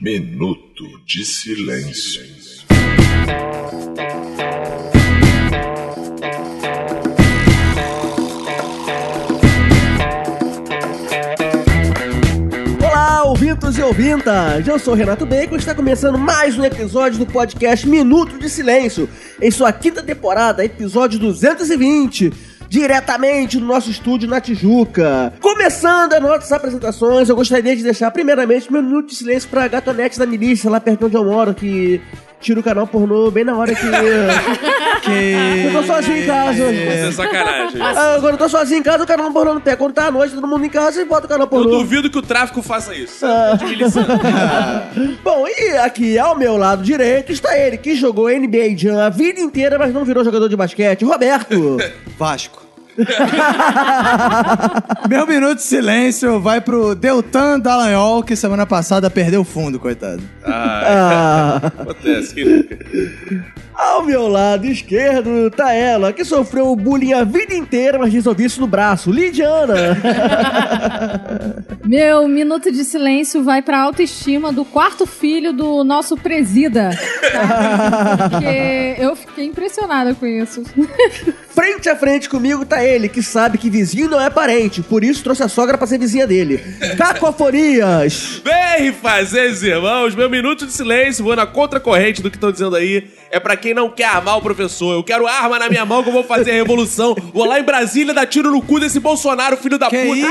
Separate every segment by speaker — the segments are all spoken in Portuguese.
Speaker 1: Minuto de Silêncio.
Speaker 2: Olá, ouvintos e ouvintas! Eu sou Renato Bacon e está começando mais um episódio do podcast Minuto de Silêncio, em sua quinta temporada, episódio 220, diretamente do nosso estúdio na Tijuca. Começando as nossas apresentações, eu gostaria de deixar primeiramente meu Minuto de Silêncio para a gatonete da milícia, lá perto de onde eu moro, que tira o canal pornô bem na hora que... que... Eu tô sozinho em casa.
Speaker 3: Isso é sacanagem.
Speaker 2: Ah, quando eu tô sozinho em casa, o canal pornô não pega. Quando tá à noite, todo mundo em casa, e bota o canal
Speaker 3: Eu
Speaker 2: pornô.
Speaker 3: duvido que o tráfico faça isso.
Speaker 4: Ah.
Speaker 3: De miliciano.
Speaker 2: Bom, e aqui ao meu lado direito está ele que jogou NBA Jam a vida inteira, mas não virou jogador de basquete, Roberto.
Speaker 4: Vasco. Meu minuto de silêncio vai pro Deltan Dallagnol, que semana passada perdeu o fundo, coitado.
Speaker 3: Ah,
Speaker 2: Ah,
Speaker 3: acontece. quem nunca?
Speaker 2: ao meu lado esquerdo tá ela que sofreu bullying a vida inteira, mas resolveu isso no braço, Lidiana.
Speaker 5: Meu minuto de silêncio vai pra autoestima do quarto filho do nosso presida. tá? Porque eu fiquei impressionada com isso.
Speaker 2: frente a frente comigo tá ele que sabe que vizinho não é parente, por isso trouxe a sogra pra ser vizinha dele. Cacofonias.
Speaker 3: Vem fazer, irmãos, meu minuto de silêncio, vou na contracorrente do que estão dizendo aí. É pra quem não quer armar o professor. Eu quero arma na minha mão que eu vou fazer a revolução. Vou lá em Brasília dar tiro no cu desse Bolsonaro, filho da
Speaker 4: Que
Speaker 3: puta.
Speaker 4: isso?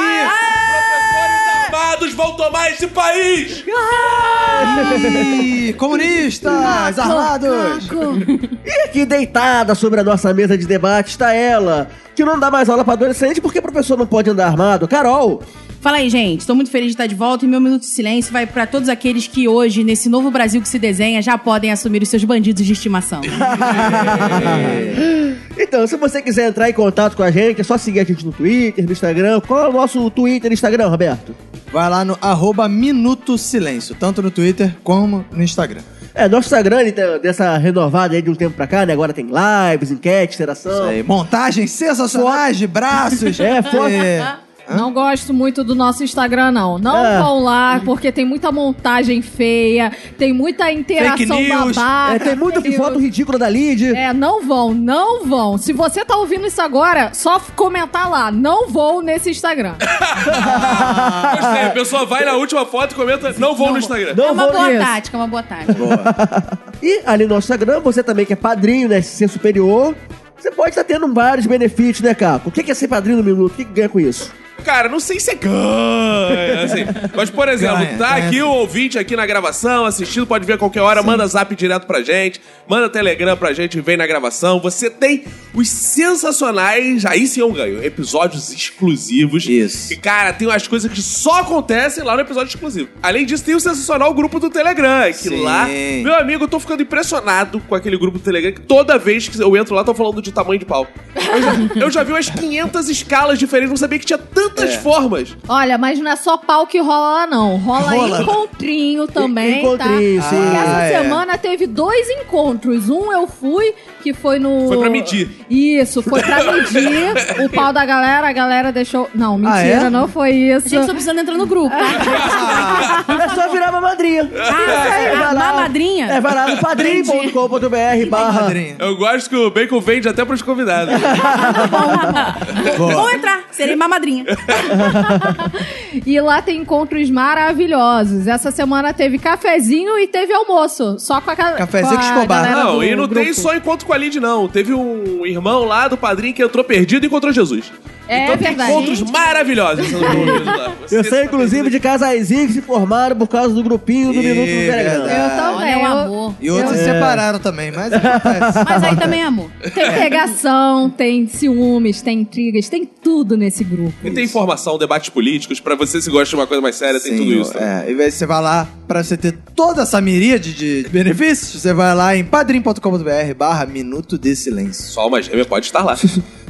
Speaker 3: Professores armados vão tomar esse país!
Speaker 4: Ih, Comunistas, armados!
Speaker 2: E aqui deitada sobre a nossa mesa de debate está ela, que não dá mais aula pra adolescente porque o professor não pode andar armado. Carol,
Speaker 6: Fala aí, gente. Estou muito feliz de estar de volta e meu minuto de silêncio vai para todos aqueles que hoje, nesse novo Brasil que se desenha, já podem assumir os seus bandidos de estimação.
Speaker 2: então, se você quiser entrar em contato com a gente, é só seguir a gente no Twitter, no Instagram. Qual é o nosso Twitter e Instagram, Roberto?
Speaker 4: Vai lá no arroba Minuto Silêncio, tanto no Twitter como no Instagram.
Speaker 2: É, nosso Instagram ele tem- dessa renovada aí de um tempo pra cá, né? Agora tem lives, enquete,
Speaker 4: Isso
Speaker 2: interação.
Speaker 4: aí, montagens sensacionais de braços.
Speaker 2: É, foto.
Speaker 4: É.
Speaker 5: Não gosto muito do nosso Instagram, não. Não
Speaker 2: É.
Speaker 5: vão lá, porque tem muita montagem feia, tem muita interação
Speaker 4: Fake news.
Speaker 5: babaca.
Speaker 2: É, tem muita
Speaker 5: fake
Speaker 2: foto
Speaker 5: news.
Speaker 2: ridícula da Lid.
Speaker 5: Ah, É, não vão, não vão. Se você tá ouvindo isso agora, só f- comentar lá. Não vou nesse Instagram.
Speaker 3: Gostei, a pessoa vai na última foto e comenta, não vou no Instagram.
Speaker 2: Não
Speaker 6: é uma
Speaker 2: vou
Speaker 6: boa
Speaker 2: nisso.
Speaker 6: tática, é uma boa tática.
Speaker 2: E ali no nosso Instagram, você também que é padrinho, né? Ser superior. Você pode estar tendo vários benefícios, né, Caco? O que que é ser padrinho no minuto? O que que ganha com isso?
Speaker 3: Cara, não sei se é ganha, assim. Mas, por exemplo,
Speaker 4: Ganha,
Speaker 3: tá
Speaker 4: ganha.
Speaker 3: aqui o ouvinte aqui na gravação, assistindo, pode ver a qualquer hora, manda zap direto pra gente, manda telegram pra gente, vem na gravação. Você tem os sensacionais, aí sim eu ganho, episódios exclusivos.
Speaker 4: Isso.
Speaker 3: E, cara, tem umas coisas que só acontecem lá no episódio exclusivo. Além disso, tem o sensacional grupo do Telegram, que
Speaker 4: Sim.
Speaker 3: lá... Meu amigo, eu tô ficando impressionado com aquele grupo do Telegram, que toda vez que eu entro lá, tô falando de tamanho de pau. Eu já, eu já vi umas 500 escalas diferentes, não sabia que tinha tantas
Speaker 2: É.
Speaker 3: formas.
Speaker 5: Olha, mas não é só pau que rola lá, não. Rola,
Speaker 4: Rola.
Speaker 5: encontrinho também,
Speaker 2: Encontrinho, sim.
Speaker 5: tá? Porque essa
Speaker 4: Ah, é.
Speaker 5: semana teve dois encontros. Um eu fui, que foi no...
Speaker 3: Foi pra medir.
Speaker 5: Isso, foi pra medir o pau da galera. A galera deixou... Não,
Speaker 4: Ah,
Speaker 5: mentira,
Speaker 4: é?
Speaker 5: não foi isso.
Speaker 6: Gente, tô precisando entrar no grupo. tá?
Speaker 2: É só virar uma madrinha.
Speaker 6: Ah,
Speaker 2: vai lá.
Speaker 6: uma madrinha?
Speaker 2: É, vai lá no padrinho.com.br barra.
Speaker 4: Madrinha.
Speaker 3: Eu gosto que o Bacon vende até pros convidados.
Speaker 6: Vou entrar, serei uma madrinha.
Speaker 5: E lá tem encontros maravilhosos. Essa semana teve cafezinho e teve almoço. Só com a ca-
Speaker 4: Cafezinho
Speaker 5: com a
Speaker 4: com Escobar.
Speaker 5: galera
Speaker 3: não,
Speaker 5: do
Speaker 3: e não
Speaker 5: grupo.
Speaker 3: tem só encontro com a Lid, não. Teve um irmão lá do padrinho que entrou perdido e encontrou Jesus.
Speaker 5: É
Speaker 3: então tem
Speaker 5: verdade.
Speaker 3: encontros maravilhosos. sendo envolvidos lá.
Speaker 2: Eu
Speaker 3: Você
Speaker 2: sei,
Speaker 3: sabe
Speaker 2: inclusive, de casaizinhos que se formaram por causa do grupinho do
Speaker 4: Ih,
Speaker 2: Minuto do Telegram.
Speaker 4: verdade.
Speaker 5: Eu também.
Speaker 6: Olha o
Speaker 5: eu-
Speaker 6: amor.
Speaker 4: E outros
Speaker 2: É.
Speaker 4: separaram também, mas acontece.
Speaker 6: Mas aí também é amor.
Speaker 5: Tem pegação, tem ciúmes, tem intrigas, tem tudo nesse grupo.
Speaker 3: E tem informação, debates políticos, pra você se gosta de uma coisa mais séria, tem
Speaker 4: Sim,
Speaker 3: tudo isso. né? também.
Speaker 4: É, e aí você vai lá, pra você ter toda essa miríade de benefícios, você vai lá em padrim.com.br barra Minuto de Silêncio.
Speaker 3: Só uma gêmea pode estar lá.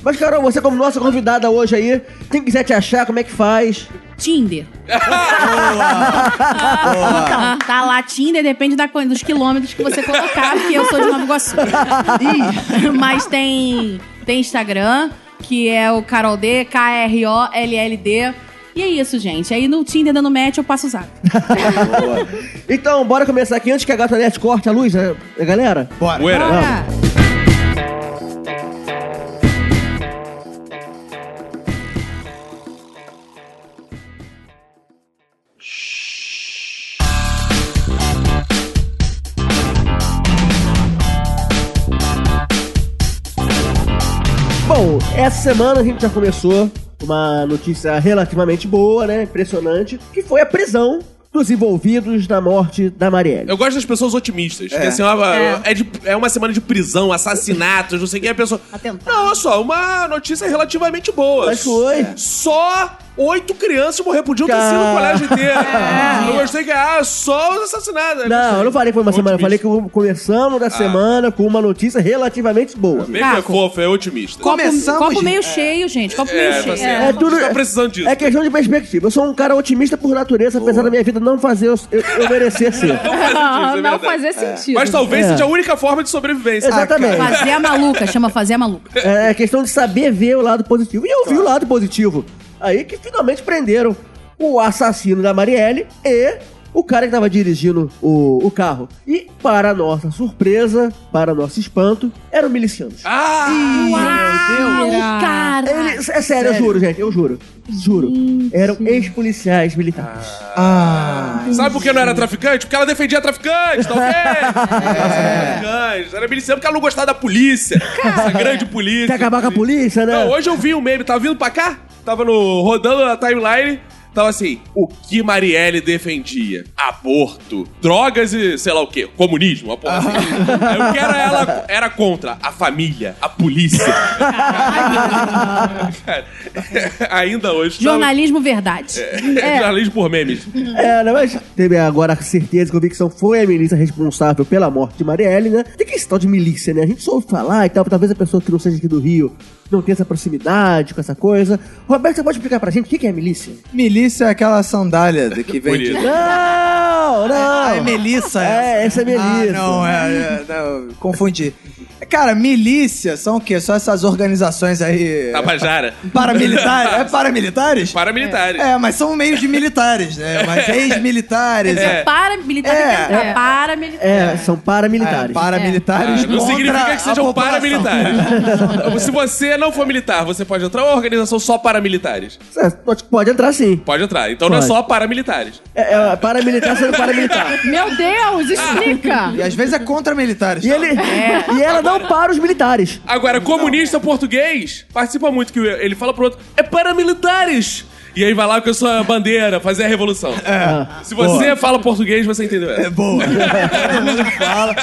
Speaker 2: Mas, Carol, você como nossa convidada hoje aí, quem quiser te achar, como é que faz?
Speaker 6: Tinder. Então, tá lá, Tinder, depende da, co- dos quilômetros que você colocar, porque eu sou de Nova Iguaçu. Ih, Mas tem, tem Instagram, que é o Carol D, K-R-O-L-L-D. E é isso, gente. Aí no Tinder, é dando match, eu passo o zap.
Speaker 2: Então, bora começar aqui antes que a gata net corte a luz, né, galera?
Speaker 4: Bora.
Speaker 3: Uera.
Speaker 5: Bora.
Speaker 2: Bom, essa semana a gente já começou uma notícia relativamente boa, né? Impressionante, que foi a prisão dos envolvidos na morte da Marielle.
Speaker 3: Eu gosto das pessoas otimistas. É, assim, uma,
Speaker 6: É.
Speaker 3: é de- é uma semana de prisão, assassinatos, não sei o que. A pessoa.
Speaker 6: Atentado.
Speaker 3: Não, olha só, uma notícia relativamente boa. É.
Speaker 2: Mas foi.
Speaker 3: Só oito crianças morreram. Podiam ter sido o
Speaker 2: Cara. É.
Speaker 3: colégio inteiro. Eu gostei que. Ah, só os assassinatos.
Speaker 2: Não, eu não falei que foi uma
Speaker 3: Otimista.
Speaker 2: semana, eu falei que começamos da semana com uma notícia relativamente boa.
Speaker 3: Bem que é
Speaker 6: Caco.
Speaker 3: fofo, é otimista.
Speaker 6: Copo,
Speaker 4: Começamos,
Speaker 6: copo
Speaker 4: gente.
Speaker 6: meio cheio, gente. Copo
Speaker 3: É,
Speaker 6: meio
Speaker 3: tá
Speaker 5: assim?
Speaker 6: cheio.
Speaker 3: certo.
Speaker 2: É tudo-
Speaker 3: A gente tá precisando disso.
Speaker 2: É questão de perspectiva. Eu sou um cara otimista por natureza, apesar da minha vida não fazer eu, eu- eu merecer ser.
Speaker 3: Não faz sentido, é
Speaker 5: não
Speaker 3: verdade.
Speaker 5: fazer sentido.
Speaker 3: Mas tá talvez
Speaker 2: É.
Speaker 3: seja a única forma de sobrevivência.
Speaker 2: Exatamente.
Speaker 6: Fazer a maluca. Chama fazer a maluca.
Speaker 2: É questão de saber ver o lado positivo. E eu vi o lado positivo. Aí que finalmente prenderam o assassino da Marielle e o cara que tava dirigindo o, o carro. E, para nossa surpresa, para nosso espanto, eram milicianos.
Speaker 3: Ah!
Speaker 6: Uau, cara.
Speaker 2: Eles- é sério, eu juro, gente, eu juro. Juro. Eram ex-policiais militares.
Speaker 4: Ah.
Speaker 3: Sabe por que não era traficante? Porque ela defendia traficante, tá ok?
Speaker 2: É.
Speaker 3: Traficante. Era miliciano porque ela não gostava da polícia. Essa grande polícia.
Speaker 2: Quer acabar com a polícia, né?
Speaker 3: Não, hoje eu vi um meme, tava vindo pra cá, tava no rodando a timeline, tava assim, o que Marielle defendia? Aborto, drogas e sei lá o quê, comunismo, uma porra assim. Aí o que era ela era contra a família, a polícia. Cara, Ainda hoje.
Speaker 6: Jornalismo verdade.
Speaker 3: É. Jornalismo por memes.
Speaker 2: É, né, mas teve agora a certeza e convicção foi a milícia responsável pela morte de Marielle, né? Tem que esse tal de milícia, né? A gente só ouve falar e tal, talvez a pessoa que não seja aqui do Rio não tenha essa proximidade com essa coisa. Roberto, você pode explicar pra gente o que que é milícia?
Speaker 4: Milícia é aquela sandália de- que vende.
Speaker 3: Bonito.
Speaker 2: Não,
Speaker 4: Ah, é
Speaker 2: não!
Speaker 4: Melissa.
Speaker 2: É, essa é Melissa.
Speaker 4: Ah, não, é, é, não, confundi. Cara, milícia são o quê? Só essas organizações aí...
Speaker 3: Tabajara.
Speaker 4: Paramilitares? É paramilitares?
Speaker 3: Tá, Paramilitares.
Speaker 4: É, mas são meio de militares, né? Mas ex-militares.
Speaker 6: É. Para militar
Speaker 4: É.
Speaker 6: tem que entrar. Para militar.
Speaker 2: É, são paramilitares.
Speaker 4: É, paramilitares.
Speaker 3: Ah, não
Speaker 4: contra
Speaker 3: significa que
Speaker 4: a
Speaker 3: sejam
Speaker 4: população.
Speaker 3: paramilitares. Se você não for militar, você pode entrar em uma organização só paramilitares.
Speaker 2: É, pode- Pode entrar sim.
Speaker 3: Pode entrar. Então não é
Speaker 2: Pode.
Speaker 3: só paramilitares.
Speaker 2: É, é, paramilitar sendo paramilitar.
Speaker 5: É. Meu Deus, explica.
Speaker 4: E às vezes é contra militares.
Speaker 2: E, ele, e ela não para os militares.
Speaker 3: Agora, comunista português participa muito, que ele fala pro outro, é paramilitares! E aí vai lá com a sua bandeira fazer a revolução. Se você fala português, você entendeu.
Speaker 4: É boa. Todo mundo fala.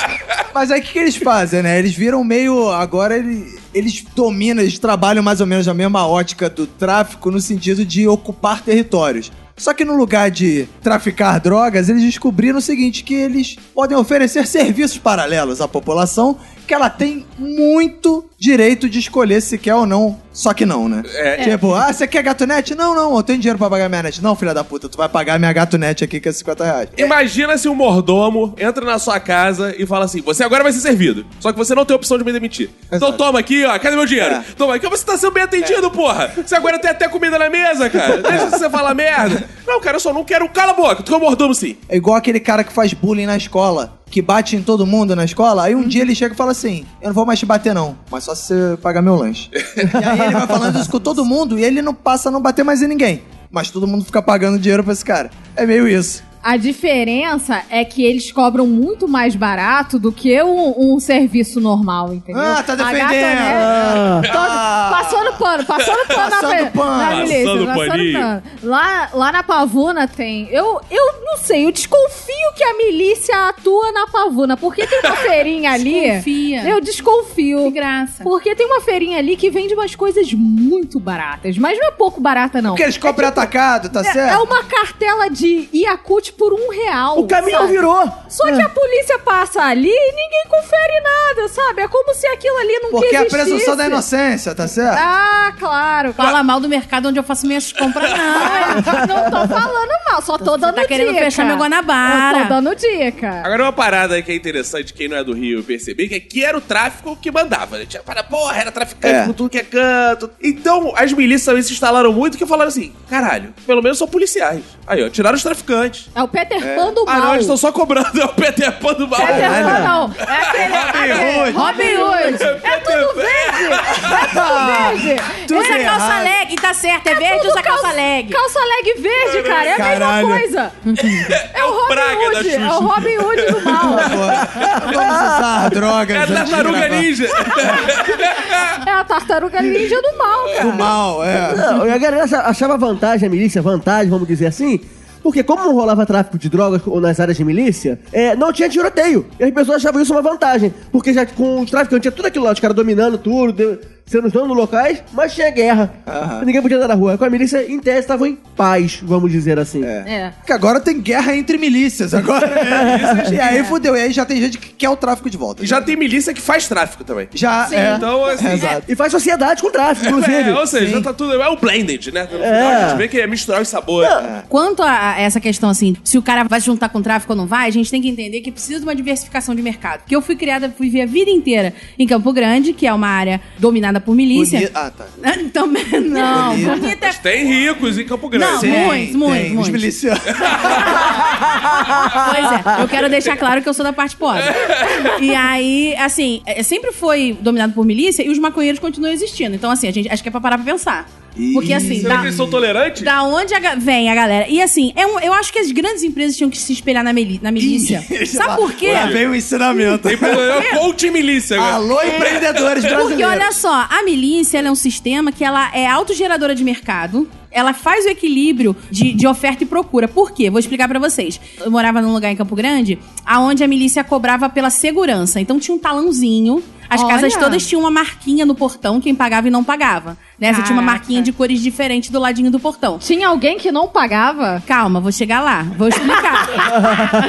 Speaker 4: Mas aí o que, que eles fazem, né? Eles viram meio. Agora ele- eles dominam, eles trabalham mais ou menos a mesma ótica do tráfico no sentido de ocupar territórios. Só que no lugar de traficar drogas, eles descobriram o seguinte: que eles podem oferecer serviços paralelos à população, que ela tem muito direito de escolher se quer ou não. Só que não, né?
Speaker 3: É.
Speaker 4: Tipo, ah, você quer gatonete? Não, não, eu tenho dinheiro pra pagar minha net. Não, filha da puta, tu vai pagar minha gatonete aqui que é 50 reais.
Speaker 3: Imagina se um mordomo entra na sua casa e fala assim: você agora vai ser servido. Só que você não tem opção de me demitir. Então
Speaker 4: Exato.
Speaker 3: toma aqui, ó, cadê meu dinheiro?
Speaker 4: É.
Speaker 3: Toma aqui, você tá sendo bem atendido, porra. Você agora tem até comida na mesa, cara. Deixa você falar merda. Não, cara, eu só não quero. Cala a boca, tu é um mordomo sim.
Speaker 4: É igual aquele cara que faz bullying na escola, que bate em todo mundo na escola. Aí um dia ele chega e fala assim: Eu não vou mais te bater, não, mas só se você pagar meu lanche. e aí ele vai falando isso com todo mundo e ele não passa a não bater mais em ninguém. Mas todo mundo fica pagando dinheiro pra esse cara. É meio isso.
Speaker 5: A diferença é que eles cobram muito mais barato do que um, um serviço normal, entendeu?
Speaker 4: Ah, tá
Speaker 5: A gata,
Speaker 4: defendendo.
Speaker 5: né?
Speaker 2: Ah,
Speaker 5: Todo- Passando pano, passando pano
Speaker 4: Passando
Speaker 5: na,
Speaker 4: pano.
Speaker 5: na milícia,
Speaker 3: Passando paninho.
Speaker 5: Lá, lá na Pavuna tem. Eu, eu não sei, eu desconfio que a milícia atua na Pavuna. Porque tem uma feirinha ali.
Speaker 6: Desconfia.
Speaker 5: Eu desconfio.
Speaker 6: Que graça.
Speaker 5: Porque tem uma feirinha ali que vende umas coisas muito baratas. Mas não é pouco barata, não.
Speaker 4: Porque eles compram atacado, tá
Speaker 5: É,
Speaker 4: certo?
Speaker 5: é uma cartela de Yakut por um real.
Speaker 2: o caminhão
Speaker 5: sabe?
Speaker 2: virou.
Speaker 5: Só que a polícia passa ali e ninguém confere nada, sabe? É como se aquilo ali nunca
Speaker 4: Porque é a
Speaker 5: existisse.
Speaker 4: presunção da inocência, tá certo?
Speaker 5: Ah, claro.
Speaker 6: Fala mal do mercado onde eu faço minhas compras, não.
Speaker 5: Ah, não tô falando mal, só tô dando
Speaker 6: tá querendo
Speaker 5: dica.
Speaker 6: fechar meu Guanabara.
Speaker 5: Eu tô dando dica.
Speaker 3: Agora, uma parada que é interessante, quem não é do Rio perceber, que aqui era o tráfico que mandava. Né? Tinha parada, porra, era traficante
Speaker 4: É.
Speaker 3: com tudo que é canto. Então, as milícias também se instalaram muito que falaram assim: caralho, pelo menos são policiais. Aí, ó, tiraram os traficantes.
Speaker 5: É o Peter Pan do
Speaker 3: Ah, não,
Speaker 5: mal.
Speaker 3: eles estão só cobrando, é o Peter Pan do mal.
Speaker 5: Peter
Speaker 4: Caralho.
Speaker 5: Pan não. É aquele... aquele-
Speaker 4: Hood.
Speaker 5: Robin Hood. É tudo verde. É tudo verde.
Speaker 4: Tudo
Speaker 6: Usa calça
Speaker 4: errado.
Speaker 6: leg, tá certo. É, verde,
Speaker 5: tudo
Speaker 6: usa calça,
Speaker 5: calça-
Speaker 6: leg.
Speaker 5: Calça leg verde, cara. É a
Speaker 4: Caralho.
Speaker 5: mesma coisa. É o
Speaker 3: o
Speaker 5: Robin
Speaker 3: Praga da
Speaker 5: Hood.
Speaker 3: Xuxa.
Speaker 5: É o Robin Hood do mal.
Speaker 4: Vamos usar drogas.
Speaker 3: É a
Speaker 4: antes de
Speaker 3: tartaruga
Speaker 4: gravar.
Speaker 3: ninja.
Speaker 5: É a tartaruga ninja do mal, cara.
Speaker 4: Do mal, é.
Speaker 2: Não, e a galera acha- achava vantagem, a milícia, vantagem, vamos dizer assim. Porque como não rolava tráfico de drogas ou nas áreas de milícia, é, não tinha tiroteio. E as pessoas achavam isso uma vantagem. Porque já com os traficantes tinha tudo aquilo lá, os caras dominando tudo, de- sendo os donos dos locais, mas tinha guerra.
Speaker 4: Aham.
Speaker 2: Ninguém podia andar na rua. Com a milícia, em tese, estavam em paz, vamos dizer assim.
Speaker 5: É.
Speaker 4: Que agora tem guerra entre milícias agora. é e aí fudeu. E aí já tem gente que quer o tráfico de volta.
Speaker 3: E já tem milícia que faz tráfico também.
Speaker 4: Já é.
Speaker 3: Então, assim,
Speaker 4: Exato.
Speaker 2: E faz sociedade com tráfico, inclusive.
Speaker 3: É, ou seja, já tá tudo. É o blended, né? No final,
Speaker 2: É.
Speaker 3: a gente vê que é misturar os sabores.
Speaker 6: Quanto a a essa questão, assim, se o cara vai se juntar com o tráfico ou não vai, a gente tem que entender que precisa de uma diversificação de mercado. Porque eu fui criada, fui viver a vida inteira em Campo Grande, que é uma área dominada por milícia.
Speaker 4: Boni- Ah, tá.
Speaker 6: Também não.
Speaker 4: Bonita.
Speaker 6: Bonita
Speaker 3: Mas
Speaker 6: é
Speaker 3: tem ricos em Campo Grande.
Speaker 6: Não,
Speaker 3: Sim.
Speaker 6: Muitos, muitos,
Speaker 4: tem. Os
Speaker 6: muitos.
Speaker 4: milicianos.
Speaker 6: Pois é, eu quero deixar claro que eu sou da parte pobre. E aí, assim, é- sempre foi dominado por milícia e os maconheiros continuam existindo. Então, assim, a gente acho que é pra parar pra pensar. Porque, assim,
Speaker 3: Será
Speaker 6: dá,
Speaker 3: que eles são tolerantes?
Speaker 6: da onde a ga- vem a galera? E, assim, é um- eu acho que as grandes empresas tinham que se espelhar na, meli- na milícia. Sabe por quê?
Speaker 4: Lá vem o ensinamento.
Speaker 3: Tem problema é coach e milícia agora.
Speaker 4: Alô, empreendedores
Speaker 6: É. Porque
Speaker 4: brasileiros.
Speaker 6: olha só, a milícia ela é um sistema que ela é autogeradora de mercado. Ela faz o equilíbrio de, de oferta e procura. Por quê? Vou explicar pra vocês. Eu morava num lugar em Campo Grande, aonde a milícia cobrava pela segurança. Então tinha um talãozinho. As
Speaker 5: Olha.
Speaker 6: casas todas tinham uma marquinha no portão, quem pagava e não pagava. Né? Você tinha uma
Speaker 5: Caraca.
Speaker 6: marquinha de cores diferentes do ladinho do portão.
Speaker 5: Tinha alguém que não pagava?
Speaker 6: Calma, vou chegar lá. Vou explicar.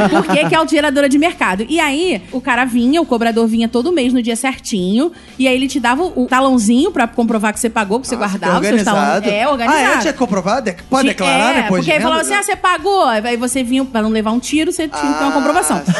Speaker 6: Por que, que é autogeradora de mercado? E aí, o cara vinha, o cobrador vinha todo mês no dia certinho. E aí ele te dava o talãozinho pra comprovar que você pagou, que você guardava os seus
Speaker 4: Ah, organizado.
Speaker 6: talões. tá, É, organizado.
Speaker 4: Ah, é? Tinha que comprovar? De- Pode
Speaker 6: Ti-
Speaker 4: declarar
Speaker 6: é,
Speaker 4: depois de
Speaker 6: Porque aí falava
Speaker 4: renda?
Speaker 6: assim, ah, você pagou. Aí você vinha, pra não levar um tiro, você tinha que ter uma
Speaker 4: Ah,
Speaker 6: comprovação.
Speaker 4: sim.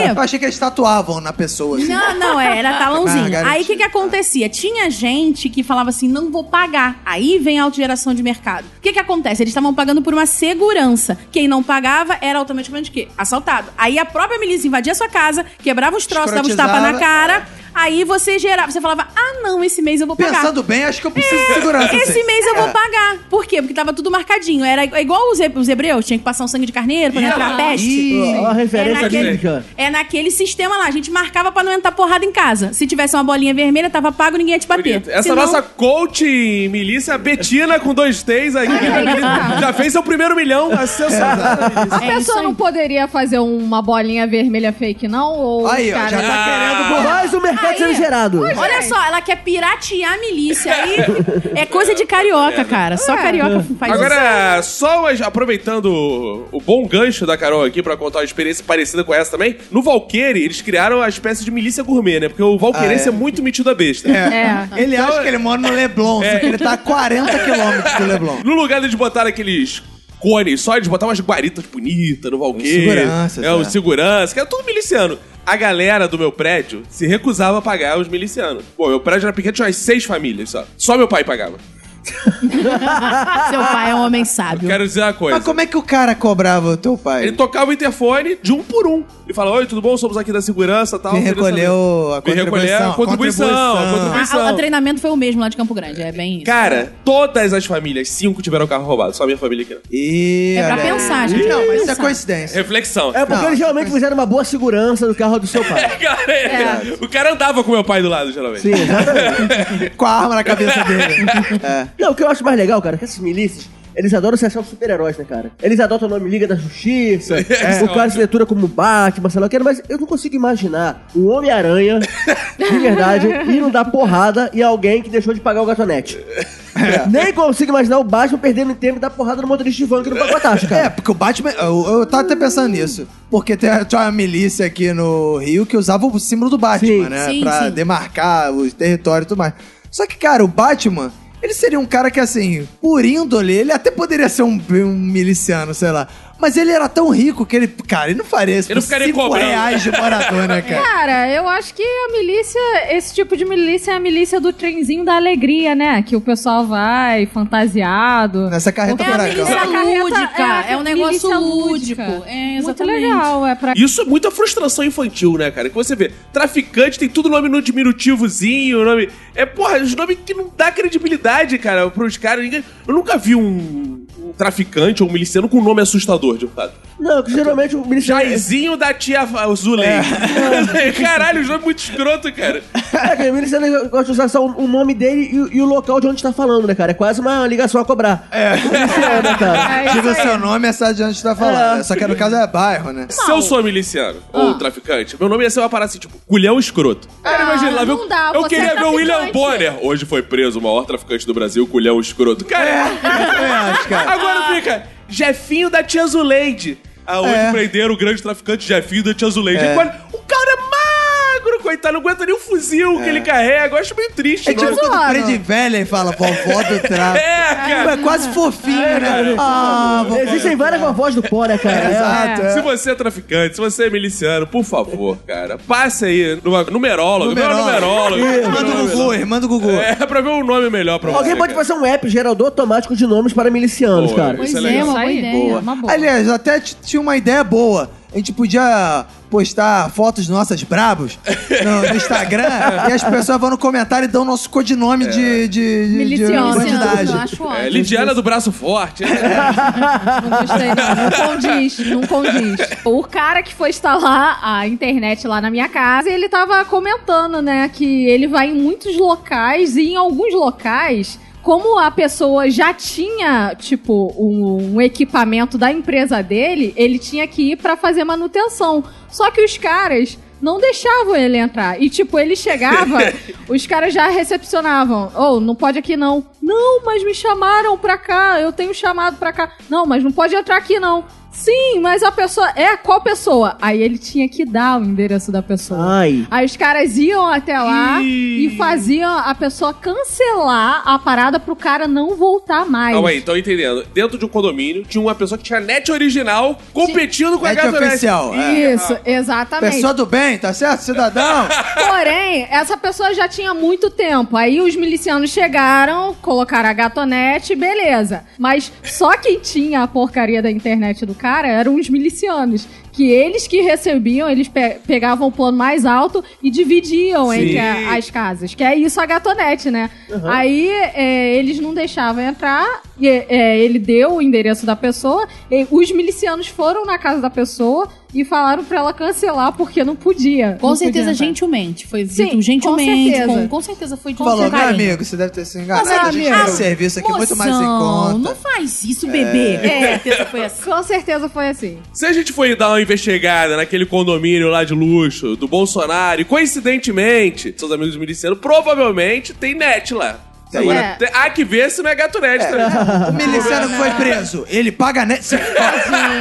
Speaker 6: Aí...
Speaker 4: Eu achei que eles tatuavam na pessoa, assim.
Speaker 6: Não, não, é, era
Speaker 4: Ah,
Speaker 6: talãozinho.
Speaker 4: garantia.
Speaker 6: aí o que, que acontecia? Tinha gente que falava assim, não vou pagar. Aí vem a autogeração de mercado. O que, que acontece? Eles estavam pagando por uma segurança. Quem não pagava era automaticamente o quê? Assaltado. Aí a própria milícia invadia a sua casa, quebrava os troços, dava os tapas na
Speaker 4: Escrotizava. é.
Speaker 6: cara. Aí você gerava, você falava, ah não, esse mês eu vou pagar.
Speaker 4: Pensando bem, acho que eu preciso de segurança.
Speaker 6: Esse
Speaker 4: assim.
Speaker 6: mês eu vou
Speaker 4: É.
Speaker 6: pagar. Por quê? Porque tava tudo marcadinho. Era igual os, he- os hebreus, tinha que passar um sangue de carneiro pra não entrar a peste.
Speaker 2: Ó, Ó, a referência
Speaker 6: É naquele-
Speaker 2: bíblica.
Speaker 6: É naquele sistema lá. A gente marcava pra não entrar porrada em casa. Se tivesse uma bolinha vermelha, tava pago, ninguém ia te bater.
Speaker 3: Bonito. Essa é
Speaker 6: Senão- é
Speaker 3: nossa coach em milícia, Betina, com dois T's aqui, já fez seu primeiro milhão. Acesso.
Speaker 5: A
Speaker 6: É isso
Speaker 5: pessoa
Speaker 6: aí.
Speaker 5: não poderia fazer uma bolinha vermelha fake, não? Ou
Speaker 4: Aí, ó,
Speaker 5: cara...
Speaker 4: já tá querendo
Speaker 2: Por
Speaker 4: burlar.
Speaker 2: mais o mercado
Speaker 6: Aí.
Speaker 2: sendo gerado.
Speaker 6: Olha só, ela quer piratear a milícia. Aí é coisa de carioca, cara. Só carioca faz isso.
Speaker 3: Agora, só as- aproveitando o- o bom gancho da Carol aqui pra contar uma experiência parecida com essa também, no Valqueire eles criaram a espécie de milícia gourmet, né? Porque o Valqueirense
Speaker 4: Ah,
Speaker 3: é. muito metido a besta.
Speaker 5: É.
Speaker 4: Ele acha que ele mora no Leblon, só que ele tá a 40 quilômetros do Leblon.
Speaker 3: No lugar deles botar aqueles cones só, eles botaram umas guaritas bonitas no Valqueiro.
Speaker 4: seguranças,
Speaker 3: É, o
Speaker 4: é.
Speaker 3: segurança, que era tudo miliciano. A galera do meu prédio se recusava a pagar os milicianos. Bom, meu prédio era pequeno, tinha umas seis famílias só. Só meu pai pagava.
Speaker 6: Seu pai é um homem sábio.
Speaker 3: Quero dizer uma coisa. É
Speaker 4: Mas como é que o cara cobrava o teu pai?
Speaker 3: Ele tocava o interfone de um por um. Ele falava, oi, tudo bom? Somos aqui da segurança e tal.
Speaker 4: Vem
Speaker 3: Queria
Speaker 4: recolher
Speaker 3: saber."
Speaker 4: o- a
Speaker 3: Vem recolher a
Speaker 4: contribuição,
Speaker 3: contribuição.
Speaker 4: a
Speaker 3: a
Speaker 6: Ah,
Speaker 3: contribuição.
Speaker 6: o, o treinamento foi o mesmo lá de Campo Grande, é bem isso.
Speaker 3: Cara, todas as famílias, cinco tiveram carro roubado. Só a minha família aqui não.
Speaker 4: Ih,
Speaker 6: É pra
Speaker 4: olha aí.
Speaker 6: pensar, a gente tem
Speaker 4: Não,
Speaker 6: que
Speaker 4: mas isso é
Speaker 6: pensar.
Speaker 4: coincidência.
Speaker 3: Reflexão.
Speaker 2: É porque
Speaker 4: Não,
Speaker 2: eles realmente fizeram uma boa segurança do carro do seu pai.
Speaker 3: Cara, é- O cara andava com meu pai do lado, geralmente.
Speaker 2: Sim, exatamente.
Speaker 4: Com a arma na cabeça dele. é.
Speaker 2: Não, o que eu acho mais legal, cara, é que esses milícias, eles adoram se achar super-heróis, né, cara? Eles adotam o nome Liga da Justiça, o cara se leitura como Batman, sei lá o que, mas eu não consigo imaginar o Homem-Aranha, de verdade, indo dar porrada e alguém que deixou de pagar o gatonete. Nem consigo imaginar o Batman perdendo tempo e dar porrada no motorista de van que não pagou a taxa,
Speaker 4: É,
Speaker 2: cara.
Speaker 4: porque o Batman. Eu, eu tava até pensando nisso. Porque tem, tinha uma milícia aqui no Rio que usava o símbolo do Batman,
Speaker 2: Sim.
Speaker 4: né?
Speaker 6: Sim,
Speaker 4: pra
Speaker 6: sim.
Speaker 4: demarcar os territórios e tudo mais. Só que, cara, o Batman. Ele seria um cara que, assim, por índole, ele até poderia ser um, um miliciano, sei lá. Mas ele era tão rico que ele, cara, ele não faria isso
Speaker 3: Ele não
Speaker 4: por
Speaker 3: ficaria
Speaker 4: cinco
Speaker 3: cobrando.
Speaker 4: reais de morador, né, cara?
Speaker 5: Cara, eu acho que a milícia, esse tipo de milícia é a milícia do trenzinho da alegria, né? Que o pessoal vai fantasiado.
Speaker 4: Nessa carreta
Speaker 6: É a
Speaker 4: furacão.
Speaker 6: milícia
Speaker 5: carreta-
Speaker 6: lúdica,
Speaker 5: a
Speaker 6: é um negócio
Speaker 5: milícia
Speaker 6: lúdico. É,
Speaker 5: Muito
Speaker 6: exatamente.
Speaker 5: legal, é pra
Speaker 3: Isso é muita frustração infantil, né, cara? Que você vê, traficante tem tudo nome no diminutivozinho, nome. É, porra, os nomes que não dá credibilidade, cara, pros caras. Ninguém- Eu nunca vi um, um traficante ou um miliciano com um nome assustador, de fato.
Speaker 2: Não, que geralmente o é ministério.
Speaker 3: Jairzinho da tia Fa- Zulei.
Speaker 4: É.
Speaker 3: Caralho, os nomes muito escroto, cara.
Speaker 2: É, que o ministério gosta de usar só o o nome dele e, e o local de onde tá falando, né, cara? É quase uma ligação a cobrar. É. né, cara?
Speaker 4: Diga o seu nome, essa de onde tá falando. Só que no caso é bairro, né?
Speaker 3: Se eu sou miliciano
Speaker 5: Ah.
Speaker 3: ou traficante, meu nome ia ser uma parada assim, tipo, culhão escroto. Cara, imagina lá, viu?
Speaker 5: não dá,
Speaker 3: eu
Speaker 5: você
Speaker 3: queria
Speaker 5: é
Speaker 3: ver o William
Speaker 5: traficante.
Speaker 3: Bonner. Hoje foi preso o maior traficante do Brasil, culhão escroto. Cara,
Speaker 4: Eu também acho, é. cara.
Speaker 5: Ah.
Speaker 3: Agora fica Jefinho da Tia Zuleide. Aonde
Speaker 4: É.
Speaker 3: prenderam o grande traficante Jefinho da Tia Zuleide.
Speaker 4: É.
Speaker 3: Agora, o cara é magro, coitado. Não aguenta nem o fuzil que ele carrega. Eu acho meio triste.
Speaker 4: É tipo
Speaker 3: mano.
Speaker 4: quando
Speaker 5: zoaram.
Speaker 4: prende velha e fala vovó do
Speaker 3: É,
Speaker 4: tráfico.
Speaker 3: cara.
Speaker 4: É quase fofinho, né? Ah, vovó.
Speaker 2: Existem várias vovós do pó, né, cara?
Speaker 4: Exato. é.
Speaker 3: Se você é traficante, se você é miliciano, por favor, cara, passe aí numa é numeróloga, vê uma numeróloga.
Speaker 4: Irmã do Gugu, irmã do Gugu.
Speaker 3: É, pra ver um nome melhor pra
Speaker 2: Alguém
Speaker 3: você.
Speaker 2: pode
Speaker 3: cara.
Speaker 2: fazer um app gerador automático de nomes para milicianos,
Speaker 3: Boa.
Speaker 2: cara.
Speaker 3: Pois
Speaker 5: Pois
Speaker 3: Isso é
Speaker 5: é,
Speaker 3: legal.
Speaker 5: uma boa
Speaker 6: Isso aí,
Speaker 5: ideia,
Speaker 6: boa.
Speaker 5: uma boa.
Speaker 4: Aliás, até t- tinha uma ideia boa. A gente podia postar fotos nossas brabos no, no Instagram e as pessoas vão no comentário e dão nosso codinome de, de, de, de
Speaker 5: Miliciano,
Speaker 4: quantidade.
Speaker 5: eu
Speaker 2: um
Speaker 5: acho
Speaker 3: É,
Speaker 5: ótimo.
Speaker 3: Lidiana do braço forte. né?
Speaker 5: Não gostei, não. Não condiz, não condiz. O cara que foi instalar a internet lá na minha casa, ele tava comentando, né, que ele vai em muitos locais e em alguns locais. Como a pessoa já tinha, tipo, um, um equipamento da empresa dele, ele tinha que ir pra fazer manutenção. Só que os caras não deixavam ele entrar. E, tipo, ele chegava, os caras já recepcionavam. Ou, não pode aqui não. Não, mas me chamaram pra cá, eu tenho chamado pra cá. Não, mas não pode entrar aqui não. Sim, mas a pessoa. É, qual pessoa? Aí ele tinha que dar o endereço da pessoa.
Speaker 2: Ai.
Speaker 5: Aí os caras iam até lá
Speaker 3: Ah. Ih.
Speaker 5: e faziam a pessoa cancelar a parada pro cara não voltar mais.
Speaker 3: Calma aí, tô entendendo. Dentro de um condomínio, tinha uma pessoa que tinha net original competindo com a
Speaker 4: Net
Speaker 3: Gato
Speaker 4: oficial, é.
Speaker 5: Isso, exatamente.
Speaker 4: Pessoa do bem, tá certo, cidadão?
Speaker 5: Porém, essa pessoa já tinha muito tempo. Aí os milicianos chegaram, colocaram a gatonete, beleza. Mas só quem tinha a porcaria da internet do cara eram os milicianos. Que eles que recebiam, eles pe- pegavam o plano mais alto e dividiam
Speaker 3: Sim.
Speaker 5: entre a- as casas. Que é isso a gatonete, né? Aí é, eles não deixavam entrar, e, é, ele deu o endereço da pessoa, e os milicianos foram na casa da pessoa e falaram pra ela cancelar porque não podia.
Speaker 6: Com
Speaker 5: não
Speaker 6: certeza,
Speaker 5: podia entrar.
Speaker 6: gentilmente. Foi
Speaker 5: Sim,
Speaker 6: dito gentilmente.
Speaker 5: com certeza.
Speaker 6: Com, com certeza foi dito
Speaker 4: Falou, meu
Speaker 6: carinho.
Speaker 4: amigo, você deve ter se enganado. É,
Speaker 6: Mas,
Speaker 4: a gente
Speaker 6: amigo,
Speaker 4: tem esse serviço aqui é muito mais em
Speaker 6: Moção,
Speaker 4: conta. É.
Speaker 6: Não faz isso, bebê. Com certeza foi assim.
Speaker 5: Com certeza foi assim.
Speaker 3: Se a gente for dar uma investigada naquele condomínio lá de luxo do Bolsonaro, e coincidentemente, seus amigos milicianos, provavelmente tem net lá.
Speaker 4: Tem.
Speaker 3: Agora,
Speaker 5: É.
Speaker 3: te- há que ver se não é gato net também.
Speaker 4: O miliciano que foi preso, ele paga net.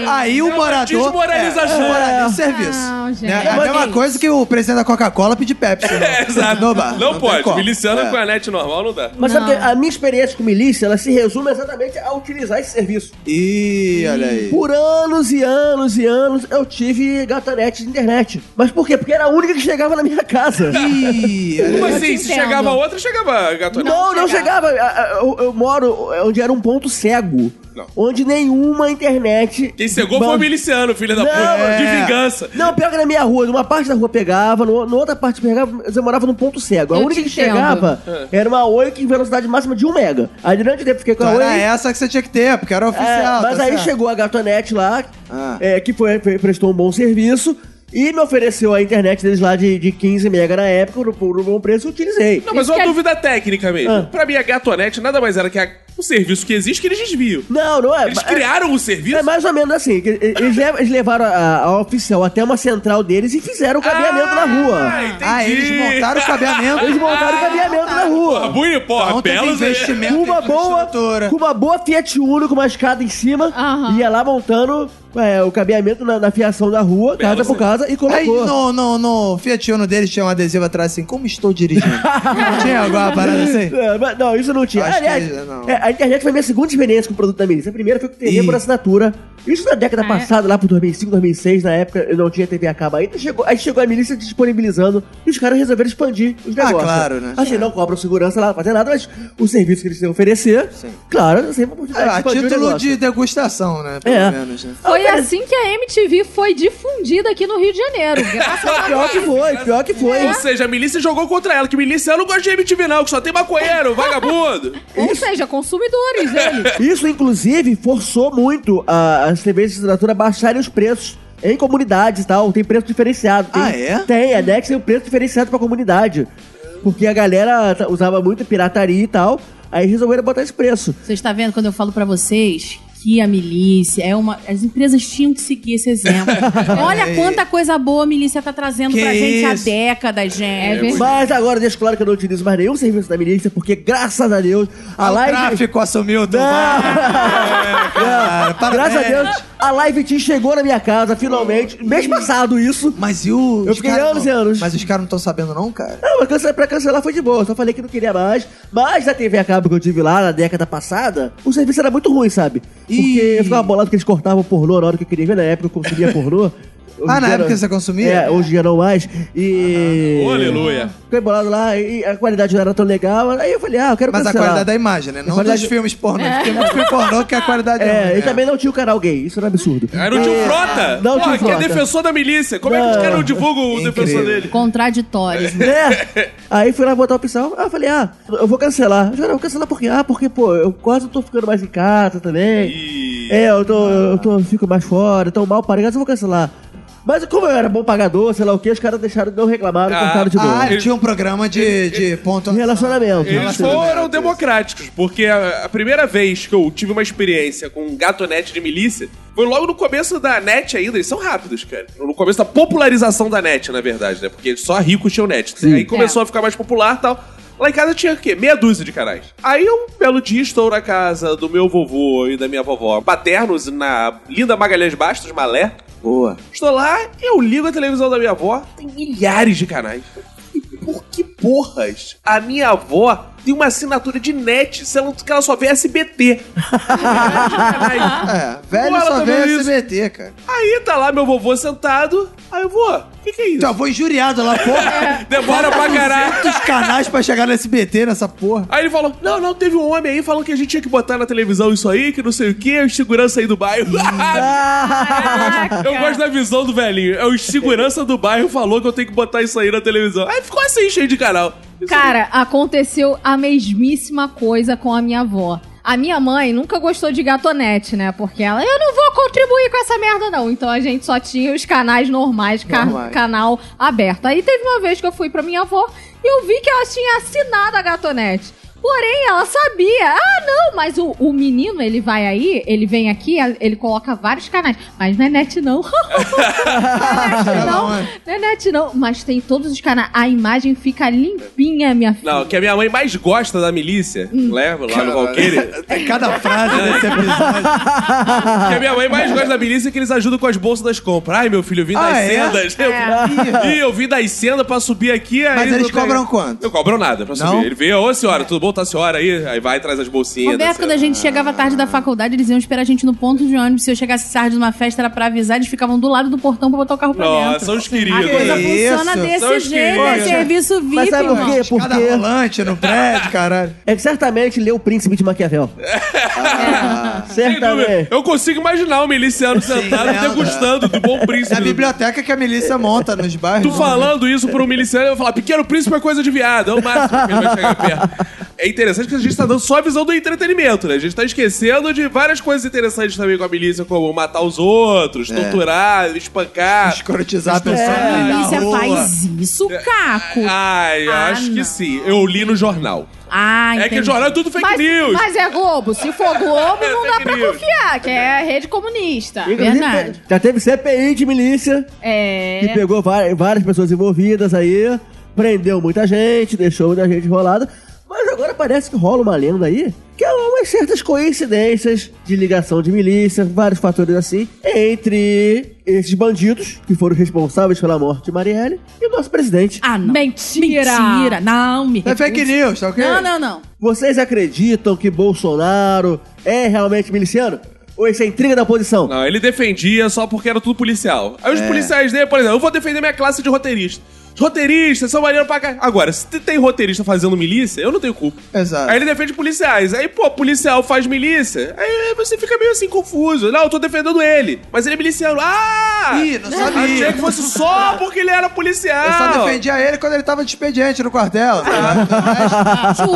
Speaker 4: Aí o morador.
Speaker 3: desmoralização.
Speaker 4: É, o morador serviço.
Speaker 5: Não, gente.
Speaker 4: Né? É a
Speaker 2: Mas
Speaker 4: mesma
Speaker 2: que
Speaker 4: coisa que o presidente da Coca-Cola pedir Pepsi. né?
Speaker 3: É, Exato.
Speaker 4: No bar.
Speaker 3: Não
Speaker 4: tem
Speaker 3: pode.
Speaker 4: como.
Speaker 3: Miliciano
Speaker 4: É.
Speaker 3: com a net normal não dá.
Speaker 2: Mas sabe que a minha experiência com milícia, ela se resume exatamente a utilizar esse serviço.
Speaker 4: Ih, olha aí.
Speaker 2: Por anos e anos e anos eu tive gatonete de internet. Mas por quê? Porque era a única que chegava na minha casa.
Speaker 4: Ih, olha aí.
Speaker 3: Como
Speaker 6: Eu
Speaker 3: assim?
Speaker 6: te
Speaker 3: Se
Speaker 6: entendo.
Speaker 3: chegava outra, chegava gato net.
Speaker 2: Não, não chegava. A- a- Eu, eu moro onde era um ponto cego.
Speaker 3: Não.
Speaker 2: Onde nenhuma internet.
Speaker 3: Quem cegou foi o
Speaker 2: Ban-
Speaker 3: miliciano, filho da
Speaker 2: Não,
Speaker 3: puta. De
Speaker 4: é.
Speaker 3: vingança.
Speaker 2: Não, pior que na minha rua, numa parte da rua pegava, no, na outra parte pegava, mas eu morava num ponto cego. A
Speaker 5: Eu
Speaker 2: única
Speaker 5: te
Speaker 2: que
Speaker 5: entendo.
Speaker 2: chegava era uma Oi que em velocidade máxima de 1 mega. Aí durante o tempo fiquei com
Speaker 4: Então
Speaker 2: a Oi.
Speaker 4: era essa que você tinha que ter, porque era oficial.
Speaker 2: É,
Speaker 4: tá
Speaker 2: mas aí
Speaker 4: certo.
Speaker 2: chegou a Gatonete lá,
Speaker 4: Ah.
Speaker 2: é, que foi, foi- prestou um bom serviço. E me ofereceu a internet deles lá de, de 15 mega na época, por, por um bom preço, eu utilizei.
Speaker 3: Não, mas
Speaker 5: Isso
Speaker 3: uma
Speaker 5: que é-
Speaker 3: dúvida técnica mesmo.
Speaker 2: Ah.
Speaker 3: Pra mim, a gatonete nada mais era que a- um serviço que existe que eles desviam.
Speaker 2: Não, não é.
Speaker 3: Eles
Speaker 2: é-
Speaker 4: um
Speaker 3: criaram o serviço?
Speaker 2: É mais ou menos assim. que Eles, le- eles levaram a, a oficial até uma central deles e fizeram o cabeamento na
Speaker 3: Ah,
Speaker 2: rua.
Speaker 3: entendi.
Speaker 4: Ah, eles montaram o cabeamento.
Speaker 2: Eles montaram o cabeamento na
Speaker 3: Porra,
Speaker 2: rua.
Speaker 3: bonito, porra,
Speaker 4: Então teve
Speaker 3: belas-
Speaker 4: investimento
Speaker 2: Com uma
Speaker 4: teve
Speaker 2: boa,
Speaker 4: infraestrutura.
Speaker 2: com uma boa Fiat Uno, com uma escada em cima,
Speaker 5: Aham.
Speaker 2: ia lá montando é, o cabeamento na, na fiação da rua, casa por casa, e
Speaker 4: Aí
Speaker 2: colocou.
Speaker 4: no, no, no Fiat Uno deles tinha um adesivo atrás assim, como estou dirigindo? Não tinha alguma parada assim?
Speaker 2: É, mas não, isso não tinha.
Speaker 4: Acho que
Speaker 2: Aliás,
Speaker 4: não.
Speaker 2: é, a internet foi a minha segunda experiência com o produto da Melissa. A primeira foi com TV
Speaker 4: Ih.
Speaker 2: por assinatura. Isso na década
Speaker 5: Ah, é?
Speaker 2: passada, lá por 2005, 2006, na época eu não tinha TV a cabo ainda. Chegou, aí chegou a milícia disponibilizando e os caras resolveram expandir os negócios.
Speaker 4: claro, né?
Speaker 2: Assim, não cobram segurança lá, não fazem nada, mas o serviço que eles têm a oferecer, claro, é sempre a oportunidade
Speaker 4: Ah, a
Speaker 2: expandir o
Speaker 4: título
Speaker 2: negócio.
Speaker 4: de degustação, né? Pelo
Speaker 2: tipo, assim. É.
Speaker 4: menos, né?
Speaker 5: Foi assim que a MTV foi difundida aqui no Rio de Janeiro. Graças a
Speaker 2: Pior que foi, pior que foi.
Speaker 3: Ou seja, a milícia jogou contra ela, que milícia eu não gosto de MTV não, que só tem maconheiro, vagabundo.
Speaker 5: Ou seja, consumidores né? dele.
Speaker 2: Isso, inclusive, forçou muito a- as TVs de assinatura a baixarem os preços em comunidades e tal. Tem preço diferenciado. Tem,
Speaker 4: Ah, é?
Speaker 2: Tem, a Dex tem um preço diferenciado pra comunidade. Porque a galera t- usava muito pirataria e tal. Aí resolveram botar esse preço.
Speaker 6: Você está vendo quando eu falo pra vocês que a milícia é uma. As empresas tinham que seguir esse exemplo. Olha
Speaker 4: aí.
Speaker 6: quanta coisa boa a milícia tá trazendo
Speaker 4: Que
Speaker 6: pra gente há
Speaker 4: isso?
Speaker 6: décadas,
Speaker 5: É
Speaker 6: gente.
Speaker 5: verdade.
Speaker 2: Mas agora deixo claro que eu não utilizo mais nenhum serviço da milícia, porque graças a Deus, a
Speaker 4: o
Speaker 2: live.
Speaker 4: tráfico assumiu o
Speaker 2: Não.
Speaker 4: tomate. Cara, parabéns.
Speaker 2: Graças a Deus, a live team chegou na minha casa, finalmente. Mês passado, isso.
Speaker 4: Mas e o.
Speaker 2: Eu
Speaker 4: os
Speaker 2: fiquei
Speaker 4: caras
Speaker 2: anos
Speaker 4: não-
Speaker 2: e anos.
Speaker 4: Mas os caras não estão sabendo, não, cara?
Speaker 2: Não, mas cancelar, pra cancelar foi de boa. Só falei que não queria mais. Mas na TV a cabo que eu tive lá na década passada, o serviço era muito ruim, sabe? Porque
Speaker 4: Ih.
Speaker 2: eu ficava bolado que eles cortavam pornô na hora que eu queria ver. Na época eu consumia pornô. Hoje
Speaker 4: Ah,
Speaker 2: em
Speaker 4: na
Speaker 2: dia
Speaker 4: época
Speaker 2: não-
Speaker 4: você consumia?
Speaker 2: É, hoje em dia não mais. E.
Speaker 3: Ô, Aleluia.
Speaker 2: Fiquei bolado lá e a qualidade não era tão legal. Aí eu falei, ah, eu quero
Speaker 4: Mas a
Speaker 2: cancelar.
Speaker 4: qualidade da imagem, né? Não
Speaker 2: qualidade-
Speaker 4: dos filmes pornô.
Speaker 3: É.
Speaker 4: Tem muito filme pornô que a qualidade é.
Speaker 2: É,
Speaker 4: ruim,
Speaker 2: e
Speaker 4: né?
Speaker 2: também não tinha o canal gay. Isso era um absurdo.
Speaker 3: Aí não tinha o
Speaker 2: É,
Speaker 3: Frota?
Speaker 2: Não tinha
Speaker 3: Porra,
Speaker 2: o
Speaker 3: que é
Speaker 2: Frota.
Speaker 3: defensor da milícia. Como é que os
Speaker 2: Não.
Speaker 3: caras não divulgam o defensor
Speaker 4: Incrível.
Speaker 3: dele?
Speaker 6: Contraditórios.
Speaker 2: né? Aí fui lá botar a opção. Ah, eu falei, ah, eu vou cancelar. Eu falei, vou cancelar por quê? Ah, porque, pô, eu quase tô ficando mais em casa também.
Speaker 3: Ih.
Speaker 2: É, eu tô, eu tô, fico mais fora, tô mal parado, eu vou cancelar. Mas como eu era bom pagador, sei lá o que, os caras deixaram, não reclamaram,
Speaker 3: Ah,
Speaker 2: cortaram de novo.
Speaker 4: Ah, tinha um programa de, de ponto.
Speaker 2: Relacionamento.
Speaker 3: Eles foram democráticos, porque a, a primeira vez que eu tive uma experiência com um gato net de milícia foi logo no começo da net ainda. Eles são rápidos, cara. No começo da popularização da net, na verdade, né? Porque só ricos tinham net. Aí começou a ficar mais popular e tal. Lá em casa tinha o quê? Meia dúzia de canais. Aí um belo dia estou na casa do meu vovô e da minha vovó paternos, na linda Magalhães Bastos, Malé.
Speaker 4: Boa.
Speaker 3: Estou lá, eu ligo a televisão da minha avó, tem milhares de canais. E por que porras a minha avó tem uma assinatura de net se ela, que ela só vê SBT? Milhares de canais.
Speaker 4: É, velho
Speaker 3: Boa, ela
Speaker 4: só
Speaker 3: tá
Speaker 4: vê
Speaker 3: vendo isso.
Speaker 4: SBT, cara.
Speaker 3: Aí tá lá meu vovô sentado, aí eu vou, o que, que é isso?
Speaker 4: Já vou injuriado lá, porra.
Speaker 3: Demora É, pra caralho.
Speaker 4: Quantos canais pra chegar no SBT nessa porra?
Speaker 3: Aí ele falou: Não, não, teve um homem aí falando que a gente tinha que botar na televisão isso aí, que não sei o que, os segurança aí do bairro. Eu gosto da visão do velhinho. É o segurança do bairro falou que eu tenho que botar isso aí na televisão. Aí ficou assim, cheio de canal. Isso
Speaker 5: Cara, aconteceu a mesmíssima coisa com a minha avó. A minha mãe nunca gostou de gatonete, né? Porque ela, eu não vou contribuir com essa merda, não. Então a gente só tinha os canais normais, ca-
Speaker 4: Normais.
Speaker 5: canal aberto. Aí teve uma vez que eu fui pra minha avó e eu vi que ela tinha assinado a gatonete. Porém, ela sabia. Ah, não, mas o, o menino, ele vai aí, ele vem aqui, ele coloca vários canais. Mas não é net, não. não é net, não. Não é net, não, mas tem todos os canais. A imagem fica limpinha, minha filha.
Speaker 3: Não, o que a minha mãe mais gosta da milícia, leva lá no Valkyrie.
Speaker 4: É cada frase desse episódio. Ah.
Speaker 3: O que a minha mãe mais gosta da milícia é que eles ajudam com as bolsas das compras. Ai, meu filho, eu vim das
Speaker 4: Ah, é?
Speaker 3: sendas. Eu... Ih, eu vim das sendas pra subir aqui. Aí
Speaker 4: Mas eles
Speaker 3: eu tenho-
Speaker 4: cobram quanto?
Speaker 3: Não cobram nada pra subir.
Speaker 4: Não?
Speaker 3: Ele vê, ô senhora, tudo bom? Tá a senhora aí? Aí vai, traz as bolsinhas. da
Speaker 6: Roberto, quando
Speaker 3: senhora.
Speaker 6: a gente chegava tarde da faculdade, eles iam esperar a gente no ponto de ônibus. Se eu chegasse tarde numa festa, era pra avisar, eles ficavam do lado do portão pra botar o carro pra
Speaker 3: Nossa,
Speaker 6: dentro.
Speaker 3: são os
Speaker 6: A
Speaker 3: queridos. né?
Speaker 6: coisa
Speaker 4: Que
Speaker 6: funciona
Speaker 4: isso?
Speaker 3: São
Speaker 6: desse
Speaker 3: os
Speaker 6: jeito, é
Speaker 3: queridos.
Speaker 6: serviço VIP,
Speaker 2: Mas sabe por
Speaker 6: irmão.
Speaker 2: quê?
Speaker 4: Cada
Speaker 2: Porque
Speaker 4: rolante no prédio, caralho.
Speaker 2: é que certamente leu o Príncipe de Maquiavel.
Speaker 3: Ah, Sem dúvida.
Speaker 2: certamente.
Speaker 3: Eu consigo imaginar o miliciano sentado
Speaker 4: né?
Speaker 3: degustando do bom príncipe.
Speaker 4: É a biblioteca que a milícia monta nos bairros. né?
Speaker 3: Tu falando isso pro miliciano, eu vou falar, pequeno príncipe é coisa de viado, é o máximo que ele vai chegar perto. É interessante que a gente tá dando só a visão do entretenimento, né? A gente tá esquecendo de várias coisas interessantes também com a milícia, como matar os outros, torturar, espancar.
Speaker 4: Escrotizar a pessoa.
Speaker 6: É, A
Speaker 4: na
Speaker 6: milícia
Speaker 4: rua. É.
Speaker 6: faz isso, Caco.
Speaker 3: Ai,
Speaker 6: Ah,
Speaker 3: acho que
Speaker 6: não.
Speaker 3: sim. Eu li no jornal.
Speaker 6: Ah,
Speaker 3: é que
Speaker 6: entendi.
Speaker 3: o jornal é tudo fake
Speaker 5: mas,
Speaker 3: news.
Speaker 5: mas é Globo. Se for Globo, não
Speaker 3: É
Speaker 5: dá
Speaker 3: fake
Speaker 5: pra
Speaker 3: news.
Speaker 5: confiar, que é a rede comunista.
Speaker 6: Verdade.
Speaker 2: já teve CPI de milícia, que
Speaker 5: É.
Speaker 2: pegou vai- várias pessoas envolvidas aí, prendeu muita gente, deixou muita gente enrolada. Mas agora parece que rola uma lenda aí que há umas certas coincidências de ligação de milícia, vários fatores assim, entre esses bandidos que foram responsáveis pela morte de Marielle e o nosso presidente.
Speaker 6: Ah, não.
Speaker 5: Mentira.
Speaker 6: Mentira. Não, me
Speaker 4: É fake news, tá ok?
Speaker 6: Não, não, não.
Speaker 2: Vocês acreditam que Bolsonaro é realmente miliciano? Ou isso é intriga da oposição?
Speaker 3: Não, ele defendia só porque era tudo policial. Aí os policiais dele, por exemplo, eu vou defender minha classe de roteirista. Os roteiristas são maneiro pra cá. Agora, se t- tem roteirista fazendo milícia, eu não tenho culpa.
Speaker 4: Exato.
Speaker 3: Aí ele defende policiais. Aí, pô, policial faz milícia. Aí você fica meio assim, confuso. Não, eu tô defendendo ele. Mas ele é miliciano. Ah!
Speaker 4: Ih, não
Speaker 3: Achei
Speaker 4: sabia.
Speaker 3: que fosse só porque ele era policial.
Speaker 4: Eu só defendia ele quando ele tava de expediente no quartel.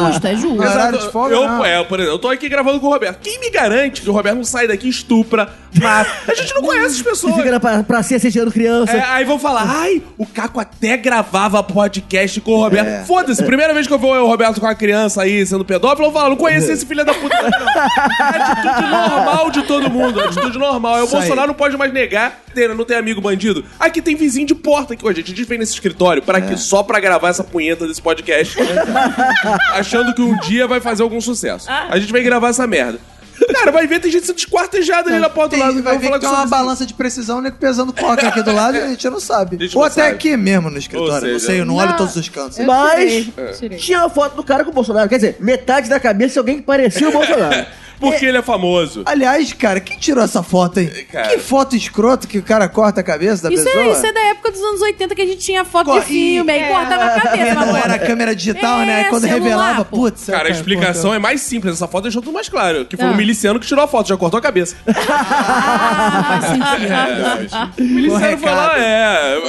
Speaker 6: Justo, é justo.
Speaker 3: Ah,
Speaker 4: Exato.
Speaker 3: Exato.
Speaker 4: horário de folga,
Speaker 3: eu,
Speaker 4: não.
Speaker 3: é, por exemplo, eu tô aqui gravando com o Roberto. Quem me garante que o Roberto não sai daqui e estupra, mata? A gente não conhece as
Speaker 2: Que
Speaker 3: pessoas. né?
Speaker 2: fica na pra- pracinha assediando criança.
Speaker 3: É, aí vão falar, ai, o Caco até gravava podcast com o Roberto.
Speaker 4: É.
Speaker 3: Foda-se, primeira vez que eu vou eu, o Roberto com a criança aí sendo pedófilo, eu vou falar, não conheço esse filho da puta. Não. É a atitude normal de todo mundo, é a atitude normal. Aí o
Speaker 4: Isso aí.
Speaker 3: Bolsonaro não pode mais negar, ter, não tem amigo bandido. Aqui tem vizinho de porta aqui, ó, gente. A gente vem nesse escritório para
Speaker 4: É.
Speaker 3: que só pra gravar essa punheta desse podcast. achando que um dia vai fazer algum sucesso. A gente vem gravar essa merda. Cara, vai ver, tem gente sendo desquartejada ali na porta do lado.
Speaker 4: Tem, vai
Speaker 3: Eu vou
Speaker 4: ver que
Speaker 3: falar
Speaker 4: tem
Speaker 3: com
Speaker 4: uma
Speaker 3: você- assim,
Speaker 4: balança de precisão, né? Pesando coca aqui do lado e a gente não sabe.
Speaker 3: A gente
Speaker 4: Ou
Speaker 3: não
Speaker 4: até
Speaker 3: sabe.
Speaker 4: aqui mesmo no escritório.
Speaker 3: Ou
Speaker 4: não
Speaker 3: seja,
Speaker 4: sei, eu não,
Speaker 5: não.
Speaker 4: olho todos os cantos.
Speaker 6: é-
Speaker 5: Eu
Speaker 2: Mas-
Speaker 5: tirei, tirei.
Speaker 2: Tinha uma foto do cara com o Bolsonaro. Quer dizer, metade da cabeça de alguém que parecia o Bolsonaro.
Speaker 3: Porque ele é famoso.
Speaker 4: Aliás, cara, quem tirou essa foto, hein?
Speaker 3: É, Cara.
Speaker 4: Que foto escrota que o cara corta a cabeça da
Speaker 6: Isso
Speaker 4: pessoa?
Speaker 6: é, isso é da época dos anos 80 que a gente tinha foto
Speaker 4: Co- É.
Speaker 6: de filme, aí
Speaker 5: Ih,
Speaker 6: cortava a cabeça.
Speaker 4: Não
Speaker 6: mas-
Speaker 4: era câmera digital,
Speaker 6: É,
Speaker 4: né? Quando
Speaker 6: celular,
Speaker 4: revelava,
Speaker 6: pô.
Speaker 4: putz.
Speaker 3: Cara, a explicação é mais simples. Essa foto deixou tudo mais claro. Que foi
Speaker 6: Então tá, Ah.
Speaker 3: um miliciano que tirou a foto, já cortou a cabeça.
Speaker 6: Ah, faz sentido.
Speaker 3: O miliciano
Speaker 4: Correcado.
Speaker 3: foi lá, é.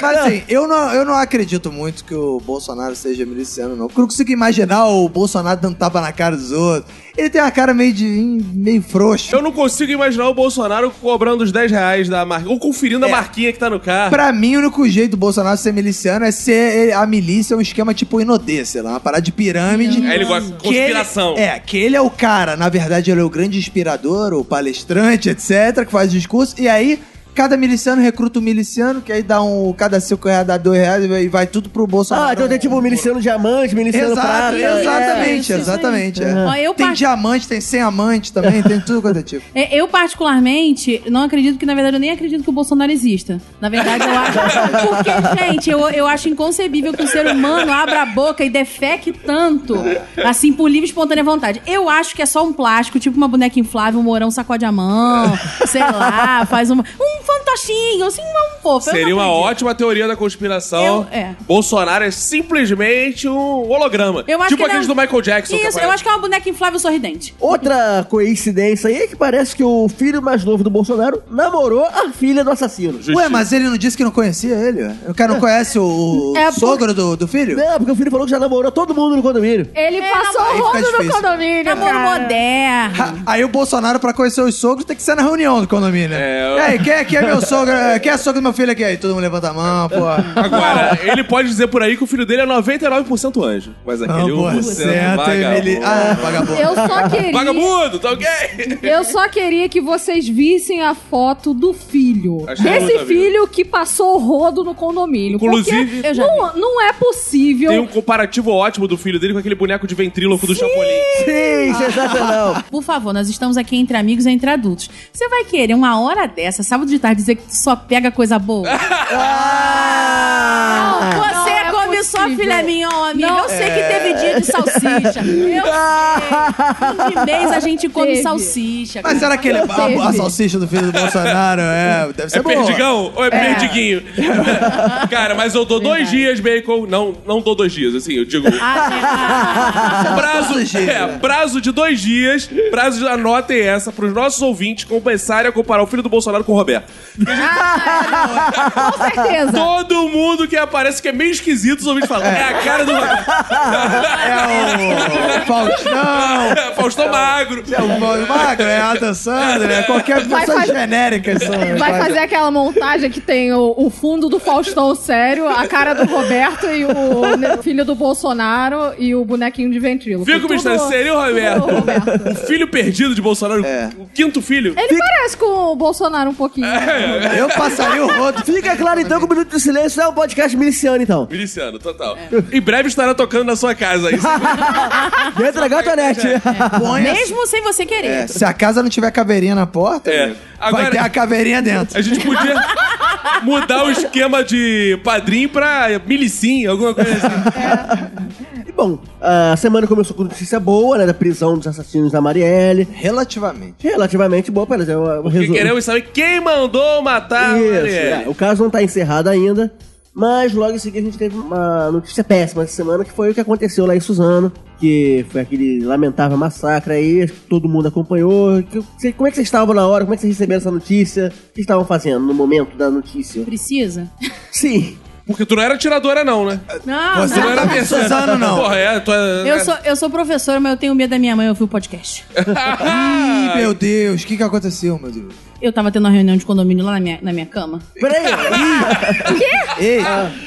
Speaker 4: Mas assim, eu não, eu não acredito muito que o Bolsonaro seja miliciano, não. Eu não consigo imaginar o Bolsonaro dando tapa na cara dos outros. Ele tem uma cara meio de. meio frouxo.
Speaker 3: Eu não consigo imaginar o Bolsonaro cobrando os 10 reais da marquinha. Ou conferindo
Speaker 6: É.
Speaker 3: a marquinha que tá no carro.
Speaker 4: Pra mim, o único jeito do Bolsonaro ser miliciano é ser a milícia, um esquema tipo Inodê, sei lá, uma parada de pirâmide.
Speaker 3: É, ele gosta de
Speaker 4: Que ele-
Speaker 3: conspiração.
Speaker 4: é, que ele é o cara, na verdade, ele é o grande inspirador, o palestrante, etc., que faz discurso, e aí. Cada miliciano recruta um miliciano, que aí dá um. Cada cinco reais dá dois reais e vai- e vai tudo pro Bolsonaro.
Speaker 2: Ah, então tem tipo miliciano diamante, miliciano
Speaker 4: Exato,
Speaker 2: prata.
Speaker 6: é
Speaker 4: exatamente,
Speaker 6: isso aí.
Speaker 4: exatamente. é.
Speaker 6: Ó, eu
Speaker 4: tem
Speaker 6: par-
Speaker 4: diamante, tem sem amante também, tem tudo quanto é tipo.
Speaker 6: É, Eu, particularmente, não acredito que, na verdade, eu nem acredito que o Bolsonaro exista. Na verdade, eu acho. Porque, gente, eu, eu acho inconcebível que um ser humano abra a boca e defeque tanto, assim, por livre e espontânea vontade. Eu acho que é só um plástico, tipo uma boneca inflável, um morão sacode a mão, sei lá, faz uma, um fantochinho, assim, um fofo. Eu não
Speaker 3: Seria uma
Speaker 6: acredito.
Speaker 3: ótima teoria da conspiração.
Speaker 6: Eu- é.
Speaker 3: Bolsonaro é simplesmente um holograma.
Speaker 6: Eu acho
Speaker 3: tipo
Speaker 6: que ele é
Speaker 3: aqueles
Speaker 6: um-
Speaker 3: do Michael Jackson. que
Speaker 6: Isso, eu
Speaker 3: aparece.
Speaker 6: acho que é uma boneca inflável sorridente.
Speaker 2: Outra coincidência aí é que parece que o filho mais novo do Bolsonaro namorou a filha do assassino.
Speaker 3: Justiça.
Speaker 4: Ué, mas ele não disse que não conhecia ele? ué? O cara não conhece o
Speaker 5: É,
Speaker 4: sogro do, do filho?
Speaker 2: Não, porque o filho falou que já namorou todo mundo no condomínio.
Speaker 5: Ele
Speaker 3: É,
Speaker 5: passou
Speaker 4: aí
Speaker 5: o
Speaker 4: fica
Speaker 5: rodo no
Speaker 4: difícil.
Speaker 5: condomínio,
Speaker 6: Namoro
Speaker 5: cara.
Speaker 6: Tá moderno.
Speaker 4: Ha, Aí o Bolsonaro, pra conhecer os sogros, tem que ser na reunião do condomínio.
Speaker 3: É, eu-
Speaker 4: É, aí, quem é, quem é meu sogro? É, Quem é sogro do meu filho aqui? Aí todo mundo levanta a mão, pô.
Speaker 3: Agora, ele pode dizer por aí que o filho dele é 99% anjo. Mas aquele
Speaker 4: Não, pô, é
Speaker 3: 1%
Speaker 4: certo, hein, Mili-
Speaker 3: né? vagabundo.
Speaker 4: Ah, vagabundo.
Speaker 5: Eu só queria...
Speaker 3: Vagabundo, tá ok?
Speaker 5: Eu só queria que vocês vissem a foto do filho.
Speaker 3: Acho que é eu
Speaker 5: Desse
Speaker 3: nunca vi.
Speaker 5: filho que passou o rodo no condomínio.
Speaker 3: Inclusive-
Speaker 5: Porque
Speaker 6: Eu já
Speaker 5: não, não é possível.
Speaker 3: Tem um comparativo ótimo do filho dele com aquele boneco de ventríloco do Chapolin. É
Speaker 2: Sim, é sensacional.
Speaker 6: Por favor, nós estamos aqui entre amigos e entre adultos. Você vai querer uma hora dessa, sábado de tarde, dizer que tu só pega coisa boa?
Speaker 2: Ah!
Speaker 6: Você
Speaker 5: Não é
Speaker 6: come só
Speaker 5: possível.
Speaker 6: filé mignon, amiga.
Speaker 5: Não.
Speaker 6: Eu sei que teve dia de salsicha. Eu sei. Fim de mês a gente come
Speaker 5: Teve.
Speaker 6: salsicha.
Speaker 4: Mas será que ele,
Speaker 5: Teve.
Speaker 4: a, a salsicha do filho do Bolsonaro é. Deve ser
Speaker 3: É
Speaker 4: boa.
Speaker 3: perdigão ou é, perdiguinho? Cara, mas eu dou dois
Speaker 6: Verdade.
Speaker 3: dias, Bacon. Não, não dou dois dias, assim, eu digo.
Speaker 6: Ah,
Speaker 3: Prazo,
Speaker 4: dois dias,
Speaker 3: é,
Speaker 4: né?
Speaker 3: prazo de dois dias. Prazo de, anotem essa pros nossos ouvintes começarem a comparar o filho do Bolsonaro com o Roberto.
Speaker 5: Com certeza.
Speaker 3: Todo mundo que aparece que é meio esquisito, os ouvintes falam. É, a cara do Roberto.
Speaker 4: É o Faustão.
Speaker 3: É, Faustão Magro.
Speaker 4: É o Mauro Magro, é a Adam Sandler, é qualquer
Speaker 5: Vai
Speaker 4: pessoa
Speaker 5: fazer-
Speaker 4: genérica. assim, São,
Speaker 5: Vai fazer aquela montagem que tem o, o fundo do Faustão sério, a cara do Roberto e o ne- filho do Bolsonaro e o bonequinho de ventrilo.
Speaker 3: Viu como está? Seria o Roberto. O filho perdido de Bolsonaro,
Speaker 4: É.
Speaker 3: o quinto filho.
Speaker 5: Ele parece com o Bolsonaro um
Speaker 3: É,
Speaker 5: pouquinho.
Speaker 4: Eu passaria o rodo.
Speaker 2: Fica claro então que o Minuto do Silêncio é um podcast miliciano, então.
Speaker 3: Miliciano, Luciano, total.
Speaker 6: É.
Speaker 3: Em breve estará tocando na sua casa. Isso
Speaker 4: Ah,
Speaker 2: Dentro da gatonete.
Speaker 6: Mesmo sem você querer.
Speaker 4: É, se a casa não tiver caveirinha na porta,
Speaker 3: É.
Speaker 4: amigo,
Speaker 3: Agora-
Speaker 4: vai ter a caveirinha dentro.
Speaker 3: A gente podia mudar o esquema de padrinho pra milicinha, alguma coisa assim.
Speaker 4: é.
Speaker 2: E bom, a semana começou com notícia boa, né? Da prisão dos assassinos da Marielle.
Speaker 4: Relativamente.
Speaker 2: Relativamente boa, é pera, eu eu
Speaker 3: Porque
Speaker 2: resumo.
Speaker 3: queremos saber quem mandou matar a
Speaker 2: Isso, é,
Speaker 3: Marielle.
Speaker 2: o caso não tá encerrado ainda. Mas logo em seguida a gente teve uma notícia péssima essa semana, que foi o que aconteceu lá em Suzano, que foi aquele lamentável massacre aí, acho que todo mundo acompanhou. Que- cê- Como é que vocês estavam na hora? Como é que vocês receberam essa notícia? O que estavam fazendo no momento da notícia?
Speaker 6: Precisa?
Speaker 2: Sim.
Speaker 3: Porque tu não era tiradora, não, né?
Speaker 5: Ah,
Speaker 6: Não,
Speaker 4: Você
Speaker 3: Tu não era
Speaker 4: tá me
Speaker 3: mercenária.
Speaker 4: acusando, não.
Speaker 3: Porra, é, tu é-
Speaker 6: Eu sou, eu sou professora, mas eu tenho medo da minha mãe ouvir o podcast.
Speaker 4: Ih,
Speaker 5: Ah.
Speaker 4: meu Deus, o que, que aconteceu, meu Deus?
Speaker 6: Eu tava tendo uma reunião de condomínio lá na minha, na minha cama.
Speaker 2: Peraí.
Speaker 4: Ei,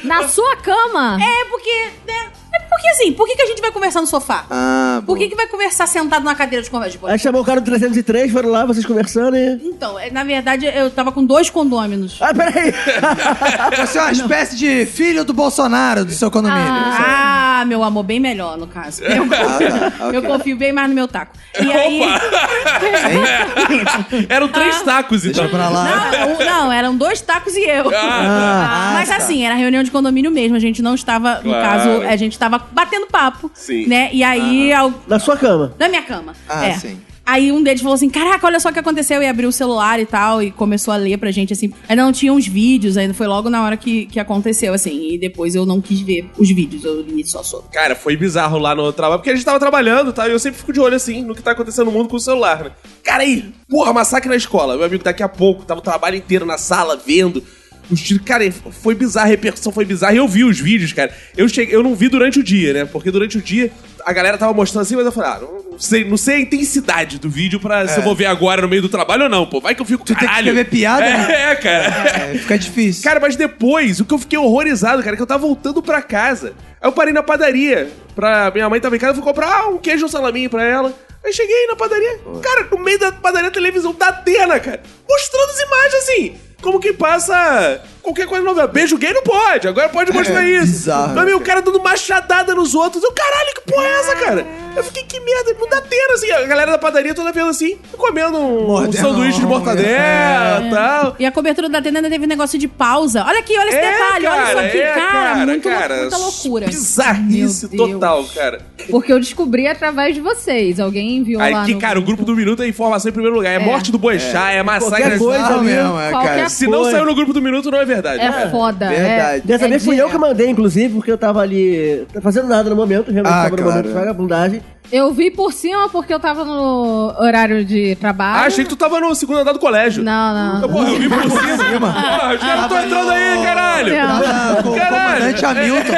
Speaker 5: Na sua cama?
Speaker 6: É porque, né? É porque assim, por que, que a gente vai conversar no sofá?
Speaker 4: ah,
Speaker 6: Por
Speaker 4: bom.
Speaker 6: que, que vai conversar sentado na cadeira de conversa de podcast?
Speaker 2: Aí chamou o cara do 303, foram lá, vocês conversando e.
Speaker 6: Então, é, na verdade, eu tava com dois condôminos.
Speaker 2: Ah, peraí!
Speaker 4: Você é uma espécie de filho do Bolsonaro do seu condomínio. sabe?
Speaker 6: Ah, meu amor, bem melhor, no caso. Eu,
Speaker 4: Ah, tá, ok.
Speaker 6: eu confio bem mais no meu taco. E aí.
Speaker 3: Eram
Speaker 6: Ah.
Speaker 3: três tacos, então.
Speaker 4: Deixa pra lá.
Speaker 6: Não, um- não, eram dois tacos e eu.
Speaker 3: tá.
Speaker 4: Ah,
Speaker 6: Mas
Speaker 4: tá.
Speaker 6: assim, era reunião de condomínio mesmo. A gente não estava, no
Speaker 3: Claro.
Speaker 6: caso, a gente estava batendo papo.
Speaker 3: Sim.
Speaker 6: Né? E aí, ao-
Speaker 2: Na sua cama.
Speaker 6: na minha cama.
Speaker 4: Ah,
Speaker 6: é.
Speaker 4: sim.
Speaker 6: Aí um deles falou assim: Caraca, olha só o que aconteceu. E abriu o celular e tal, e começou a ler pra gente, assim. Ainda não tinha uns vídeos, ainda foi logo na hora que, que aconteceu, assim. E depois eu não quis ver os vídeos, eu li só sobre.
Speaker 3: Cara, foi bizarro lá no trabalho, porque a gente tava trabalhando, tá? E eu sempre fico de olho, assim, no que tá acontecendo no mundo com o celular, né? Cara, aí, porra, massacre na escola. Meu amigo, daqui a pouco, tava o trabalho inteiro na sala, vendo. Os tiros, cara, foi bizarro, a repercussão foi bizarra. E eu vi os vídeos, cara. Eu, cheguei, eu não vi durante o dia, né? Porque durante o dia a galera tava mostrando assim, mas eu falei, ah, não, não sei, não sei a intensidade do vídeo pra se eu vou ver agora no meio do trabalho ou não, pô. Vai que eu fico.
Speaker 4: É. tem que
Speaker 3: caralho.
Speaker 4: escrever piada,
Speaker 3: É,
Speaker 4: né?
Speaker 3: é cara.
Speaker 4: É, fica difícil.
Speaker 3: Cara, mas depois, o que eu fiquei horrorizado, cara, é que eu tava voltando pra casa. Aí eu parei na padaria. Pra... Minha mãe tava em casa, eu fui comprar um queijo e um salaminho pra ela. Aí cheguei na padaria. Cara, no meio da padaria, a televisão da Atena, cara. Mostrando as imagens assim. Como que passa qualquer coisa nova. Beijo gay não pode, agora pode mostrar
Speaker 4: É,
Speaker 3: isso.
Speaker 4: bizarro,
Speaker 3: Meu amigo, o cara dando machadada nos outros. Eu, caralho, que porra é essa, cara? Eu fiquei, que merda, não dá Atena, assim. A galera da padaria toda vendo assim, comendo um, um
Speaker 4: Mordendo
Speaker 3: sanduíche de
Speaker 4: um-
Speaker 3: mortadela
Speaker 4: é.
Speaker 3: e tal.
Speaker 6: E a cobertura da tenda ainda teve um negócio de pausa. Olha aqui, olha esse
Speaker 3: É,
Speaker 6: detalhe, olha isso
Speaker 3: cara,
Speaker 6: aqui.
Speaker 3: é,
Speaker 6: cara, muito lou- muita loucura.
Speaker 3: Bizarrice
Speaker 5: Meu Deus.
Speaker 3: total, cara.
Speaker 5: Porque eu descobri através de vocês. Alguém enviou
Speaker 3: Aí
Speaker 5: lá
Speaker 3: que,
Speaker 5: no...
Speaker 3: cara, o grupo do Minuto é informação em primeiro lugar. É, morte do Boixá, é, massacre.
Speaker 2: Qualquer coisa
Speaker 3: na escola.
Speaker 4: Bizarro
Speaker 2: ali.
Speaker 4: mesmo, é,
Speaker 5: Qualquer
Speaker 4: cara.
Speaker 3: Se não
Speaker 2: Foi.
Speaker 3: saiu no grupo do Minuto, não é verdade.
Speaker 5: É foda.
Speaker 4: verdade.
Speaker 5: É,
Speaker 2: Dessa
Speaker 5: é
Speaker 2: vez fui eu
Speaker 5: direto.
Speaker 2: que mandei, inclusive, porque eu tava ali fazendo nada no momento, realmente
Speaker 4: Ah,
Speaker 2: tava no
Speaker 4: claro.
Speaker 2: momento de vagabundagem.
Speaker 5: Eu vi por cima porque eu tava no horário de
Speaker 3: Ah,
Speaker 5: trabalho.
Speaker 3: achei que tu tava no segundo andar do colégio.
Speaker 5: Não, não.
Speaker 3: Eu, porra, eu vi por cima. Porra, os caras estão entrando aí, caralho. É,
Speaker 5: Não.
Speaker 4: Tava com o Ah, comandante Hamilton.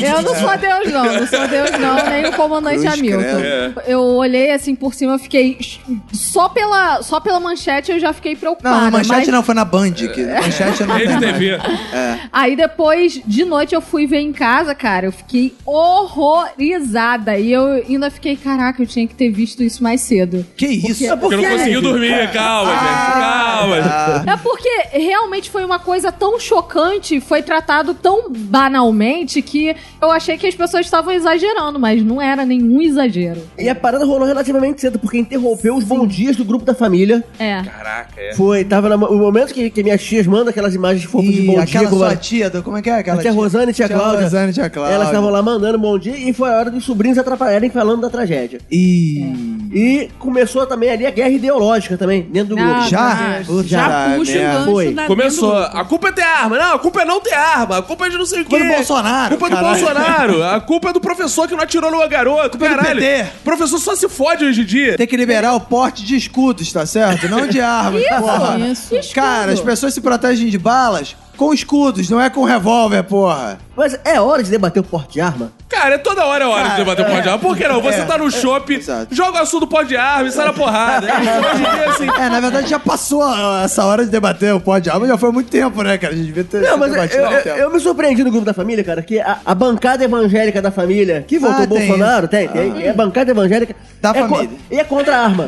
Speaker 5: Eu não sou Deus, não. Não sou Deus, não, nem o comandante
Speaker 4: Cruz
Speaker 5: Hamilton.
Speaker 3: credo.
Speaker 5: Eu olhei assim por cima, eu fiquei. Só pela, só pela manchete eu já fiquei
Speaker 4: Não,
Speaker 5: preocupada.
Speaker 4: a manchete
Speaker 5: mas-
Speaker 4: não, foi na Band. Que manchete não
Speaker 3: Rede
Speaker 4: tem mais.
Speaker 3: TV.
Speaker 5: Aí depois, de noite, eu fui ver em casa, cara. Eu fiquei horrorizada. E eu ainda fiquei, caraca, eu tinha que ter visto isso mais cedo.
Speaker 4: Que isso?
Speaker 2: É
Speaker 3: Porque eu não conseguiu dormir.
Speaker 5: Ah,
Speaker 3: Calma, gente. Calma.
Speaker 4: Ah,
Speaker 5: É porque realmente foi uma coisa tão chocante, foi tratado tão banalmente que eu achei que as pessoas estavam exagerando, mas não era nenhum exagero.
Speaker 2: E a parada rolou relativamente cedo, porque interrompeu os bons dias do grupo da família.
Speaker 5: É.
Speaker 3: Caraca, é.
Speaker 2: Foi, tava no o momento que, que minhas tias mandam aquelas imagens de fofo de
Speaker 4: e
Speaker 2: bom
Speaker 4: aquela
Speaker 2: dia. com
Speaker 4: sua
Speaker 2: a-
Speaker 4: tia, do- como é que é aquela
Speaker 2: a tia Rosana e tia,
Speaker 4: Tia
Speaker 2: Cláudia.
Speaker 4: Rosana e tia Cláudia.
Speaker 2: Elas estavam lá mandando bom dia e foi a hora dos sobrinhos atrapalharem falando da tragédia.
Speaker 4: E...
Speaker 2: E começou também ali a guerra ideológica também, dentro do
Speaker 5: Ah,
Speaker 2: grupo.
Speaker 4: Já? Puta
Speaker 6: É, Já puxa o
Speaker 4: merda.
Speaker 6: gancho
Speaker 2: Foi.
Speaker 6: da
Speaker 3: Começou. A culpa é ter arma. Não, a culpa é não ter arma. A culpa é de não sei o quê.
Speaker 4: Culpa do Bolsonaro,
Speaker 3: culpa é do
Speaker 4: caralho.
Speaker 3: Bolsonaro. A culpa é do professor que não atirou no garoto.
Speaker 4: Culpa é do
Speaker 3: Caralho.
Speaker 4: PT.
Speaker 3: O professor só se fode hoje em dia.
Speaker 4: Tem que liberar o porte de escudos, tá certo? Não de armas, tá porra.
Speaker 6: isso.
Speaker 5: Escudo.
Speaker 4: Cara, as pessoas se protegem de balas com escudos, não é com revólver, porra.
Speaker 2: Mas é hora de debater o porte de arma?
Speaker 3: Cara, é toda hora é hora de
Speaker 4: Cara,
Speaker 3: debater o pó de arma. Por que não? Você
Speaker 4: É.
Speaker 3: tá no shopping,
Speaker 4: Exato.
Speaker 3: joga o assunto do pó de arma e sai na porrada. Hoje em dia, assim.
Speaker 4: É, na verdade já passou ah, essa hora de debater o porte de arma, já foi há muito tempo, né, cara? A gente devia ter
Speaker 2: Não,
Speaker 4: sido
Speaker 2: mas eu,
Speaker 4: debatido há
Speaker 2: eu,
Speaker 4: muito tempo.
Speaker 2: eu me surpreendi no grupo da família, cara, que a, a bancada evangélica da família, que votou
Speaker 4: Ah, tem
Speaker 2: Bolsonaro,
Speaker 4: isso. Ah.
Speaker 2: tem, tem, é a bancada evangélica
Speaker 4: Da
Speaker 2: é co-
Speaker 4: família.
Speaker 2: e é contra a arma.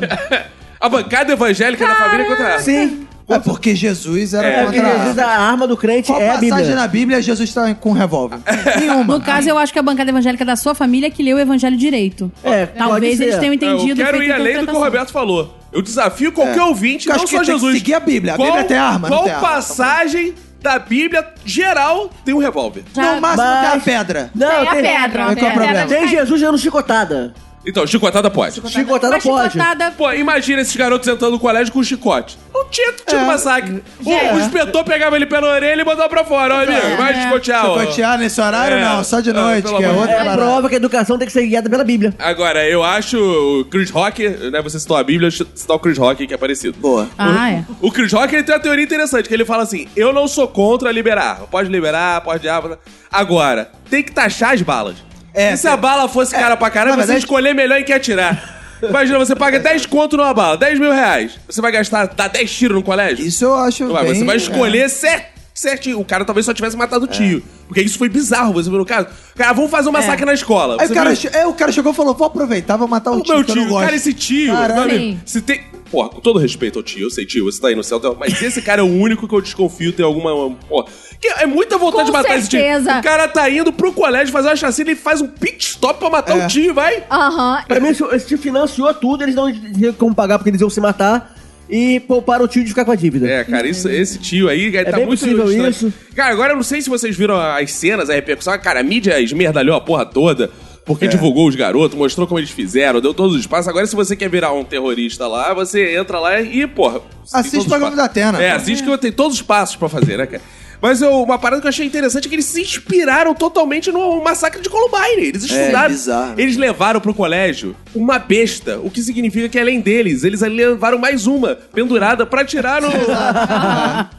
Speaker 3: A bancada evangélica da família contra a arma.
Speaker 2: Sim.
Speaker 4: É porque Jesus era
Speaker 2: É, porque
Speaker 4: contra a
Speaker 2: Jesus, a arma do crente
Speaker 4: Qual
Speaker 2: é a
Speaker 4: passagem
Speaker 2: Bíblia.
Speaker 4: na Bíblia Jesus tá com um revólver? Nenhuma.
Speaker 6: No caso, eu acho que a bancada evangélica da sua família é que leu o evangelho direito.
Speaker 2: É,
Speaker 6: Talvez
Speaker 2: pode
Speaker 6: eles
Speaker 2: ser.
Speaker 6: tenham entendido.
Speaker 3: Eu quero
Speaker 6: feito
Speaker 3: ir além do que o
Speaker 6: interpretação.
Speaker 3: Roberto falou. Eu desafio qualquer ouvinte,
Speaker 4: É. Eu acho
Speaker 3: não
Speaker 4: que
Speaker 3: só
Speaker 4: tem que
Speaker 3: Jesus.
Speaker 4: seguir a Bíblia. A
Speaker 3: Qual-
Speaker 4: Bíblia tem arma, não
Speaker 3: Qual
Speaker 4: tem arma. tá
Speaker 3: passagem da Bíblia geral tem um revólver?
Speaker 4: No máximo
Speaker 2: Mas-
Speaker 4: tem a pedra.
Speaker 2: Não,
Speaker 5: Tem a
Speaker 2: tem,
Speaker 5: pedra, né?
Speaker 4: Qual é
Speaker 5: a
Speaker 4: o problema?
Speaker 5: pedra.
Speaker 2: tem Jesus dando chicotada.
Speaker 3: Então, chicotada pode.
Speaker 2: Chicotada,
Speaker 6: Mas
Speaker 2: pode.
Speaker 6: chicotada-
Speaker 3: Pô, imagina esses garotos entrando no colégio com um chicote. Não tinha tipo
Speaker 4: É.
Speaker 3: massacre. O,
Speaker 4: É.
Speaker 3: o inspetor pegava ele pela orelha e mandava pra fora. Ó, amigo, vai chicotear. ó.
Speaker 4: Chicotear nesse horário?
Speaker 3: É.
Speaker 4: Não, só de
Speaker 3: Ah,
Speaker 4: noite,
Speaker 3: pelo
Speaker 4: que é
Speaker 3: amor de
Speaker 4: outra
Speaker 2: É a
Speaker 4: parada.
Speaker 2: prova que a educação tem que ser guiada pela Bíblia.
Speaker 3: Agora, eu acho o Chris Rock, né? Você citou a Bíblia, eu citar o Chris Rock que é parecido.
Speaker 4: Boa.
Speaker 6: Ah, é.
Speaker 3: O Chris Rock ele tem uma teoria interessante, que ele fala assim: eu não sou contra liberar. Pode liberar, pode abrir. Agora, tem que taxar as balas.
Speaker 4: É,
Speaker 3: e se a bala fosse cara pra caramba,
Speaker 4: Na
Speaker 3: você
Speaker 4: verdade-
Speaker 3: escolher melhor em que atirar. Imagina, você paga 10 conto numa bala, 10 mil reais. Você vai gastar, dar 10 tiros no colégio?
Speaker 4: Isso eu acho
Speaker 3: Ué,
Speaker 4: bem... é.
Speaker 3: você vai escolher cer- certinho. O cara talvez só tivesse matado o tio. Porque isso foi bizarro, você viu no caso? Cara, vamos
Speaker 5: É.
Speaker 3: fazer um massacre na escola.
Speaker 4: Aí o
Speaker 3: Você
Speaker 4: cara,
Speaker 3: viu?
Speaker 4: che- é, o cara chegou e falou, vou aproveitar, vou matar um
Speaker 3: O
Speaker 4: tio,
Speaker 3: meu
Speaker 4: que eu não
Speaker 3: tio,
Speaker 4: gosto.
Speaker 3: cara, esse tio.
Speaker 4: Caralho.
Speaker 3: meu amigo,
Speaker 5: Sim.
Speaker 3: se tem. Porra, com todo respeito ao tio, eu sei, tio, você tá aí no céu, tá- mas esse cara é o único que eu desconfio tem alguma. Porra. Que é muita vontade
Speaker 5: Com
Speaker 3: de matar esse
Speaker 5: certeza.
Speaker 3: tio. O cara tá indo pro colégio fazer uma chacina e faz um pit stop pra matar
Speaker 4: É.
Speaker 3: o tio, vai.
Speaker 5: Aham.
Speaker 2: Pra mim, esse esse tio financiou tudo, eles não tinham como pagar porque eles iam se matar e pouparam o tio de ficar com a dívida.
Speaker 3: É, cara, isso- esse tio aí ele tá
Speaker 2: É bem
Speaker 3: muito
Speaker 2: possível
Speaker 3: estranho.
Speaker 2: isso.
Speaker 3: Cara, agora eu não sei se vocês viram as cenas, a repercussão. Cara, a mídia esmerdalhou a porra toda.
Speaker 2: É.
Speaker 3: Porque divulgou os garotos, mostrou como eles fizeram, deu todos os passos. Agora, se você quer virar um terrorista lá, você entra lá e, porra. tem
Speaker 4: Assiste
Speaker 3: todos os
Speaker 4: Programa
Speaker 3: passos.
Speaker 4: da Atena.
Speaker 3: É, assiste que tem todos os passos pra fazer, né, cara? Mas eu- uma parada que eu achei interessante é que eles se inspiraram totalmente no massacre de Columbine. Eles estudaram.
Speaker 4: bizarro.
Speaker 3: Eles levaram pro colégio uma besta, o que significa que é além deles, eles levaram mais uma pendurada pra tirar no-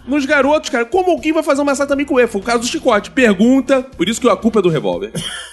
Speaker 3: nos garotos, cara. Como alguém vai fazer um massacre também com ele? Foi o caso do chicote. Pergunta, por isso que a culpa é do revólver.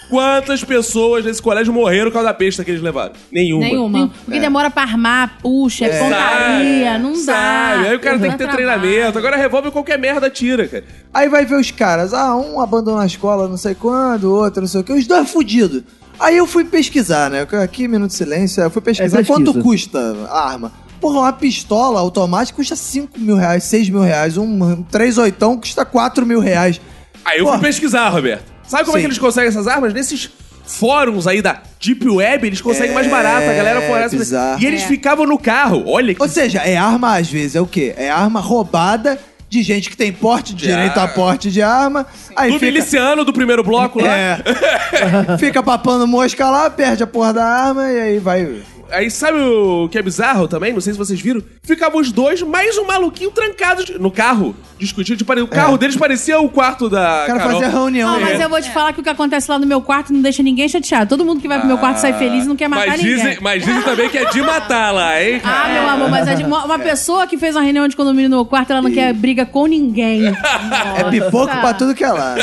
Speaker 3: Quantas pessoas nesse colégio morreram por causa da besta que eles levaram? Nenhuma. É.
Speaker 6: Nenhuma. Porque demora pra armar, puxa, é pontaria, não dá.
Speaker 3: Tá. Sabe? Aí o cara tem
Speaker 6: Dá
Speaker 3: que ter
Speaker 6: trabalho.
Speaker 3: treinamento. Agora revólver qualquer merda tira, cara.
Speaker 4: Aí vai ver os caras, ah, um abandonou a escola não sei quando, o outro não sei o quê, os dois fudidos. Aí eu fui pesquisar, né? Aqui, Minuto de Silêncio, eu fui pesquisar
Speaker 2: pesquisa.
Speaker 4: quanto custa a arma. Porra, uma pistola automática custa 5 mil reais, 6 mil reais, um 3 oitão custa 4 mil reais.
Speaker 3: Aí eu fui
Speaker 4: Porra.
Speaker 3: pesquisar, Roberto. Sabe como é
Speaker 4: Sim.
Speaker 3: que eles conseguem essas armas? Nesses fóruns aí da Deep Web, eles conseguem mais barato. A galera fornece.
Speaker 4: É, bizarro.
Speaker 3: E eles
Speaker 5: É.
Speaker 3: ficavam no carro. Olha que.
Speaker 4: Ou seja, é arma às vezes, é o quê? É arma roubada de gente que tem porte,
Speaker 3: De
Speaker 4: direito a
Speaker 3: arma.
Speaker 4: porte de arma. Aí
Speaker 3: do
Speaker 4: fica,
Speaker 3: miliciano do primeiro bloco lá.
Speaker 4: É. fica papando mosca lá, perde a porra da arma e aí vai.
Speaker 3: Aí sabe o que é bizarro também? Não sei se vocês viram. Ficavam os dois, mais um maluquinho trancados de- no carro, discutindo. Tipo, o carro deles parecia o quarto da.
Speaker 4: É. O cara
Speaker 3: Carol.
Speaker 4: fazia reunião.
Speaker 6: Não,
Speaker 4: né?
Speaker 6: mas eu vou te falar que o que acontece lá no meu quarto não deixa ninguém chateado. Todo mundo que vai pro
Speaker 3: Ah,
Speaker 6: meu quarto sai feliz e não quer matar
Speaker 3: mas
Speaker 6: ninguém.
Speaker 3: dizem, mas dizem também que é de matar lá, hein?
Speaker 6: Ah, meu amor, mas é de- uma, uma pessoa que fez uma reunião de condomínio no meu quarto, ela não quer briga com ninguém.
Speaker 4: É pipoco
Speaker 5: Nossa.
Speaker 4: pra tudo que é lá.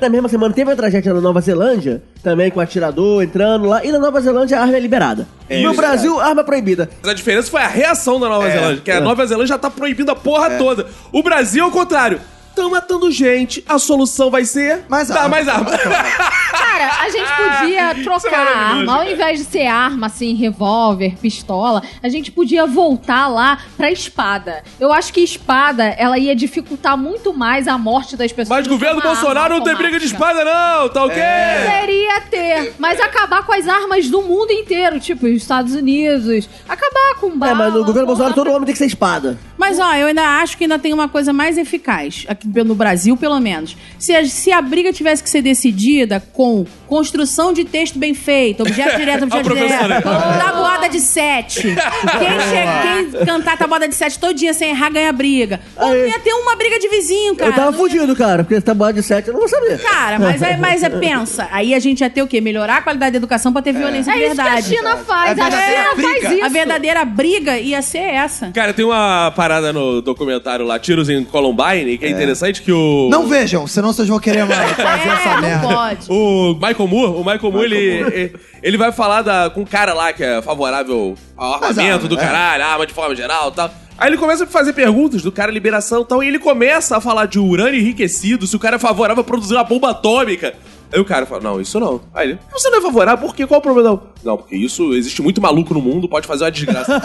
Speaker 2: Na mesma semana teve uma tragédia na Nova Zelândia, também com atirador entrando lá, e na Nova Zelândia a arma é liberada.
Speaker 4: É
Speaker 2: no
Speaker 4: isso,
Speaker 2: Brasil, a arma é proibida.
Speaker 3: Mas a diferença foi a reação da
Speaker 4: É,
Speaker 3: Nova Zelândia, que a Nova Zelândia já tá proibindo a porra toda. O Brasil, ao contrário, tão matando gente, a solução vai ser
Speaker 4: Mais
Speaker 3: dar
Speaker 4: arma.
Speaker 3: mais arma.
Speaker 5: Cara, a gente podia
Speaker 3: Ah, Isso é
Speaker 5: trocar a
Speaker 3: maravilhoso,
Speaker 5: arma. Ao
Speaker 3: cara.
Speaker 5: invés de ser arma, assim, revólver, pistola, a gente podia voltar lá pra espada. Eu acho que espada, ela ia dificultar muito mais a morte das pessoas.
Speaker 3: Mas
Speaker 5: do que
Speaker 3: governo
Speaker 5: uma
Speaker 3: Bolsonaro
Speaker 5: arma
Speaker 3: não tem briga de
Speaker 5: automática.
Speaker 3: espada, não, tá ok?
Speaker 4: É.
Speaker 5: Poderia ter, mas acabar com as armas do mundo inteiro, tipo os Estados Unidos. Acabar com bala.
Speaker 2: é, mas no governo
Speaker 5: com-
Speaker 2: Bolsonaro todo homem tem que ser espada.
Speaker 6: Mas ó, eu ainda acho que ainda tem uma coisa mais eficaz, aqui pe- no Brasil, pelo menos. Se a, se a briga tivesse que ser decidida com construção de texto bem feito, objeto direto,
Speaker 3: Ó,
Speaker 6: objeto
Speaker 3: professora.
Speaker 6: direto, tabuada de sete. Quem, che- quem cantar tabuada de sete todo dia sem errar ganha briga. Ou não
Speaker 2: Aí.
Speaker 6: ia ter uma briga de vizinho, cara.
Speaker 2: eu tava
Speaker 6: Não ia-
Speaker 2: fudido, cara, porque esse tabuado de 7 eu não vou saber.
Speaker 6: Cara, mas, é, mas é, pensa, aí a gente ia ter o quê? Melhorar a qualidade da educação pra ter violência
Speaker 5: É
Speaker 6: de
Speaker 5: isso que a
Speaker 6: verdade.
Speaker 5: China faz.
Speaker 4: A
Speaker 5: A
Speaker 4: verdadeira
Speaker 5: China
Speaker 4: briga.
Speaker 5: faz isso.
Speaker 6: A verdadeira briga ia ser essa.
Speaker 3: Cara, tem uma parada no documentário lá, Tiros em Columbine, que é, interessante que o...
Speaker 4: Não vejam, senão vocês vão querer mais fazer essa
Speaker 6: é, não
Speaker 4: merda.
Speaker 6: pode.
Speaker 3: O Michael Moore, o Michael Moore, ele, ele, ele vai falar da- com um cara lá que é favorável ao
Speaker 4: Mas
Speaker 3: armamento
Speaker 4: arma,
Speaker 3: do
Speaker 4: é.
Speaker 3: caralho, arma de forma geral e tal. Aí ele começa a fazer perguntas do cara liberação e tal, e ele começa a falar de urânio enriquecido, se o cara é favorável a produzir uma bomba atômica. Aí o cara fala, não, isso não. Aí ele, você não é favorável, por quê? Qual o problema? Não, não porque isso, existe muito maluco no mundo, pode fazer uma desgraça.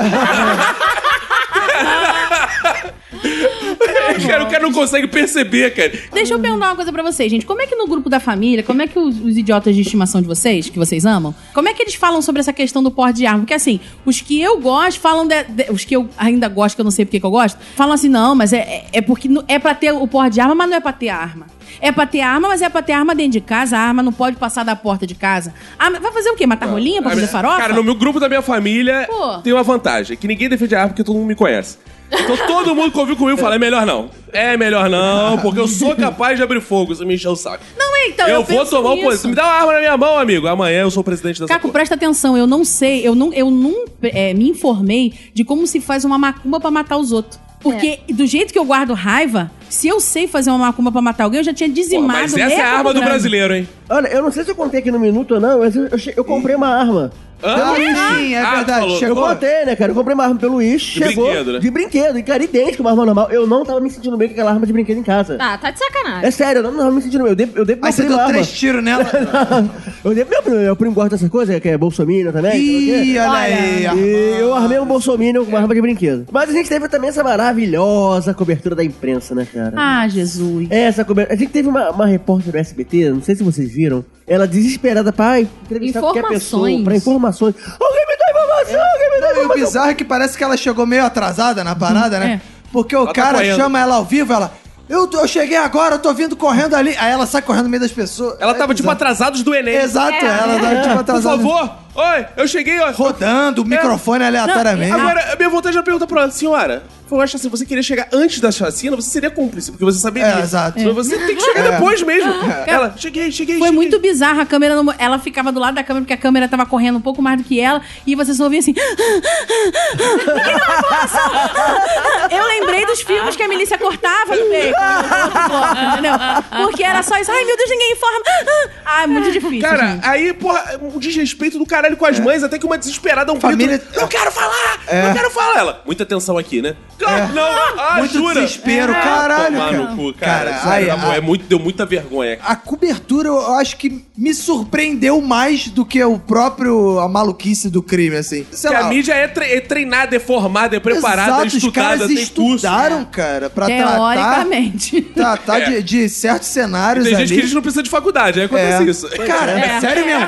Speaker 3: cara, o cara não consegue perceber, cara.
Speaker 6: Deixa eu perguntar uma coisa pra vocês, gente. Como é que no grupo da família, como é que os, os idiotas de estimação de vocês, que vocês amam, como é que eles falam sobre essa questão do porte de arma? Porque assim, os que eu gosto falam. de- de- os que eu ainda gosto, que eu não sei porque que eu gosto, falam assim, não, mas é, é- é porque não- é pra ter o porte de arma, mas não é pra ter arma. É pra ter arma, mas é pra ter arma dentro de casa. A arma não pode passar da porta de casa. Ah, mas vai fazer o quê? Matar rolinha é pra fazer farofa?
Speaker 3: Cara, no meu grupo da minha família
Speaker 6: Pô.
Speaker 3: tem uma vantagem: que ninguém defende a arma porque todo mundo me conhece. Então todo mundo que ouviu comigo fala: é melhor não. É melhor não, porque eu sou capaz de abrir fogo se me encher o saco.
Speaker 6: Não, é, então.
Speaker 3: eu, vou
Speaker 6: penso
Speaker 3: tomar o
Speaker 6: nisso.
Speaker 3: poder. Me dá uma arma na minha mão, amigo. Amanhã eu sou o presidente dessa
Speaker 6: Caco,
Speaker 3: porra.
Speaker 6: presta atenção, eu não sei, eu não, eu não é, me informei de como se faz uma macumba pra matar os outros. Porque
Speaker 3: É.
Speaker 6: do jeito que eu guardo raiva, se eu sei fazer uma macumba pra matar alguém, eu já tinha
Speaker 3: Pô,
Speaker 6: dizimado. né,
Speaker 3: Mas essa é
Speaker 6: meia
Speaker 3: a arma do
Speaker 6: Campo Grande.
Speaker 3: brasileiro, hein?
Speaker 2: Olha, eu não sei se eu contei aqui no minuto ou não, mas eu, eu che- eu comprei uma arma.
Speaker 3: Hã?
Speaker 4: sim, é
Speaker 3: Ah,
Speaker 4: verdade.
Speaker 3: falou.
Speaker 2: Eu
Speaker 4: Chegou.
Speaker 2: contei, né, cara? Eu comprei uma arma pelo Wish,
Speaker 3: De
Speaker 2: chegou
Speaker 3: brinquedo, né?
Speaker 2: de brinquedo, e cara, idêntico uma arma normal. Eu não tava me sentindo bem com aquela arma de brinquedo em casa.
Speaker 5: Ah, tá de
Speaker 2: É
Speaker 5: sacanagem.
Speaker 2: sério, eu não tava me sentindo bem. Eu dei, eu dei pro
Speaker 4: Aí
Speaker 2: meu
Speaker 4: você
Speaker 2: primo
Speaker 4: deu
Speaker 2: a arma.
Speaker 4: três tiros nela.
Speaker 2: eu dei pro meu primo, meu primo gosta dessa coisa, que é bolsominion também. sei lá o quê.
Speaker 4: Ih, olha aí.
Speaker 2: E eu armei um Bolsonaro com uma arma de brinquedo. Mas a gente teve também essa maravilhosa cobertura da imprensa, né, cara?
Speaker 6: Ah, Jesus.
Speaker 2: Essa cobertura. A gente teve uma, uma repórter do SBT, não sei se vocês viram. Ela desesperada pra entrevistar qualquer pessoa,
Speaker 5: Informações.
Speaker 2: pra informações. Alguém me dá informação, alguém me dá
Speaker 4: E o
Speaker 2: informação.
Speaker 4: bizarro é que parece que ela chegou meio atrasada na parada, né? Porque o
Speaker 3: tá
Speaker 4: cara
Speaker 3: correndo.
Speaker 4: chama ela ao vivo, ela. Eu, tô- eu cheguei agora, eu tô vindo correndo ali. Aí ela sai correndo no meio das pessoas.
Speaker 3: Ela tava
Speaker 4: É
Speaker 3: tipo
Speaker 4: bizarro.
Speaker 3: atrasados do Enem.
Speaker 4: Exato, ela tava tipo
Speaker 3: Por
Speaker 4: atrasada.
Speaker 3: favor. Oi, eu cheguei, ó.
Speaker 4: Rodando o microfone aleatoriamente.
Speaker 3: Agora, a minha vontade é perguntar pra ela, senhora, eu acho assim, você queria chegar antes da chacina, você seria cúmplice, porque você saberia.
Speaker 4: É, exato.
Speaker 3: Mas você tem que chegar
Speaker 4: É.
Speaker 3: depois mesmo. Ela, cheguei, cheguei,
Speaker 6: Ah, Foi
Speaker 3: cheguei.
Speaker 6: muito bizarro, a câmera não- Ela ficava do lado da câmera, porque a câmera tava correndo um pouco mais do que ela, e você só ouvia assim. ah, Eu lembrei dos filmes que a milícia cortava no meio. no outro bloco, entendeu? Porque era só isso. Ai, meu Deus, ninguém informa. Ah, é muito difícil.
Speaker 3: Cara,
Speaker 6: gente.
Speaker 3: aí, porra, um desrespeito do caralho com as mães, até que uma desesperada, um
Speaker 4: É. Família-
Speaker 3: grito, não quero falar,
Speaker 4: É.
Speaker 3: não quero falar. Ela, muita atenção aqui, né? Claro, não, ah,
Speaker 4: Muito
Speaker 3: jura.
Speaker 4: desespero,
Speaker 3: Ah,
Speaker 4: caralho,
Speaker 3: Tomar
Speaker 4: cara.
Speaker 3: no cu, cara.
Speaker 4: Cara,
Speaker 3: Sério,
Speaker 4: ai,
Speaker 3: na moral,
Speaker 4: ai.
Speaker 3: é muito, deu muita vergonha.
Speaker 4: A cobertura eu acho que me surpreendeu mais do que o próprio a maluquice do crime, assim. Sei
Speaker 3: Porque
Speaker 4: lá.
Speaker 3: a mídia é, tre- é treinada, é formada, é preparada,
Speaker 4: Exato,
Speaker 3: é
Speaker 4: os
Speaker 3: estudada,
Speaker 4: caras
Speaker 3: tem curso.
Speaker 4: estudaram, cara, pra tratar,
Speaker 6: Teoricamente.
Speaker 4: tratar de, de certos cenários
Speaker 3: Tem
Speaker 4: ali.
Speaker 3: gente que eles não precisa de faculdade, aí acontece isso.
Speaker 4: Cara,
Speaker 6: É.
Speaker 4: sério mesmo.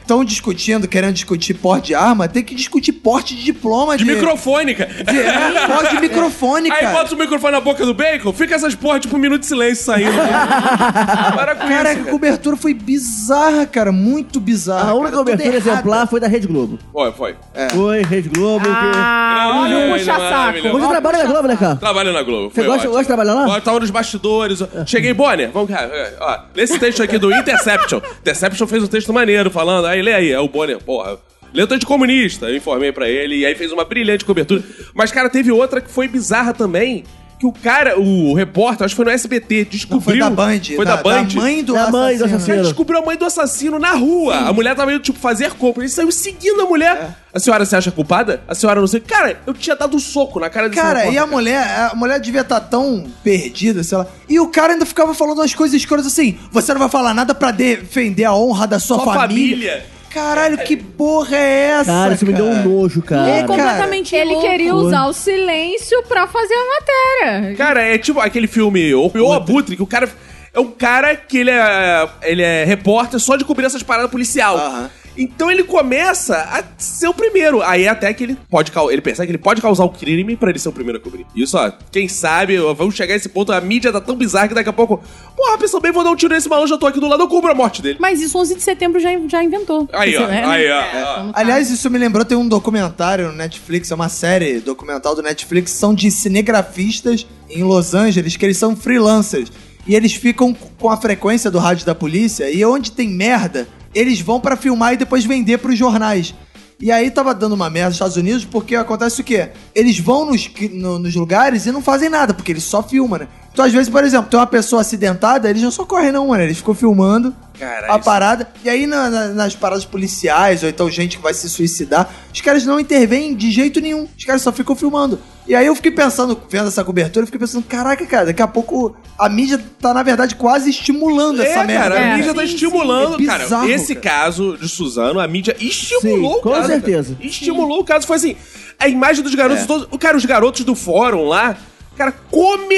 Speaker 4: Estão discutindo, querendo discutir porte de arma, tem que discutir porte de diploma.
Speaker 3: De microfone, cara.
Speaker 4: De, é, porte de microfone,
Speaker 3: Aí
Speaker 4: cara.
Speaker 3: bota o microfone na boca do bacon, fica essas porra, tipo, um minuto de silêncio saindo. Para com
Speaker 4: Cara, é
Speaker 3: isso,
Speaker 4: a
Speaker 3: cara.
Speaker 4: cobertura foi bizarra, cara. Muito bizarra.
Speaker 2: A única
Speaker 4: cara, é tudo
Speaker 2: cobertura
Speaker 4: errado. É.
Speaker 2: exemplar foi da Rede Globo.
Speaker 3: Olha, foi.
Speaker 2: Foi, Rede Globo.
Speaker 5: Ah,
Speaker 3: Não,
Speaker 5: olha
Speaker 3: não, não,
Speaker 5: o
Speaker 3: não,
Speaker 2: que-
Speaker 3: não,
Speaker 5: puxa-saco.
Speaker 3: não.
Speaker 2: Você
Speaker 5: Ó,
Speaker 2: trabalha na Globo, né, cara?
Speaker 3: Trabalho na Globo.
Speaker 2: Você
Speaker 3: foi
Speaker 2: gosta,
Speaker 3: ótimo.
Speaker 2: gosta de trabalhar
Speaker 4: Ah.
Speaker 2: lá?
Speaker 3: Ó, tava nos bastidores. ó. Cheguei, Bonner, vamos cá. é, Ó, lê esse texto aqui do Interception. Interception fez um texto maneiro falando. Aí lê aí. Aí o Bonner, porra. Leu texto de comunista. Eu informei pra ele. E aí fez uma brilhante cobertura. Mas, cara, teve outra que foi bizarra também. Que o cara, o repórter, acho que foi no SBT, descobriu.
Speaker 4: Não, foi da Band.
Speaker 3: Foi da, Band.
Speaker 4: Da mãe do
Speaker 2: Da mãe do
Speaker 3: O cara
Speaker 2: assassino.
Speaker 3: descobriu a mãe do assassino na rua. A mulher tava indo, tipo, fazer compra. Ele saiu seguindo a
Speaker 4: É.
Speaker 3: mulher. A senhora se acha culpada? A senhora não sei. Cara, eu tinha dado um soco na cara desse
Speaker 4: Cara,
Speaker 3: repórter.
Speaker 4: e a mulher, a mulher devia estar tão perdida, sei lá. E o cara ainda ficava falando umas coisas escuras assim: você não vai falar nada pra defender a honra da sua,
Speaker 3: Sua
Speaker 4: família.
Speaker 3: família.
Speaker 4: Caralho, que porra é essa?
Speaker 2: Cara, isso me deu um nojo,
Speaker 6: É
Speaker 2: cara.
Speaker 4: cara.
Speaker 6: completamente
Speaker 5: Ele
Speaker 6: louco.
Speaker 5: queria usar o silêncio pra fazer a matéria.
Speaker 3: Cara, é tipo aquele filme O, o Abutre, que o cara. É um cara que ele é, ele é repórter só de cobrir essas paradas policial.
Speaker 4: Aham.
Speaker 3: Então ele começa a ser o primeiro. Aí é até que ele pode cau- ele percebe que ele pode causar o crime pra ele ser o primeiro a cobrir. Isso, ó, quem sabe, ó, vamos chegar a esse ponto, a mídia tá tão bizarra que daqui a pouco, porra, pensou bem, vou dar um tiro nesse maluco, já tô aqui do lado, eu cubro a morte dele.
Speaker 6: Mas isso 11 de setembro já, já inventou. né?
Speaker 3: Aí, ó,
Speaker 5: é,
Speaker 6: Você
Speaker 5: né?
Speaker 6: lembra?
Speaker 3: aí, ó. ó.
Speaker 6: Vamos-
Speaker 4: Aliás, isso me lembrou, tem um documentário no Netflix, é uma série documental do Netflix, são de cinegrafistas em Los Angeles, que eles são freelancers. E eles ficam com a frequência do rádio da polícia, e onde tem merda, eles vão pra filmar e depois vender pros jornais. E aí tava dando uma merda nos Estados Unidos, porque acontece o quê? Eles vão nos, que- no- nos lugares e não fazem nada, porque eles só filmam, né? Então, às vezes, por exemplo, tem uma pessoa acidentada, eles não socorrem não, mano. Eles ficam filmando
Speaker 3: Caralho,
Speaker 4: a
Speaker 3: isso- é
Speaker 4: parada. E aí, na- na- nas paradas policiais, ou então gente que vai se suicidar, os caras não intervêm de jeito nenhum. Os caras só ficam filmando. E aí eu fiquei pensando, vendo essa cobertura, eu fiquei pensando, caraca, cara, daqui a pouco a mídia tá, na verdade, quase estimulando
Speaker 3: É,
Speaker 4: essa merda.
Speaker 3: cara,
Speaker 4: né?
Speaker 3: a
Speaker 5: É.
Speaker 3: mídia tá
Speaker 6: Sim,
Speaker 3: estimulando,
Speaker 4: sim. É
Speaker 3: cara.
Speaker 4: bizarro,
Speaker 3: esse
Speaker 4: cara.
Speaker 3: caso de Suzano, a mídia estimulou
Speaker 2: Sim,
Speaker 3: o
Speaker 2: com
Speaker 3: caso. cara.
Speaker 2: certeza.
Speaker 3: Estimulou o caso. Foi assim, a imagem dos garotos,
Speaker 4: É.
Speaker 3: todos. Cara, os garotos do fórum lá. cara,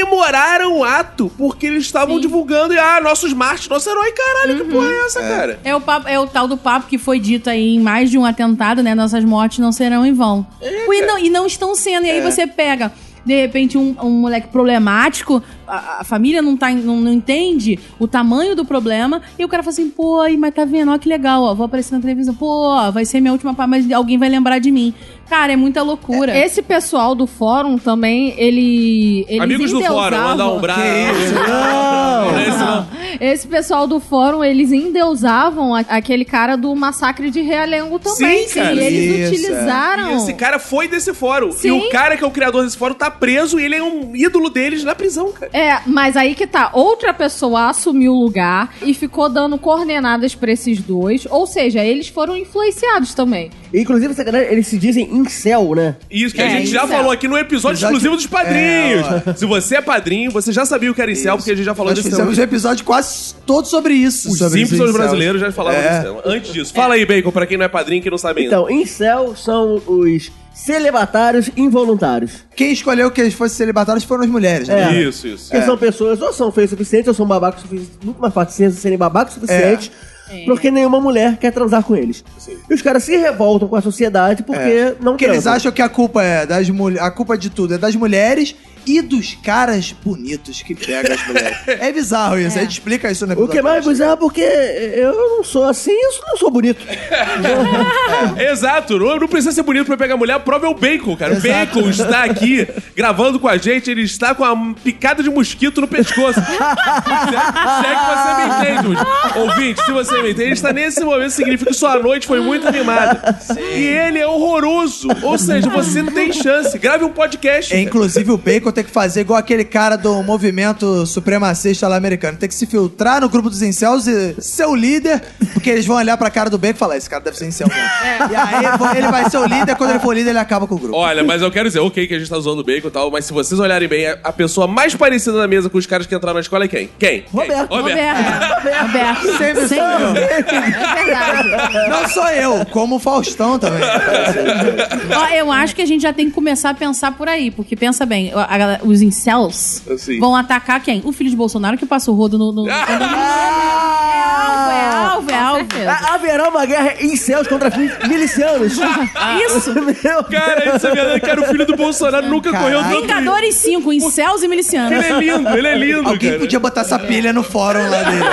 Speaker 3: comemoraram o ato porque eles estavam
Speaker 6: Sim.
Speaker 3: divulgando e, ah, nossos Marte, nosso herói, caralho, que porra é essa, cara?
Speaker 6: É o, papo- é o tal do papo que foi dito aí em mais de um atentado, né? Nossas mortes não serão em vão. e, não, e não estão sendo. E
Speaker 5: É.
Speaker 6: aí você pega, de repente, um, um moleque problemático, a, a família não, tá, em- não, não entende o tamanho do problema, e o cara fala assim, pô, aí, mas tá vendo, ó, que legal, ó, vou aparecer na televisão, pô, ó, vai ser minha última parte, mas alguém vai lembrar de mim. Cara, é muita loucura.
Speaker 5: Esse pessoal do fórum também, ele. eles
Speaker 3: Amigos do fórum,
Speaker 5: endeusavam-
Speaker 3: mandar um braço.
Speaker 2: né? Não!
Speaker 3: Não é esse, não.
Speaker 5: Esse pessoal do fórum, eles endeusavam a- aquele cara do massacre de Realengo também.
Speaker 3: Sim, cara.
Speaker 5: E eles
Speaker 4: Isso, é.
Speaker 5: utilizaram.
Speaker 3: E esse cara foi desse fórum. E
Speaker 5: Sim.
Speaker 3: o cara que é o criador desse fórum tá preso e ele é um ídolo deles na prisão, cara.
Speaker 5: É, mas aí que tá. Outra pessoa assumiu o lugar e ficou dando coordenadas pra esses dois. Ou seja, eles foram influenciados também.
Speaker 2: E, Inclusive, essa galera, eles se dizem incel, né?
Speaker 3: Isso que
Speaker 6: É,
Speaker 3: a gente
Speaker 6: isso
Speaker 3: já
Speaker 6: é.
Speaker 3: falou aqui no episódio
Speaker 4: Episódio-
Speaker 3: exclusivo dos padrinhos. Se você é padrinho, você já sabia o que era incel, porque a gente já falou
Speaker 4: Nós
Speaker 3: disso.
Speaker 4: fizemos um episódio quase todo sobre isso.
Speaker 3: Os
Speaker 4: é sobre
Speaker 3: Simpsons
Speaker 4: incels.
Speaker 3: brasileiros já falavam
Speaker 4: É.
Speaker 3: disso. Antes disso. Fala aí, Bacon, pra quem não é padrinho, que não sabe ainda.
Speaker 2: Então, incel são os celibatários involuntários.
Speaker 4: Quem escolheu que eles fossem celibatários foram as mulheres, né?
Speaker 2: É.
Speaker 3: Isso, isso.
Speaker 2: Que são pessoas, ou são feias o suficiente, ou são babacos o suficiente. Muito mais fácil ser- serem babacos o suficiente.
Speaker 6: É.
Speaker 2: Porque nenhuma mulher quer transar com eles. E os caras se revoltam com a sociedade porque não
Speaker 4: É. Porque eles
Speaker 2: transam.
Speaker 4: acham que a culpa é das mulheres. A culpa de tudo é das mulheres e dos caras bonitos que pegam as mulheres. é bizarro isso. A gente explica isso no
Speaker 2: O
Speaker 4: episódio.
Speaker 2: que é mais bizarro porque eu não sou assim, eu não sou bonito.
Speaker 6: É,
Speaker 3: Exato, não, não precisa ser bonito pra pegar mulher, a prova é o Bacon, cara. O
Speaker 4: Exato.
Speaker 3: Bacon está aqui gravando com a gente, ele está com a picada de mosquito no pescoço. se, é, se é que você me entende, ouvinte. ouvinte, se você me entende, ele está nesse momento, significa que sua noite foi muito animada. E ele é horroroso, ou seja, você não tem chance. Grave um podcast.
Speaker 4: É, inclusive o Bacon tem que fazer igual aquele cara do movimento supremacista lá americano. Tem que se filtrar no grupo dos incels e ser o líder, porque eles vão olhar pra cara do Bacon e falar, esse cara deve ser incel mesmo. E aí ele vai ser o líder, quando ele for líder ele acaba com o grupo.
Speaker 3: Olha, mas eu quero dizer, ok, que a gente tá zoando o bacon e tal, mas se vocês olharem bem, a a pessoa mais parecida na mesa com os caras que entraram na escola é quem? Quem? Quem?
Speaker 2: Roberto.
Speaker 6: Roberto. Roberto.
Speaker 4: Sempre
Speaker 6: Sem-
Speaker 4: sou eu.
Speaker 5: É verdade.
Speaker 4: Não sou eu, como o Faustão também.
Speaker 6: Ó, eu acho que a gente já tem que começar a pensar por aí, porque pensa bem, a- a- os incels
Speaker 3: Assim.
Speaker 6: vão atacar quem? O filho de Bolsonaro que passa o rodo no. no... É
Speaker 2: Ah!
Speaker 6: alvo, é alvo.
Speaker 2: Ha- Haverá uma guerra em céus contra fi- milicianos.
Speaker 6: Isso.
Speaker 2: Meu
Speaker 3: Cara, isso é verdade, cara, o filho do Bolsonaro nunca correu
Speaker 4: Caralho.
Speaker 3: tanto risco.
Speaker 6: Vingadores 5, incels e milicianos.
Speaker 3: Ele é lindo, ele é lindo,
Speaker 4: Alguém
Speaker 3: cara.
Speaker 4: podia botar essa pilha no fórum lá dele.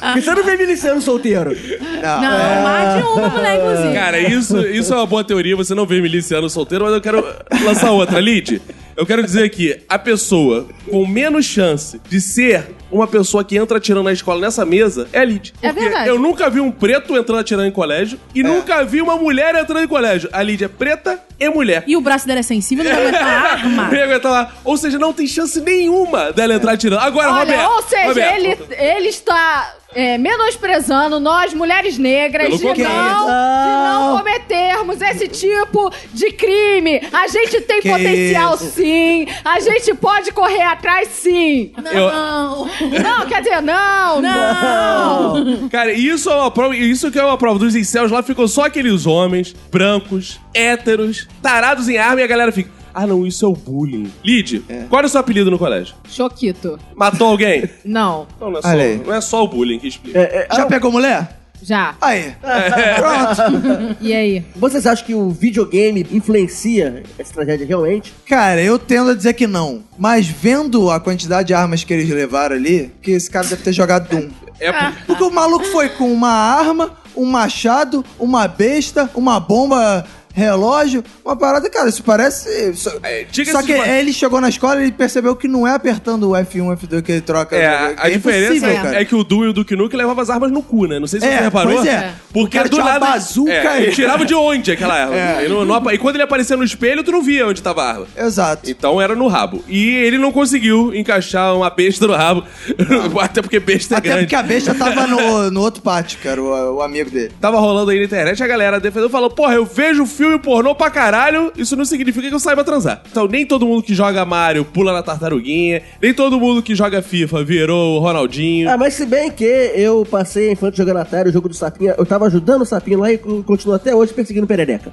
Speaker 2: Porque Você não vê miliciano solteiro.
Speaker 6: Não, mate uma mulher,
Speaker 4: um
Speaker 6: inclusive.
Speaker 3: Cara, isso, isso é uma boa teoria, você não vê miliciano solteiro, mas eu quero lançar outra. Lid, eu quero dizer que a pessoa com menos chance de ser uma pessoa que entra atirando na escola nessa mesa é a Lid.
Speaker 5: É
Speaker 3: Porque
Speaker 5: verdade.
Speaker 3: Eu nunca vi um preto entrando atirando em colégio e
Speaker 4: É.
Speaker 3: nunca vi uma mulher entrando em colégio. A Lid é preta e mulher.
Speaker 6: E o braço dela é sensível, não vai aguentar a arma.
Speaker 3: Não ia aguentar lá. Ou seja, não tem chance nenhuma dela entrar atirando. Agora,
Speaker 5: Olha,
Speaker 3: Roberto.
Speaker 5: ou seja,
Speaker 3: Roberto.
Speaker 5: ele, ele está é, menosprezando nós, mulheres negras,
Speaker 3: Pelo
Speaker 5: de não, de
Speaker 3: contrário.
Speaker 5: não cometermos esse tipo de crime. A gente tem
Speaker 4: Que
Speaker 5: potencial,
Speaker 4: isso.
Speaker 5: sim. A gente pode correr atrás, sim.
Speaker 3: Eu-
Speaker 6: Não.
Speaker 5: Não, quer dizer, não.
Speaker 6: Não.
Speaker 3: Cara, isso é uma prova. Isso que é uma prova. Dos incels lá ficam só aqueles homens, brancos, héteros, tarados em arma e a galera fica. Ah, não, isso é o bullying. Lid, qual era o seu apelido no colégio?
Speaker 5: Choquito.
Speaker 3: Matou alguém?
Speaker 5: Não,
Speaker 3: Não, não é
Speaker 4: Olha aí.
Speaker 3: só, não é só o bullying que explica.
Speaker 2: É,
Speaker 4: Já pegou mulher?
Speaker 5: já.
Speaker 4: Aí. Pronto.
Speaker 5: E aí?
Speaker 2: Vocês acham que o videogame influencia essa tragédia realmente?
Speaker 4: Cara, eu tendo a dizer que não. Mas vendo a quantidade de armas que eles levaram ali, que esse cara deve ter jogado Doom.
Speaker 3: É, por-
Speaker 4: Porque o maluco foi com uma arma, um machado, uma besta, uma bomba relógio, uma parada, cara, isso parece... Só,
Speaker 3: É, diga-se
Speaker 4: só que
Speaker 3: de-
Speaker 4: ele chegou na escola e ele percebeu que não é apertando o F1, F2 que ele troca.
Speaker 3: é,
Speaker 4: É
Speaker 3: a, a diferença
Speaker 4: impossível,
Speaker 3: é, que o Du e o Duke Nuke levavam as armas no cu, né? Não sei se
Speaker 4: É,
Speaker 3: você reparou.
Speaker 4: pois é. O
Speaker 3: Porque
Speaker 4: cara
Speaker 3: do
Speaker 4: tinha uma
Speaker 3: nada.
Speaker 4: bazuca
Speaker 3: é,
Speaker 4: aí. É.
Speaker 3: ele tirava de onde aquela arma? Ele não- não apa- e quando ele aparecia no espelho, tu não via onde tava a arma.
Speaker 4: Exato.
Speaker 3: Então era no rabo. E ele não conseguiu encaixar uma besta no rabo. Até porque besta é
Speaker 4: Até
Speaker 3: grande.
Speaker 4: porque a besta tava no, no outro pátio, cara, o, o amigo dele.
Speaker 3: Tava rolando aí na internet, a galera defendeu falou: Porra, eu vejo o filme pornô pra caralho, isso não significa que eu saiba transar. Então, nem todo mundo que joga Mario pula na tartaruguinha, nem todo mundo que joga FIFA virou o Ronaldinho.
Speaker 2: Ah, mas se bem que eu passei a infância jogando Atari, o jogo do Sapinho, eu tava ajudando o Sapinho lá e co- continuo até hoje perseguindo perereca.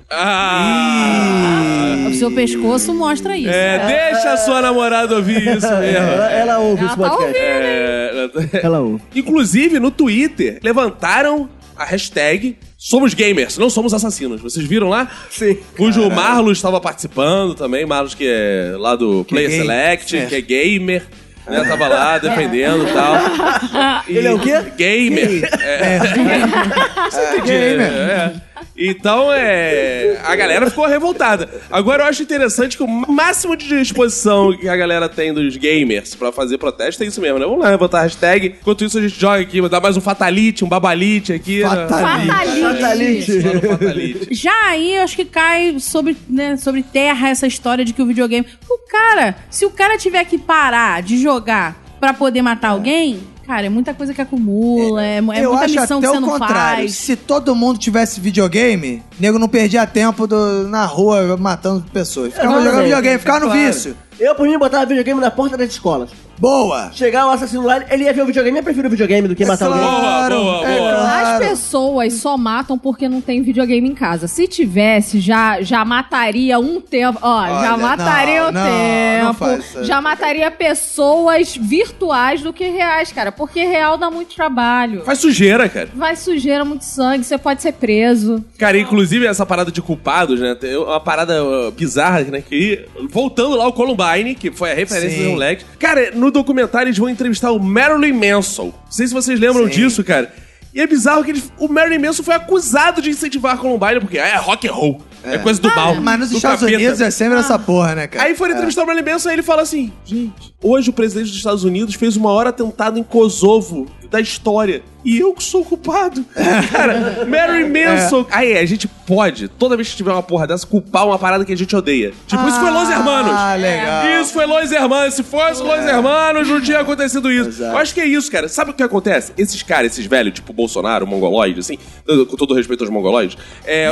Speaker 3: Ah!
Speaker 6: O seu pescoço mostra isso.
Speaker 3: É, deixa a sua namorada ouvir isso mesmo.
Speaker 2: É, Ela, ela ouve
Speaker 5: Ela
Speaker 2: esse
Speaker 5: tá
Speaker 2: podcast.
Speaker 3: É,
Speaker 2: Ela ouve.
Speaker 3: Inclusive, no Twitter, levantaram a hashtag Somos Gamers, não somos assassinos. Vocês viram lá?
Speaker 2: Sim.
Speaker 3: Cujo Marlos estava participando também, Marlos que é lá do Player
Speaker 4: gay.
Speaker 3: Select,
Speaker 4: É.
Speaker 3: que é gamer. Né, tava lá defendendo e tal. E
Speaker 2: Ele é o quê?
Speaker 3: Gamer. É. Você entendi,
Speaker 4: gamer.
Speaker 3: né? É. Então, é. A galera ficou revoltada. Agora, eu acho interessante que o máximo de disposição que a galera tem dos gamers pra fazer protesto é isso mesmo, né? Vamos lá, levantar a hashtag. Enquanto isso, a gente joga aqui, dá mais um fatalite, um babalite aqui. né?
Speaker 5: Fatalite.
Speaker 2: Fatalite.
Speaker 3: Só no fatalite.
Speaker 6: Já aí, eu acho que cai sobre, né, sobre terra essa história de que o videogame. O cara, se o cara tiver que parar de jogar pra poder matar alguém, cara, é muita coisa que acumula, é, é
Speaker 4: eu
Speaker 6: muita
Speaker 4: acho
Speaker 6: missão que
Speaker 4: até
Speaker 6: você
Speaker 4: o
Speaker 6: não
Speaker 4: contrário.
Speaker 6: faz.
Speaker 4: Se todo mundo tivesse videogame, nego não perdia tempo do- na rua matando pessoas. Ficava
Speaker 2: Exatamente.
Speaker 6: é,
Speaker 4: jogando videogame, ficava no
Speaker 3: Claro.
Speaker 4: vício.
Speaker 2: Eu, por mim, botava videogame na porta das escolas.
Speaker 4: Boa!
Speaker 2: Chegar o assassino lá, ele ia ver o videogame. Eu prefiro o videogame do que matar alguém.
Speaker 3: Boa, boa,
Speaker 4: é
Speaker 3: boa.
Speaker 5: As
Speaker 4: claro.
Speaker 5: pessoas só matam porque não tem videogame em casa. Se tivesse, já, já mataria um tempo. Ó,
Speaker 4: Olha,
Speaker 5: já mataria
Speaker 4: não,
Speaker 5: um
Speaker 4: não,
Speaker 5: tempo.
Speaker 4: não faz isso.
Speaker 5: já mataria pessoas virtuais do que reais, cara. Porque real dá muito trabalho.
Speaker 3: Faz sujeira, cara.
Speaker 5: Vai sujeira, muito sangue, você pode ser preso.
Speaker 3: Cara, inclusive essa parada de culpados, né? Tem uma parada uh, bizarra, né? Que voltando lá ao Columbine, que foi a referência
Speaker 4: Sim.
Speaker 3: do moleque. Cara, no documentário eles vão entrevistar o Marilyn Manson. Não sei se vocês lembram
Speaker 4: Sim.
Speaker 3: disso, cara. E é bizarro que eles- o Marilyn Manson foi acusado de incentivar Columbine, porque ah, é rock and roll. É, coisa do mal.
Speaker 4: Ah, Mas nos
Speaker 3: do
Speaker 4: Estados
Speaker 3: capeta.
Speaker 4: Unidos é sempre
Speaker 6: Ah.
Speaker 4: essa porra, né, cara?
Speaker 3: Aí foram entrevistar o Marilyn Manson e ele fala assim: Gente, hoje o presidente dos Estados Unidos fez o maior atentado em Kosovo da história. E eu que sou o culpado. Cara, Marilyn Manson. É. Aí a gente pode, toda vez que tiver uma porra dessa, culpar uma parada que a gente odeia. Tipo, isso foi Los Hermanos.
Speaker 4: Ah, legal.
Speaker 3: Isso foi Los Hermanos. Se fosse Los
Speaker 2: É.
Speaker 3: Hermanos, não tinha acontecido isso.
Speaker 4: Exato.
Speaker 3: Eu acho que é isso, cara. Sabe o que acontece? Esses caras, esses velhos, tipo Bolsonaro, mongoloide, assim, com todo respeito aos mongoloides, é,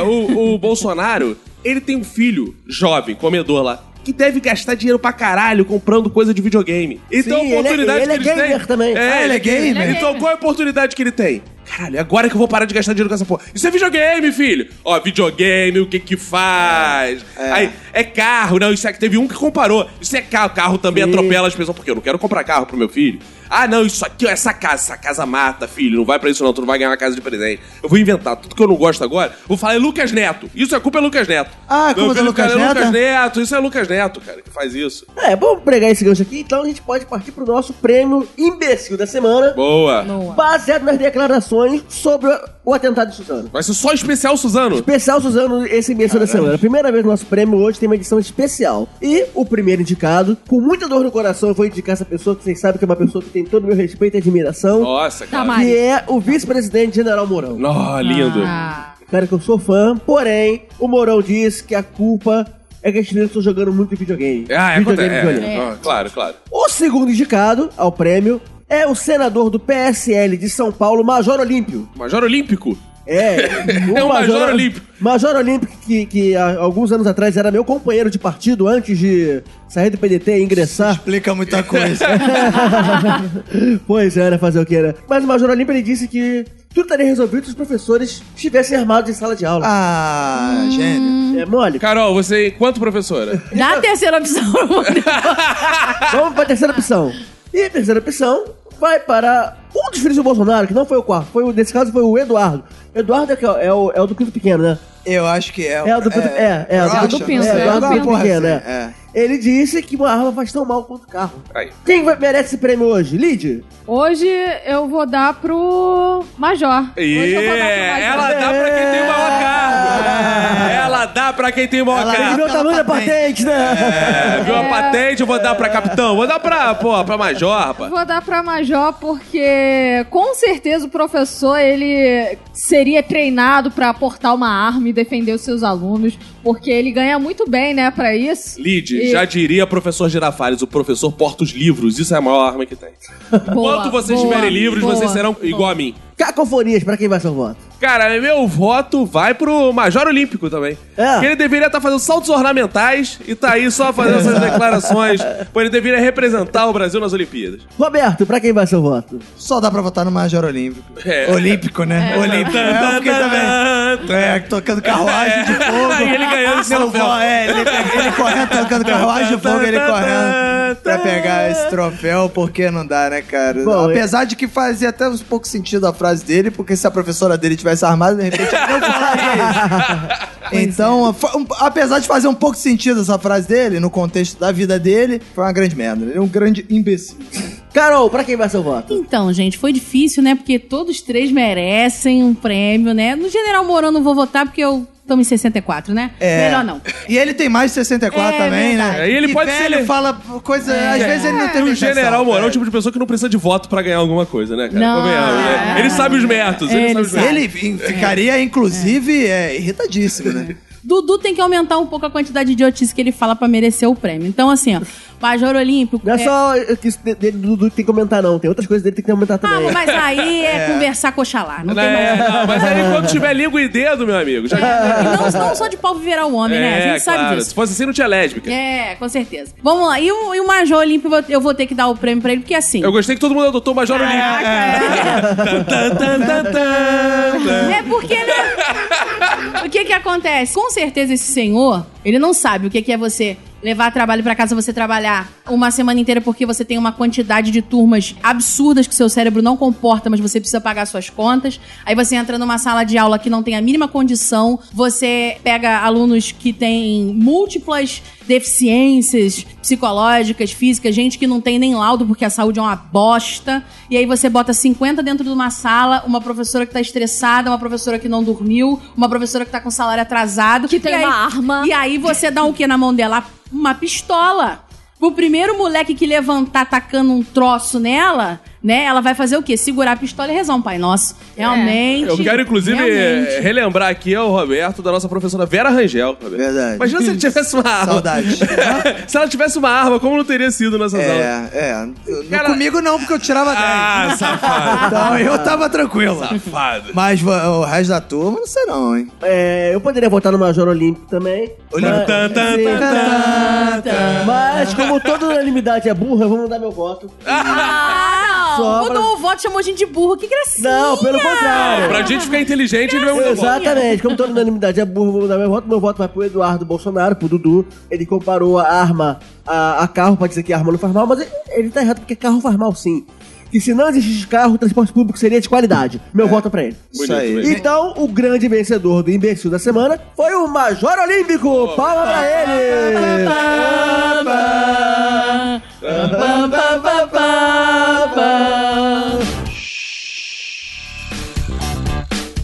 Speaker 3: o, o Bolsonaro, ele tem um filho jovem, comedor lá, que deve gastar dinheiro pra caralho comprando coisa de videogame. Então
Speaker 2: Sim,
Speaker 3: a oportunidade
Speaker 2: ele é- ele
Speaker 3: que
Speaker 2: é
Speaker 3: eles têm-
Speaker 2: gamer também.
Speaker 3: É,
Speaker 4: Ah, ele é gamer?
Speaker 5: Ele é
Speaker 3: Então
Speaker 5: gamer.
Speaker 3: qual é a oportunidade que ele tem? Caralho, é agora que eu vou parar de gastar dinheiro com essa porra. Isso é videogame, filho. Ó, videogame, o que que faz? Aí, é carro. Não, isso é que teve um que comparou. Isso é carro. Carro também atropela as pessoas. Porque eu não quero comprar carro pro meu filho. Ah, não, isso aqui, ó, essa casa. Essa casa mata, filho. Não vai pra isso não. Tu não vai ganhar uma casa de presente. Eu vou inventar tudo que eu não gosto agora. Vou falar, é Lucas Neto. Isso é culpa é Lucas Neto.
Speaker 4: Ah,
Speaker 3: Meu
Speaker 4: culpa do
Speaker 3: filho,
Speaker 4: Lucas
Speaker 3: cara, é Lucas
Speaker 4: Neto?
Speaker 3: Neto. Isso é Lucas Neto, cara, que faz isso.
Speaker 2: É, vamos pregar esse gancho aqui, então a gente pode partir pro nosso prêmio imbecil da semana,
Speaker 3: Boa.
Speaker 5: Boa.
Speaker 2: baseado nas declarações sobre o atentado de Suzano.
Speaker 3: Vai ser só especial, Suzano.
Speaker 2: Especial Suzano esse imbecil da semana. Primeira vez no nosso prêmio hoje tem uma edição especial. E o primeiro indicado, com muita dor no coração, eu vou indicar essa pessoa que vocês sabem que é uma pessoa que tem todo o meu respeito e admiração,
Speaker 3: Nossa, cara.
Speaker 5: Tá,
Speaker 2: que é o vice-presidente General Mourão.
Speaker 3: Nó, lindo.
Speaker 5: Ah,
Speaker 2: Cara, que eu sou fã, porém, o Mourão diz que a culpa é que as crianças estão jogando muito videogame.
Speaker 3: Ah, é,
Speaker 2: videogame,
Speaker 3: acontece. É, é, Claro, claro.
Speaker 2: O segundo indicado ao prêmio é o senador do PSL de São Paulo, Major Olímpio.
Speaker 3: Major Olímpico?
Speaker 2: É,
Speaker 3: É o Major Olímpio.
Speaker 2: Major Olímpio, que, que há alguns anos atrás era meu companheiro de partido antes de sair do PDT e ingressar.
Speaker 4: Explica muita coisa.
Speaker 2: pois era, fazer o que era. Mas o Major Olímpio ele disse que tudo estaria resolvido se os professores estivessem armados em sala de aula.
Speaker 4: ah, gênio.
Speaker 2: É mole.
Speaker 3: Carol, você enquanto professora?
Speaker 6: Dá a terceira opção.
Speaker 2: Vamos pra terceira opção. E a terceira opção vai para um dos filhos do Bolsonaro, que não foi o quarto, foi o, nesse caso foi o Eduardo. Eduardo é, que é o- é o, é o do Quinto Pequeno, né?
Speaker 4: Eu acho que é. o-
Speaker 2: É, o do Pinto, é, é,
Speaker 4: eu
Speaker 2: o
Speaker 4: acho,
Speaker 2: do
Speaker 5: Pinto,
Speaker 2: é,
Speaker 5: é,
Speaker 2: Eduardo
Speaker 5: do
Speaker 2: Pinto
Speaker 4: Pinto.
Speaker 2: Pequeno, é.
Speaker 4: É.
Speaker 2: Ele disse que uma arma faz tão mal quanto o carro.
Speaker 3: Aí.
Speaker 2: Quem vai- merece esse prêmio hoje? Lid?
Speaker 5: Hoje eu vou dar pro Major. Hoje eu vou dar pro
Speaker 3: Yeah, É,
Speaker 5: Major.
Speaker 3: ela dá pra quem tem o
Speaker 5: É.
Speaker 3: maior cargo. Ela dá pra quem tem o maior
Speaker 4: Ela
Speaker 2: Que
Speaker 3: cargo.
Speaker 2: meu tamanho da patente, né?
Speaker 3: É, viu a patente? Eu vou dar pra capitão. Vou dar pra, pô, pra major, rapaz.
Speaker 5: Vou dar pra Major porque com certeza o professor ele seria treinado pra portar uma arma e defender os seus alunos, porque ele ganha muito bem, né, pra isso.
Speaker 3: Lid,
Speaker 5: E-
Speaker 3: já diria professor Girafales, o professor porta os livros. Isso é a maior arma que tem.
Speaker 5: Boa,
Speaker 3: Quanto vocês
Speaker 5: boa,
Speaker 3: tiverem livros,
Speaker 5: boa.
Speaker 3: vocês serão igual a mim.
Speaker 2: Cacofonias, pra quem vai seu voto?
Speaker 3: Cara, meu voto vai pro Major Olímpico também.
Speaker 2: É.
Speaker 3: Que ele deveria estar fazendo saltos ornamentais e tá aí só fazendo essas declarações. Pois ele deveria representar o Brasil nas Olimpíadas.
Speaker 2: Roberto, pra quem vai seu voto?
Speaker 4: Só dá pra votar no Major Olímpico.
Speaker 3: É.
Speaker 4: Olímpico, né? Olímpico. É, porque também. É, tocando carruagem
Speaker 3: É.
Speaker 4: de fogo.
Speaker 3: E ele ganhando esse
Speaker 4: Meu
Speaker 3: troféu.
Speaker 4: avô, é, ele, ele correndo, tocando carruagem de fogo, ele correndo pra pegar esse troféu, porque não dá, né, cara?
Speaker 6: é.
Speaker 2: Bom,
Speaker 4: Apesar de que fazia até um pouco sentido a frase dele, porque se a professora dele tivesse armada, de repente eu falaria isso.
Speaker 6: é.
Speaker 4: Então, fa- um- apesar de fazer um pouco de sentido essa frase dele, no contexto da vida dele, foi uma grande merda. Ele é um grande imbecil.
Speaker 2: Carol, pra quem vai seu voto?
Speaker 6: Então, gente, foi difícil, né? Porque todos três merecem um prêmio, né? No General Mourão não vou votar porque eu tomo em 64, né?
Speaker 4: É.
Speaker 6: Melhor não.
Speaker 4: E ele tem mais de 64
Speaker 6: É
Speaker 4: também,
Speaker 6: verdade. É.
Speaker 4: né?
Speaker 3: Aí ele
Speaker 4: E
Speaker 3: pode
Speaker 4: velho
Speaker 3: ser-
Speaker 4: fala coisa... Às vezes ele não
Speaker 3: É. E
Speaker 4: tem né?
Speaker 3: o
Speaker 4: dimensão,
Speaker 3: General Mourão é o
Speaker 4: cara.
Speaker 3: tipo de pessoa que não precisa de voto pra ganhar alguma coisa, né, cara?
Speaker 6: Não.
Speaker 3: Convenhamos, né?
Speaker 6: É.
Speaker 3: Ele sabe os métodos, ele,
Speaker 6: Ele
Speaker 3: sabe os
Speaker 6: sabe.
Speaker 3: métodos.
Speaker 4: Ele in- ficaria, inclusive, é, irritadíssimo, né?
Speaker 6: Dudu tem que aumentar um pouco a quantidade de otis que ele fala pra merecer o prêmio. Então, assim, ó, Major Olímpico.
Speaker 2: Não é,
Speaker 6: é-
Speaker 2: só que isso de- dele, do Dudu que tem que comentar, não. Tem outras coisas dele que tem que comentar
Speaker 6: Ah,
Speaker 2: também.
Speaker 6: mas aí é, conversar com Oxalá. Não tem mais.
Speaker 3: É, não, mas aí quando tiver língua e dedo, meu amigo, já
Speaker 6: E não, não só de pau viverá o homem, né? A gente sabe
Speaker 3: claro.
Speaker 6: disso.
Speaker 3: Se fosse assim, não tinha lésbica.
Speaker 6: É, com certeza. Vamos lá. E o, e o Major Olímpico, eu vou ter que dar o prêmio pra ele, porque assim.
Speaker 3: Eu gostei que todo mundo adotou o Major
Speaker 6: É,
Speaker 3: Olímpico. Tan, tan, tan, tan, tan, tan.
Speaker 6: É porque, né? O que que acontece? Com certeza esse senhor, ele não sabe o que que é você levar trabalho pra casa, você trabalhar uma semana inteira porque você tem uma quantidade de turmas absurdas que seu cérebro não comporta, mas você precisa pagar suas contas. Aí você entra numa sala de aula que não tem a mínima condição, você É, pega alunos que têm múltiplas deficiências psicológicas, físicas, gente que não tem nem laudo porque a saúde é uma bosta. E aí você bota 50 dentro de uma sala, uma professora que tá estressada, uma professora que não dormiu, uma professora que tá com salário atrasado.
Speaker 5: Que tem
Speaker 6: E aí-
Speaker 5: uma arma.
Speaker 6: E aí você dá o que na mão dela? Uma pistola. O primeiro moleque que levantar tacando um troço nela, né? Ela vai fazer o quê? Segurar a pistola e rezar um Pai Nosso.
Speaker 5: É.
Speaker 6: Realmente.
Speaker 3: Eu quero, inclusive,
Speaker 6: realmente.
Speaker 3: relembrar aqui ao Roberto da nossa professora Vera Rangel. Roberto.
Speaker 4: Verdade.
Speaker 3: Imagina se ele tivesse uma arma.
Speaker 4: Saudade.
Speaker 3: se ela tivesse uma arma, como não teria sido nessas aulas?
Speaker 4: É, é. No-
Speaker 3: Cara-
Speaker 4: Comigo não, porque eu tirava 10.
Speaker 3: Ah, safado.
Speaker 4: Então eu tava tranquilo.
Speaker 3: safado.
Speaker 4: Mas va- o resto da turma, não sei não, hein?
Speaker 2: É, eu poderia votar no Major Olímpico também.
Speaker 4: Olímpico.
Speaker 2: Mas,
Speaker 3: Tan, tan,
Speaker 2: Sim.
Speaker 3: tan, é,
Speaker 2: Mas como toda unanimidade é burra, eu vou mudar meu voto.
Speaker 6: Ah,
Speaker 2: Só
Speaker 6: não!
Speaker 2: pra-
Speaker 6: Mudou o voto, chamou a gente de burro. Que gracinha!
Speaker 2: Não, pelo contrário.
Speaker 3: Pra gente ficar inteligente, ele é um vai mudar o voto.
Speaker 2: Exatamente, como toda unanimidade é burro, vou mudar meu voto. Meu voto vai pro Eduardo Bolsonaro, pro Dudu. Ele comparou a arma a, a carro pra dizer que arma não faz mal, mas ele, ele tá errado porque carro faz mal sim. Que se não existisse carro, o transporte público seria de qualidade. Meu voto é pra ele.
Speaker 4: Isso aí.
Speaker 2: Então, o grande vencedor do imbecil da semana foi o Major Olímpico. Palma pra ele!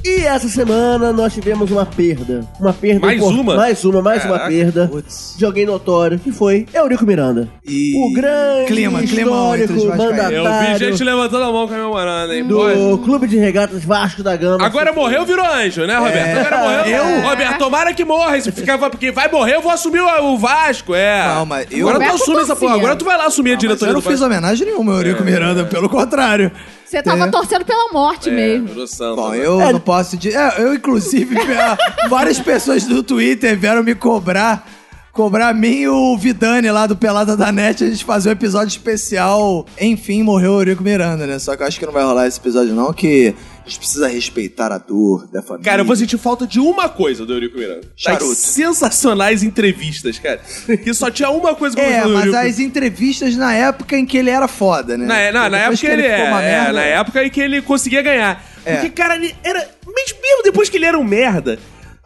Speaker 2: E essa semana nós tivemos uma perda. Uma perda
Speaker 3: Mais
Speaker 2: import-
Speaker 3: uma?
Speaker 2: Mais uma, mais uma
Speaker 3: Caraca.
Speaker 2: perda.
Speaker 4: Putz.
Speaker 2: de alguém notório, que foi Eurico Miranda.
Speaker 4: E-
Speaker 2: O grande
Speaker 4: Clima, climão entre os
Speaker 2: histórico
Speaker 4: vascaínos.
Speaker 2: mandatário
Speaker 3: Eu vi gente levantando a mão comemorando, hein? Pode.
Speaker 2: do Clube de Regatas Vasco da Gama.
Speaker 3: Agora é morreu, virou anjo, né, Roberto?
Speaker 4: É.
Speaker 3: Agora morreu. Eu? Roberto, tomara que morra. Se ficar, porque vai morrer, eu vou assumir o, o Vasco, é.
Speaker 4: Calma, eu-
Speaker 3: Agora tu
Speaker 5: Roberto
Speaker 3: assume essa porra.
Speaker 5: torcia.
Speaker 3: Agora tu vai lá assumir a
Speaker 4: Mas eu
Speaker 3: diretoria
Speaker 4: não
Speaker 3: do
Speaker 4: fiz
Speaker 3: Vasco. É.
Speaker 4: homenagem nenhuma, Eurico Miranda, pelo contrário.
Speaker 5: Você tava torcendo pela
Speaker 3: É,
Speaker 5: morte mesmo.
Speaker 3: Virou santo.
Speaker 4: Bom, eu
Speaker 2: É.
Speaker 4: não posso dizer. é, eu, inclusive, a- várias pessoas do Twitter vieram me cobrar. Cobrar a mim e o Vidani lá do Pelada da Net, a gente fazer um episódio especial. Enfim, morreu o Eurico Miranda, né? Só que eu acho que não vai rolar esse episódio, não, que a gente precisa respeitar a dor da família.
Speaker 3: Cara, eu vou sentir falta de uma coisa do Eurico Miranda.
Speaker 4: Charuto.
Speaker 3: Das sensacionais entrevistas, cara. Que só tinha uma coisa que eu
Speaker 4: É,
Speaker 3: gostava do
Speaker 4: mas
Speaker 3: Eurico.
Speaker 4: as entrevistas na época em que ele era foda, né?
Speaker 3: Na, é- na- na
Speaker 4: Depois
Speaker 3: época
Speaker 4: que
Speaker 3: ele,
Speaker 4: ficou
Speaker 3: é,
Speaker 4: uma
Speaker 3: é,
Speaker 4: merda, né?
Speaker 3: na época em que ele conseguia ganhar.
Speaker 4: É.
Speaker 3: Porque, cara, ele era. Mesmo mesmo depois que ele era um merda,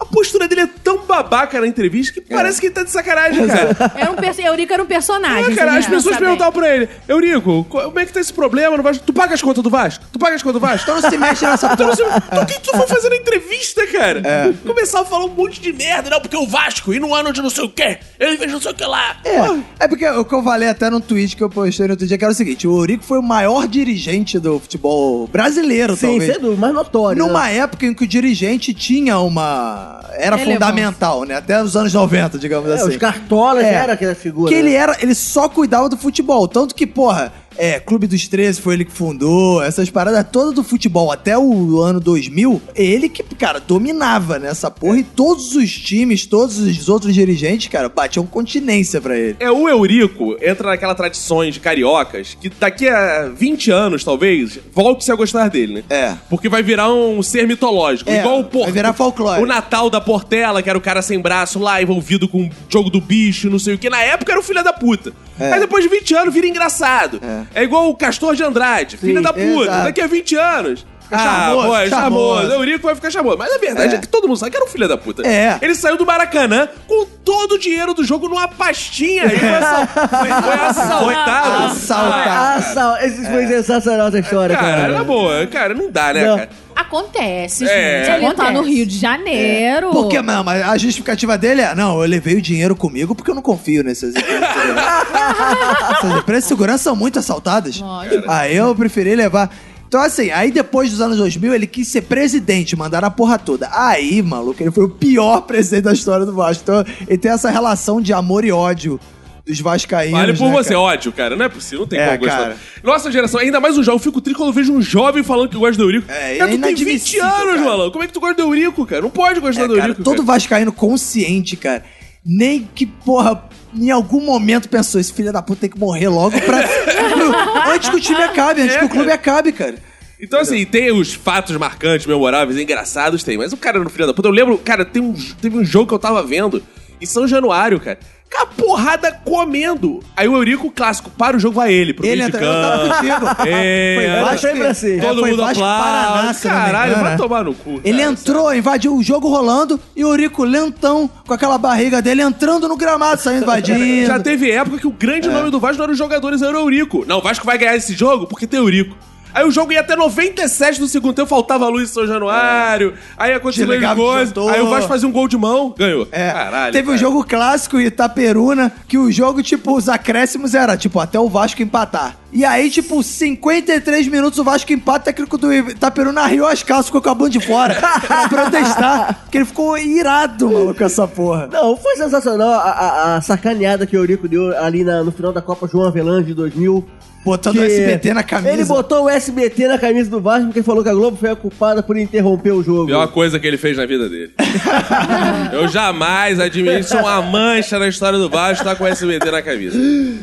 Speaker 3: a postura dele é tão babaca na entrevista
Speaker 4: É.
Speaker 3: que parece que ele tá de sacanagem, cara.
Speaker 6: Era um perso- Eurico era um personagem.
Speaker 3: É,
Speaker 6: vocês
Speaker 3: cara,
Speaker 6: não
Speaker 3: as pessoas
Speaker 6: sabem.
Speaker 3: perguntavam pra ele, Eurico, co- como é que tá esse problema no Vasco? Tu paga as contas do Vasco? Tu paga as contas do Vasco?
Speaker 4: Então não se mexe nessa
Speaker 3: Então,
Speaker 4: porra. É.
Speaker 3: assim, então o que que tu foi fazer na entrevista, cara? Começava a falar um monte de merda, não, porque o Vasco, e no ano de não sei o quê, ele fez não sei o que lá.
Speaker 4: É, é porque o que eu falei até num tweet que eu postei no outro dia, que era o seguinte, o Eurico foi o maior dirigente do futebol brasileiro,
Speaker 2: Sim,
Speaker 4: talvez.
Speaker 2: sendo o mais notório. né?
Speaker 4: Numa época em que o dirigente tinha uma... Era
Speaker 6: Relevância.
Speaker 4: fundamental, né? Até os anos 90, digamos
Speaker 2: É,
Speaker 4: assim.
Speaker 2: Os cartolas
Speaker 4: É.
Speaker 2: era aquela figura.
Speaker 4: Que ele
Speaker 2: né?
Speaker 4: era, ele só cuidava do futebol. Tanto que, porra, é, Clube dos 13 foi ele que fundou, essas paradas todas do futebol até o ano 2000, ele que, cara, dominava nessa porra e todos os times, todos os outros dirigentes, cara, batiam continência pra ele.
Speaker 3: É, o Eurico entra naquela tradições de cariocas que daqui a 20 anos, talvez, volte-se a gostar dele, né?
Speaker 4: É.
Speaker 3: Porque vai virar um ser mitológico.
Speaker 4: É,
Speaker 3: igual o Por-
Speaker 4: vai virar folclore.
Speaker 3: O Natal da Portela, que era o cara sem braço lá, envolvido com o jogo do bicho, não sei o que. Na época era o filho da puta.
Speaker 4: É.
Speaker 3: Aí depois de 20 anos vira engraçado. É, igual o Castor de Andrade, filho da puta.
Speaker 4: exato.
Speaker 3: Daqui a 20 anos.
Speaker 4: charmoso,
Speaker 3: pô, é
Speaker 4: charmoso.
Speaker 3: charmoso. Eurico vai ficar charmoso. Mas a verdade é.
Speaker 4: É.
Speaker 3: que todo mundo sabe que era um filho da puta.
Speaker 4: É.
Speaker 3: Ele saiu do Maracanã com todo o dinheiro do jogo numa pastinha. Ele foi, assal- foi- foi assaltado.
Speaker 4: Assaltado.
Speaker 2: Ah, sal, esse foi sensacional essa história, cara.
Speaker 3: Cara, na boa, cara, não dá, né,
Speaker 2: Não.
Speaker 3: cara?
Speaker 6: Acontece,
Speaker 3: É.
Speaker 6: gente.
Speaker 5: Ele tá
Speaker 6: acontece.
Speaker 5: no Rio de Janeiro.
Speaker 4: É, Porque, não, mas a justificativa dele é: não, eu levei o dinheiro comigo porque eu não confio nessas empresas. de segurança." Essas empresas de segurança são muito assaltadas.
Speaker 6: Lógico.
Speaker 4: Aí eu preferi levar. Então, assim, aí depois dos anos 2000, ele quis ser presidente, mandaram a porra toda. Aí, maluco, ele foi o pior presidente da história do Vasco. Então, ele tem essa relação de amor e ódio dos vascaínos.
Speaker 3: Vale por
Speaker 4: né,
Speaker 3: você,
Speaker 4: cara?
Speaker 3: ódio, cara. Não é possível, não tem
Speaker 4: É,
Speaker 3: como gostar.
Speaker 4: cara.
Speaker 3: Nossa geração, ainda mais um jovem. Eu fico triste quando eu vejo um jovem falando que gosta do Eurico.
Speaker 4: É, é
Speaker 3: cara, tu tem 20
Speaker 4: inadmissível,
Speaker 3: anos,
Speaker 4: cara.
Speaker 3: maluco. Como é que tu gosta do Eurico, cara? Não pode gostar do
Speaker 4: É, cara,
Speaker 3: Eurico.
Speaker 4: todo
Speaker 3: cara.
Speaker 4: vascaíno consciente, cara. Nem que, porra, em algum momento pensou, esse filho da puta tem que morrer logo pra... pro- antes que o time acabe, antes
Speaker 3: É,
Speaker 4: que o clube
Speaker 3: cara.
Speaker 4: acabe, cara.
Speaker 3: Então, assim, tem os fatos marcantes, memoráveis, engraçados, tem. Mas o cara no filho da puta, eu lembro, cara, tem um, teve um jogo que eu tava vendo em São Januário, cara. Com a porrada comendo. Aí o Eurico, clássico, para o jogo, vai ele, pro
Speaker 4: Ele
Speaker 3: meio de
Speaker 4: entra, eu tava
Speaker 3: campo.
Speaker 4: contigo.
Speaker 3: É,
Speaker 2: Foi Vasco
Speaker 4: e-
Speaker 2: e Brasil.
Speaker 4: é,
Speaker 3: Todo
Speaker 4: foi
Speaker 3: mundo
Speaker 4: Vasco e Paraná,
Speaker 3: aplaude.
Speaker 4: se não me
Speaker 3: Caralho,
Speaker 4: engano,
Speaker 3: vai
Speaker 4: né?
Speaker 3: tomar no cu.
Speaker 4: Ele
Speaker 3: cara.
Speaker 4: entrou, invadiu o jogo rolando e o Eurico lentão, com aquela barriga dele, entrando no gramado, saindo invadindo.
Speaker 3: Já teve época que o
Speaker 4: É.
Speaker 3: grande nome do Vasco não eram os jogadores, era o Eurico. Não, o Vasco vai ganhar esse jogo porque tem Eurico. Aí o jogo ia até 97 do segundo tempo, faltava a luz em São Januário. Aí aconteceu as
Speaker 4: Desligava o
Speaker 3: coisas.
Speaker 4: disjuntor.
Speaker 3: Aí o Vasco fazia um gol de mão, ganhou.
Speaker 4: É,
Speaker 3: Caralho.
Speaker 4: teve um
Speaker 3: cara.
Speaker 4: jogo clássico em Itaperuna que o jogo, tipo, os acréscimos era, tipo, até o Vasco empatar. E aí, tipo, 53 minutos o Vasco empata, o técnico do Itaperuna riu as calças, ficou com a bunda de fora pra protestar, porque ele ficou irado, maluco, com essa porra.
Speaker 2: Não, foi sensacional a, a- a sacaneada que o Eurico deu ali na- no final da Copa João Avelange de 2000.
Speaker 4: Botando
Speaker 2: que
Speaker 4: o SBT na camisa.
Speaker 2: Ele botou o SBT na camisa do Vasco porque falou que a Globo foi a culpada por interromper o jogo.
Speaker 3: Pior coisa que ele fez na vida dele. eu jamais admito isso é uma mancha na história do Vasco tá com o SBT na camisa.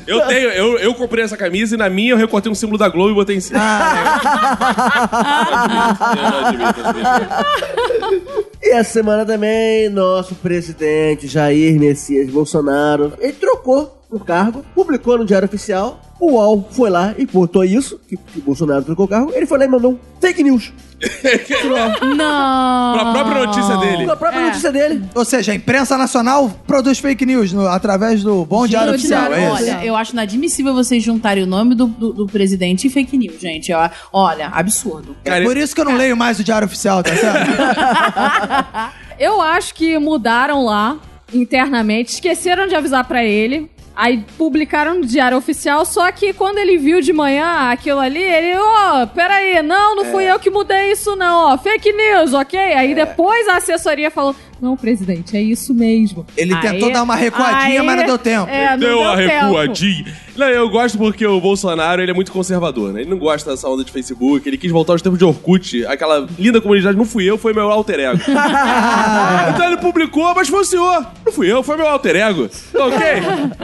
Speaker 3: Eu tenho, eu, eu comprei essa camisa e na minha eu recortei um símbolo da Globo e botei em cima. eu não admito, eu não admito.
Speaker 2: E essa semana também, nosso presidente Jair Messias Bolsonaro, ele trocou o cargo, publicou no Diário Oficial, o UOL foi lá e botou isso, que, que Bolsonaro trocou o cargo, ele foi lá e mandou um fake news.
Speaker 6: Não.
Speaker 3: Pela própria notícia dele.
Speaker 2: A própria
Speaker 6: É.
Speaker 2: notícia dele.
Speaker 4: Ou seja, a imprensa nacional produz fake news no- através do Bom Diário
Speaker 6: Gente,
Speaker 4: Oficial, é isso?
Speaker 6: olha, eu acho inadmissível vocês juntarem o nome do, do, do presidente e fake news, gente. Ó, Olha, absurdo.
Speaker 4: É por isso que eu não leio mais o Diário Oficial, tá certo?
Speaker 5: Eu acho que mudaram lá internamente, esqueceram de avisar pra ele. Aí publicaram no diário oficial, só que quando ele viu de manhã aquilo ali, ele, ô, peraí, não, não
Speaker 4: É.
Speaker 5: fui eu que mudei isso não, ó, fake news, ok? Aí depois a assessoria falou, não, presidente, é isso mesmo.
Speaker 4: Ele
Speaker 5: Aí-
Speaker 4: tentou dar uma recuadinha,
Speaker 5: aí-
Speaker 4: mas não deu tempo.
Speaker 5: É, não
Speaker 3: deu uma
Speaker 5: tempo.
Speaker 3: recuadinha. Não, eu gosto porque o Bolsonaro, ele é muito conservador, né? Ele não gosta dessa onda de Facebook, ele quis voltar aos tempos de Orkut, aquela linda comunidade, não fui eu, foi meu alter ego.
Speaker 5: Ah.
Speaker 3: então ele publicou, mas foi o senhor. Não fui eu, foi meu alter ego. Ok?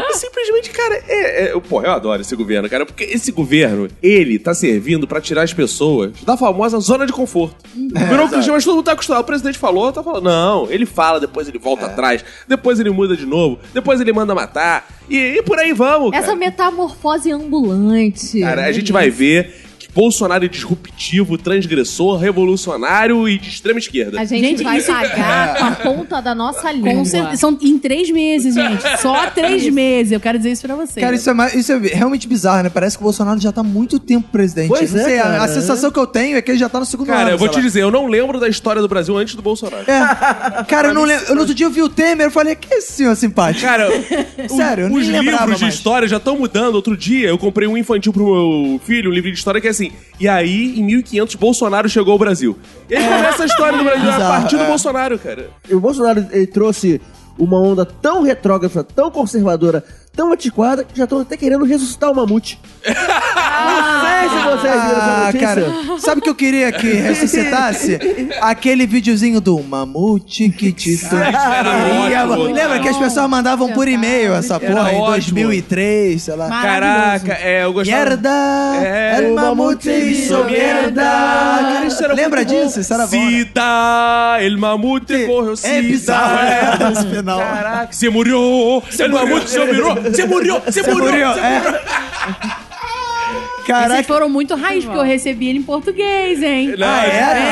Speaker 3: E simplesmente, cara, é, é- Pô, eu adoro esse governo, cara, porque esse governo, ele tá servindo pra tirar as pessoas da famosa zona de conforto.
Speaker 5: Hum. É,
Speaker 3: Virou um clichê, mas todo mundo tá acostumado. O presidente falou, tá falando. Não, ele fala, depois ele
Speaker 5: É.
Speaker 3: volta atrás, depois ele muda de novo, depois ele manda matar, e, e por aí vamos, cara.
Speaker 5: Essa metamorfose ambulante.
Speaker 3: Cara, a gente vai ver que Bolsonaro é disruptivo, transgressor, revolucionário e de extrema esquerda.
Speaker 5: A gente,
Speaker 6: Gente,
Speaker 5: vai
Speaker 4: é.
Speaker 6: isso-
Speaker 5: pagar com a ponta da nossa língua.
Speaker 6: Com cer- São em três meses, gente. Só três meses. Eu quero dizer isso pra vocês.
Speaker 4: Cara, isso é, mais- isso é realmente bizarro, né? Parece que o Bolsonaro já tá há muito tempo presidente.
Speaker 2: Pois
Speaker 4: Não
Speaker 2: é,
Speaker 4: sei, a-
Speaker 2: cara.
Speaker 4: a, sensação que eu tenho é que ele já tá no segundo ano.
Speaker 3: Cara, eu vou
Speaker 4: sei
Speaker 3: te
Speaker 4: lá.
Speaker 3: dizer, eu não lembro da história do Brasil antes do Bolsonaro.
Speaker 4: É. Cara, eu não lembro. Eu, no outro dia eu vi o Temer eu falei, que esse senhor simpático.
Speaker 3: Cara,
Speaker 4: Sério, eu
Speaker 3: os
Speaker 4: nem lembrava
Speaker 3: livros de
Speaker 4: mais.
Speaker 3: história já estão mudando. Outro dia eu comprei um infantil pro meu filho, um livro de história que é assim. E aí, em 1500, Bolsonaro chegou ao Brasil. E aí começa a história do Brasil a
Speaker 4: É. Bizarro,
Speaker 3: partir do
Speaker 4: é.
Speaker 3: Bolsonaro, cara.
Speaker 2: E o Bolsonaro ele trouxe uma onda tão retrógrada, tão conservadora, tão antiquada, que já estão até querendo ressuscitar o mamute. Não sei se vocês viram essa
Speaker 4: Ah,
Speaker 2: notícia.
Speaker 4: cara, sabe o que eu queria que ressuscitasse? Aquele videozinho do Mamute que te
Speaker 3: era
Speaker 4: Lembra
Speaker 3: ótimo.
Speaker 4: lembra que as pessoas mandavam por e-mail essa
Speaker 3: Era
Speaker 4: porra em
Speaker 3: ótimo.
Speaker 4: 2003, sei lá.
Speaker 3: Caraca, é, eu gostava.
Speaker 4: Mierda!
Speaker 3: É.
Speaker 4: El
Speaker 2: O
Speaker 4: mamute
Speaker 2: mamute
Speaker 4: hizo
Speaker 2: hizo
Speaker 4: mierda!
Speaker 3: Cara, isso era
Speaker 4: Lembra
Speaker 3: muito bom.
Speaker 4: disso? Isso era bom. né?
Speaker 3: Cita, el mamute correu,
Speaker 4: É
Speaker 3: cita.
Speaker 4: bizarro, é. Esse final.
Speaker 3: Caraca, você morreu, você mamute se virou, você morreu, você
Speaker 4: Você
Speaker 3: morreu.
Speaker 4: morreu,
Speaker 3: cê
Speaker 4: é.
Speaker 3: morreu.
Speaker 6: Vocês
Speaker 4: Caraca,
Speaker 6: foram muito raiz, porque eu recebi ele em português, hein?
Speaker 3: Não,
Speaker 4: Ah, era?
Speaker 3: Né?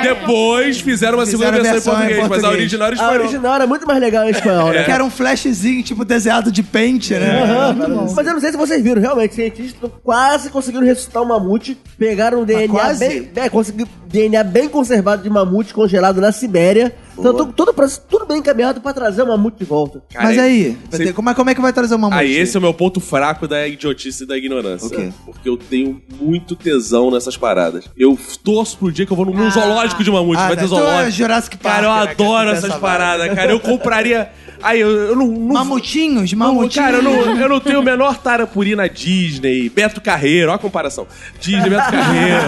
Speaker 3: é. Depois fizeram uma
Speaker 4: Fizeram
Speaker 3: segunda versão,
Speaker 4: versão em
Speaker 3: em, português, mas a
Speaker 4: português.
Speaker 3: original era
Speaker 2: A
Speaker 3: espanhol.
Speaker 2: original era muito mais legal em espanhol, né?
Speaker 4: que era um flashzinho, tipo, desenhado de pente,
Speaker 3: Uhum.
Speaker 4: né?
Speaker 2: Mas eu não sei se vocês viram, realmente, cientistas quase conseguiram ressuscitar o mamute, pegaram um DNA
Speaker 4: Tá quase?
Speaker 2: bem. É, conseguiram DNA bem conservado de mamute congelado na Sibéria. Então tô- todo, o processo- tudo bem encaminhado pra trazer o mamute de volta.
Speaker 3: Cara,
Speaker 4: Mas aí,
Speaker 3: cê-
Speaker 4: vai ter- como, é- como é que vai trazer o mamute?
Speaker 3: Aí esse é o meu ponto fraco da idiotice e da ignorância.
Speaker 4: O quê?
Speaker 3: Porque eu tenho muito tesão nessas paradas. Eu torço pro dia que eu vou num num zoológico de mamute,
Speaker 4: Ah,
Speaker 3: vai ter
Speaker 4: tá. Então é
Speaker 3: zoológico.
Speaker 4: Jurassic Park,
Speaker 3: Cara, eu
Speaker 4: né, que
Speaker 3: adoro
Speaker 4: tem
Speaker 3: essas
Speaker 4: essa
Speaker 3: paradas, cara. Eu compraria... Aí, eu, eu não... não
Speaker 4: Mamutinhos,
Speaker 3: não,
Speaker 4: mamutinhos.
Speaker 3: cara, eu não, eu não tenho o menor tara por ir na Disney, Beto Carreiro, olha a comparação. Disney, Beto Carreiro.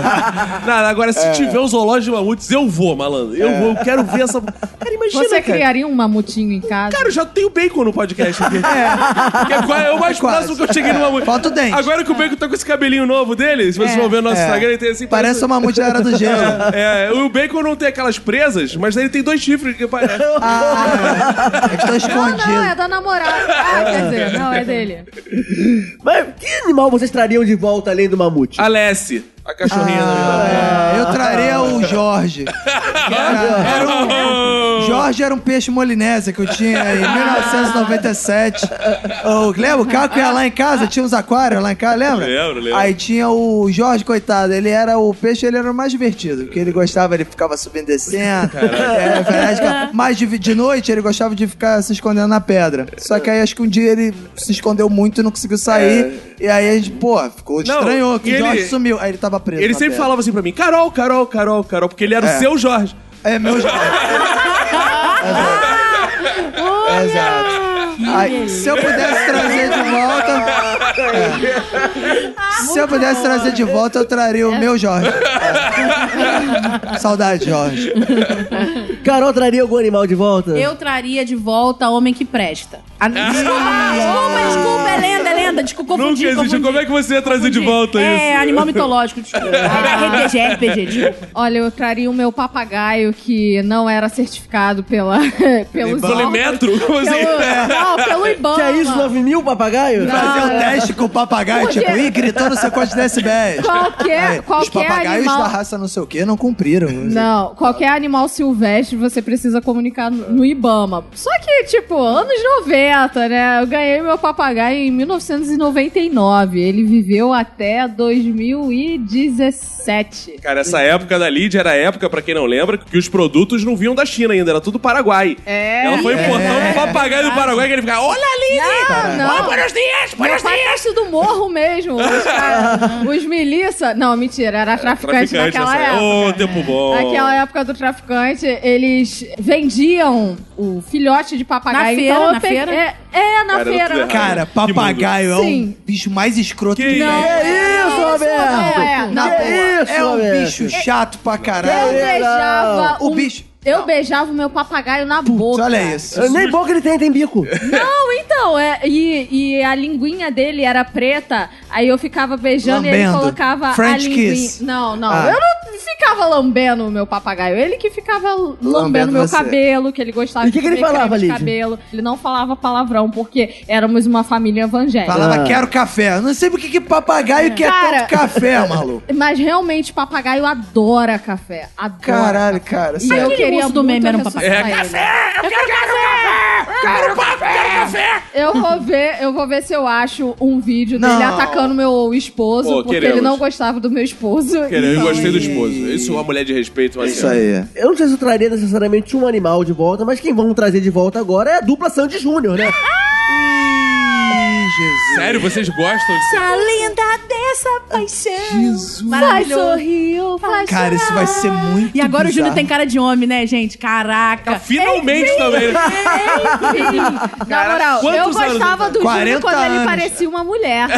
Speaker 3: Nada, agora,
Speaker 4: É.
Speaker 3: se tiver um zoológico de mamutes, eu vou, malandro. Eu vou, eu quero ver essa. Cara, imagina.
Speaker 5: Você
Speaker 6: é
Speaker 3: cara.
Speaker 5: criaria um mamutinho em casa?
Speaker 3: Cara, eu já tenho bacon no podcast aqui. É. Que é, qual- é o mais
Speaker 4: Quase.
Speaker 3: próximo que eu cheguei no mamute.
Speaker 4: Falta o dente.
Speaker 3: Agora que o bacon tá com esse cabelinho novo dele, se vocês vão ver no nosso
Speaker 4: É.
Speaker 3: Instagram, ele tem assim.
Speaker 4: Parece o mamute da Era do Gelo.
Speaker 3: É, o bacon não tem aquelas presas, mas ele tem dois chifres que parece.
Speaker 4: Ah, é que tá
Speaker 5: Não, não, é
Speaker 4: escondido.
Speaker 5: da namorada. Ah, quer dizer, não, é dele.
Speaker 2: Mas que animal vocês trariam de volta além do mamute?
Speaker 3: Alessi, a cachorrinha da
Speaker 4: É, eu traria o Jorge. Cara, era
Speaker 3: Oh.
Speaker 4: um- Jorge era um peixe molinésio que eu tinha em 1997. O, lembra? O Caco ia lá em casa, tinha uns aquários lá em casa, lembra?
Speaker 3: Lembro, lembro.
Speaker 4: Aí tinha o Jorge, coitado, ele era o peixe, ele era o mais divertido, porque ele gostava, ele ficava subindo e descendo. É, verdade, cara. mas de, de noite ele gostava de ficar se escondendo na pedra. Só que aí acho que um dia ele se escondeu muito e não conseguiu sair. E aí a gente, pô, ficou
Speaker 3: É. Não,
Speaker 4: estranhou que
Speaker 3: e
Speaker 4: o Jorge
Speaker 3: ele-
Speaker 4: sumiu. Aí ele tava preso.
Speaker 3: Ele
Speaker 4: na
Speaker 3: sempre
Speaker 4: pedra.
Speaker 3: falava assim pra mim: Carol, Carol, Carol, Carol, porque ele era o
Speaker 4: É.
Speaker 3: seu Jorge.
Speaker 4: É meu Jorge. Exato. Exato. É Aí, se eu pudesse trazer de volta.
Speaker 5: Ah,
Speaker 4: É. Se eu pudesse trazer de volta, eu traria o meu Jorge. É. Saudade, Jorge.
Speaker 2: Carol traria algum animal de volta?
Speaker 6: Eu traria de volta Homem que Presta. Ah, desculpa, desculpa, desculpa, é lenda, é lenda. Desculpa,
Speaker 3: Nunca
Speaker 6: confundi,
Speaker 3: existiu.
Speaker 6: confundi.
Speaker 3: Como é que você ia trazer de
Speaker 6: Confundi.
Speaker 3: volta isso?
Speaker 6: É, animal mitológico, desculpa. Ah, RPG, RPG, desculpa.
Speaker 5: Olha, eu traria o meu papagaio que não era certificado pela, pelos órgãos.
Speaker 3: Polimetro? Como assim?
Speaker 5: Pelo, não, pelo Ibama.
Speaker 2: Que é isso, 9 mil papagaio?
Speaker 4: Fazer
Speaker 5: Não,
Speaker 4: um
Speaker 5: é.
Speaker 4: teste com o papagaio,
Speaker 5: Podia.
Speaker 4: tipo, ih, gritando não sei quantos decibéis.
Speaker 5: Qualquer,
Speaker 4: Aí, Os
Speaker 5: qualquer
Speaker 4: papagaios
Speaker 5: animal...
Speaker 4: da raça não sei o quê não cumpriram.
Speaker 5: Não, qualquer animal silvestre você precisa comunicar no no Ibama. Só que, tipo, anos 90, né? Eu ganhei meu papagaio em 1999. Ele viveu até 2017.
Speaker 3: Cara, essa época da Lídia era a época, pra quem não lembra, que os produtos não vinham da China ainda, era tudo Paraguai.
Speaker 5: É.
Speaker 3: Ela foi importando
Speaker 4: É.
Speaker 3: um papagaio do Paraguai que ele ficava, olha ali!
Speaker 5: Ah, não.
Speaker 3: Buenos dias,
Speaker 5: Meu
Speaker 3: buenos
Speaker 5: pai
Speaker 3: dias!
Speaker 5: é do morro mesmo. Os, cara, os milícia... Não, mentira, era traficante, naquela
Speaker 3: nessa
Speaker 5: época.
Speaker 3: Ô, tempo bom.
Speaker 5: Naquela época do traficante, eles vendiam o filhote de papagaio. Então
Speaker 6: Na feira,
Speaker 5: eu
Speaker 6: na
Speaker 5: peguei-
Speaker 6: feira?
Speaker 5: É, é, na
Speaker 3: Cara, tudo
Speaker 5: feira.
Speaker 3: errado.
Speaker 4: Cara, papagaio é o
Speaker 5: Sim.
Speaker 4: bicho mais escroto
Speaker 3: Que
Speaker 4: do
Speaker 3: isso?
Speaker 4: mundo.
Speaker 2: Que isso, Roberto?
Speaker 5: É,
Speaker 2: que
Speaker 5: na boa.
Speaker 2: isso,
Speaker 4: É um
Speaker 2: Roberto?
Speaker 4: bicho chato
Speaker 5: É
Speaker 4: pra
Speaker 5: Eu
Speaker 4: caralho.
Speaker 5: beijava um-
Speaker 4: O bicho.
Speaker 5: Eu beijava o meu papagaio na boca.
Speaker 4: Olha isso.
Speaker 2: Nem bom que ele tem, tem bico.
Speaker 5: Não, então, é, e, e a linguinha dele era preta, aí eu ficava beijando e ele
Speaker 4: Lambendo.
Speaker 5: colocava a
Speaker 4: French
Speaker 5: linguinha.
Speaker 4: kiss.
Speaker 5: Não, não.
Speaker 4: Ah.
Speaker 5: Eu não ficava lambendo o meu papagaio. Ele que ficava lambendo
Speaker 4: Lambendo
Speaker 5: o meu
Speaker 4: você.
Speaker 5: cabelo, que ele gostava
Speaker 2: E o que que ele
Speaker 5: comer creme
Speaker 2: falava,
Speaker 5: de
Speaker 2: Lídia?
Speaker 5: cabelo. Ele não falava palavrão, porque éramos uma família
Speaker 6: É.
Speaker 5: evangélica.
Speaker 4: Falava,
Speaker 2: Ah.
Speaker 4: quero café. Eu Não sei por que que papagaio quer
Speaker 5: Cara.
Speaker 4: tanto café, maluco.
Speaker 5: Mas realmente, papagaio adora café. Adora.
Speaker 4: Caralho, cara.
Speaker 5: E eu
Speaker 6: Aquele
Speaker 5: queria
Speaker 6: urso do
Speaker 5: muito
Speaker 6: meme era um
Speaker 5: ressuscitar
Speaker 3: papagaio.
Speaker 5: ele.
Speaker 3: É,
Speaker 5: Eu vou ver, eu vou ver se eu acho um vídeo
Speaker 4: Não.
Speaker 5: dele atacando meu esposo,
Speaker 3: Pô,
Speaker 5: porque
Speaker 3: queremos.
Speaker 5: ele não gostava do meu esposo.
Speaker 3: Eu
Speaker 5: Então,
Speaker 3: gostei do
Speaker 5: ele-
Speaker 3: esposo. Isso é uma mulher de respeito, mas.
Speaker 4: Isso aí.
Speaker 2: Eu não sei se eu traria necessariamente um animal de volta, mas quem vamos trazer de volta agora é a dupla Sandy Júnior, né?
Speaker 6: Ah!
Speaker 4: Ih, Jesus.
Speaker 3: Sério, vocês gostam disso?
Speaker 6: A lenda dessa paixão.
Speaker 4: Jesus.
Speaker 5: Faz
Speaker 6: Maravilhoso.
Speaker 5: sorriu, faz
Speaker 4: Cara, isso vai ser muito
Speaker 6: E agora o Júnior tem
Speaker 4: bizarro.
Speaker 6: cara de homem, né, gente? Caraca.
Speaker 3: Finalmente também.
Speaker 5: sorrir. Na moral, eu
Speaker 3: quantos anos
Speaker 5: gostava
Speaker 3: ele
Speaker 5: do Júnior
Speaker 4: 40
Speaker 5: quando ele
Speaker 4: anos.
Speaker 5: parecia uma mulher.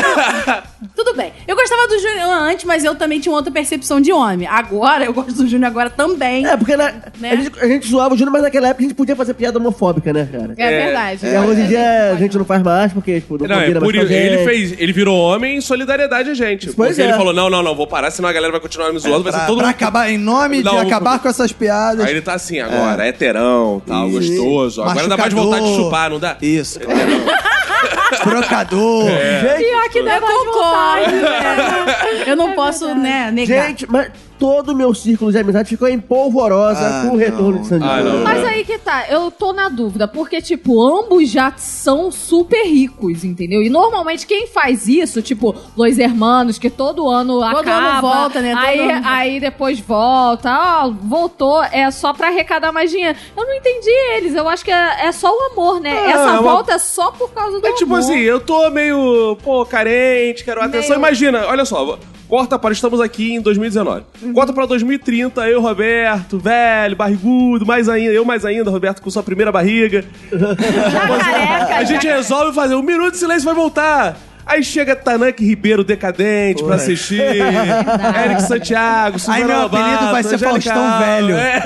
Speaker 6: Tudo bem. Eu gostava do Júnior antes, mas eu também tinha uma outra percepção de homem. Agora, eu gosto do Júnior agora também.
Speaker 2: É, porque na-
Speaker 6: Né?
Speaker 2: a, gente, a gente zoava o Júnior, mas naquela época a gente podia fazer piada homofóbica, né, cara?
Speaker 5: É, verdade.
Speaker 2: E hoje em dia a gente não faz mais, porque tipo, não,
Speaker 3: Não, é
Speaker 2: combina
Speaker 3: por
Speaker 2: mais
Speaker 3: isso.
Speaker 2: com a gente.
Speaker 3: Ele, fez, ele virou homem em solidariedade a gente.
Speaker 2: Pois
Speaker 3: porque
Speaker 2: é.
Speaker 3: ele falou: não, não, não, vou parar, senão a galera vai continuar me zoando, vai ser
Speaker 4: Pra,
Speaker 3: todo
Speaker 4: pra
Speaker 3: mundo.
Speaker 4: acabar, em nome
Speaker 3: Não,
Speaker 4: de acabar com essas piadas.
Speaker 3: Aí ele tá assim agora,
Speaker 2: É.
Speaker 3: heterão, tal, gostoso. Agora dá mais
Speaker 4: Machucador.
Speaker 3: vontade de chupar, não É. dá?
Speaker 4: Isso, claro. Trocador. É,
Speaker 5: Pior que dá mais vontade.
Speaker 6: né? Eu não posso, né, negar.
Speaker 2: Gente, mas todo o meu círculo de amizade ficou em polvorosa
Speaker 4: Ah,
Speaker 2: com o retorno de Sandy.
Speaker 3: Ah,
Speaker 2: Júnior.
Speaker 3: não.
Speaker 5: Mas aí que tá, eu tô na dúvida, porque, tipo, ambos já são super ricos, entendeu? E normalmente quem faz isso, tipo, Dois Hermanos, que todo ano acaba.
Speaker 6: ano volta, né? Todo
Speaker 5: aí,
Speaker 6: ano.
Speaker 5: aí depois volta, ó, voltou, é só pra arrecadar mais dinheiro. Eu não entendi eles, eu acho que é, é só o amor, né?
Speaker 3: É,
Speaker 5: Essa
Speaker 3: é uma-
Speaker 5: volta é só por causa do
Speaker 3: É tipo
Speaker 5: amor.
Speaker 3: assim, eu tô meio, pô, carente, quero atenção. Imagina, olha só, corta para, estamos aqui em 2019.
Speaker 4: Uhum.
Speaker 3: Corta pra 2030, eu, Roberto, velho, barrigudo, mais ainda, eu mais ainda, Roberto com sua primeira barriga.
Speaker 5: careca,
Speaker 3: A gente resolve fazer um minuto de silêncio vai voltar. Aí chega Tananque Ribeiro decadente pra assistir. Eric Santiago, Suzana
Speaker 4: Aí meu
Speaker 3: Lobato,
Speaker 4: apelido vai ser
Speaker 3: Angélica
Speaker 4: Faustão
Speaker 3: Alba.
Speaker 4: Velho.
Speaker 3: É,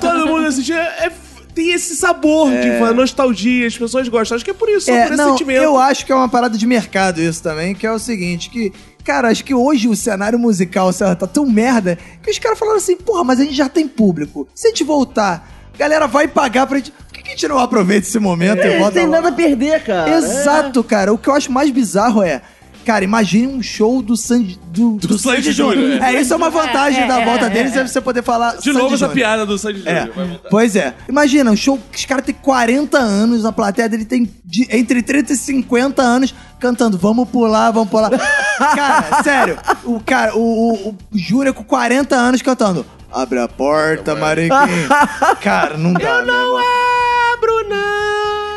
Speaker 3: todo mundo assistir. É, tem esse sabor de fã, nostalgia, as pessoas gostam. Acho que é por isso, é,
Speaker 4: É,
Speaker 3: por esse
Speaker 4: não,
Speaker 3: sentimento.
Speaker 4: eu acho que é uma parada de mercado isso também, que é o seguinte, que, cara, acho que hoje o cenário musical, sei lá, tá tão merda, que os caras falaram assim, porra, mas a gente já tem público. Se a gente voltar, a galera vai pagar pra gente... Por que que a gente não aproveita esse momento e
Speaker 2: É, não
Speaker 4: volta
Speaker 2: tem
Speaker 4: logo?
Speaker 2: nada a perder, cara. É.
Speaker 4: Exato, cara. O que eu acho mais bizarro é... Cara, imagine um show do Sandy... Do, do,
Speaker 3: Sandy Júnior,
Speaker 4: É, isso é uma vantagem
Speaker 6: é,
Speaker 4: da
Speaker 6: é,
Speaker 4: volta
Speaker 6: é,
Speaker 4: deles, é, você poder falar
Speaker 3: De novo
Speaker 4: Sandy
Speaker 3: essa
Speaker 4: Júnior.
Speaker 3: piada do Sandy
Speaker 4: É,
Speaker 3: Júnior. vai voltar.
Speaker 4: pois é. Imagina, um show que os caras têm 40 anos, a plateia dele tem de- entre 30 e 50 anos cantando Vamos pular, vamos pular. cara, sério, o, cara, o, o, o Júnior com 40 anos cantando Abre a porta,
Speaker 3: é.
Speaker 4: Maringuinho. cara, não dá, né, Eu não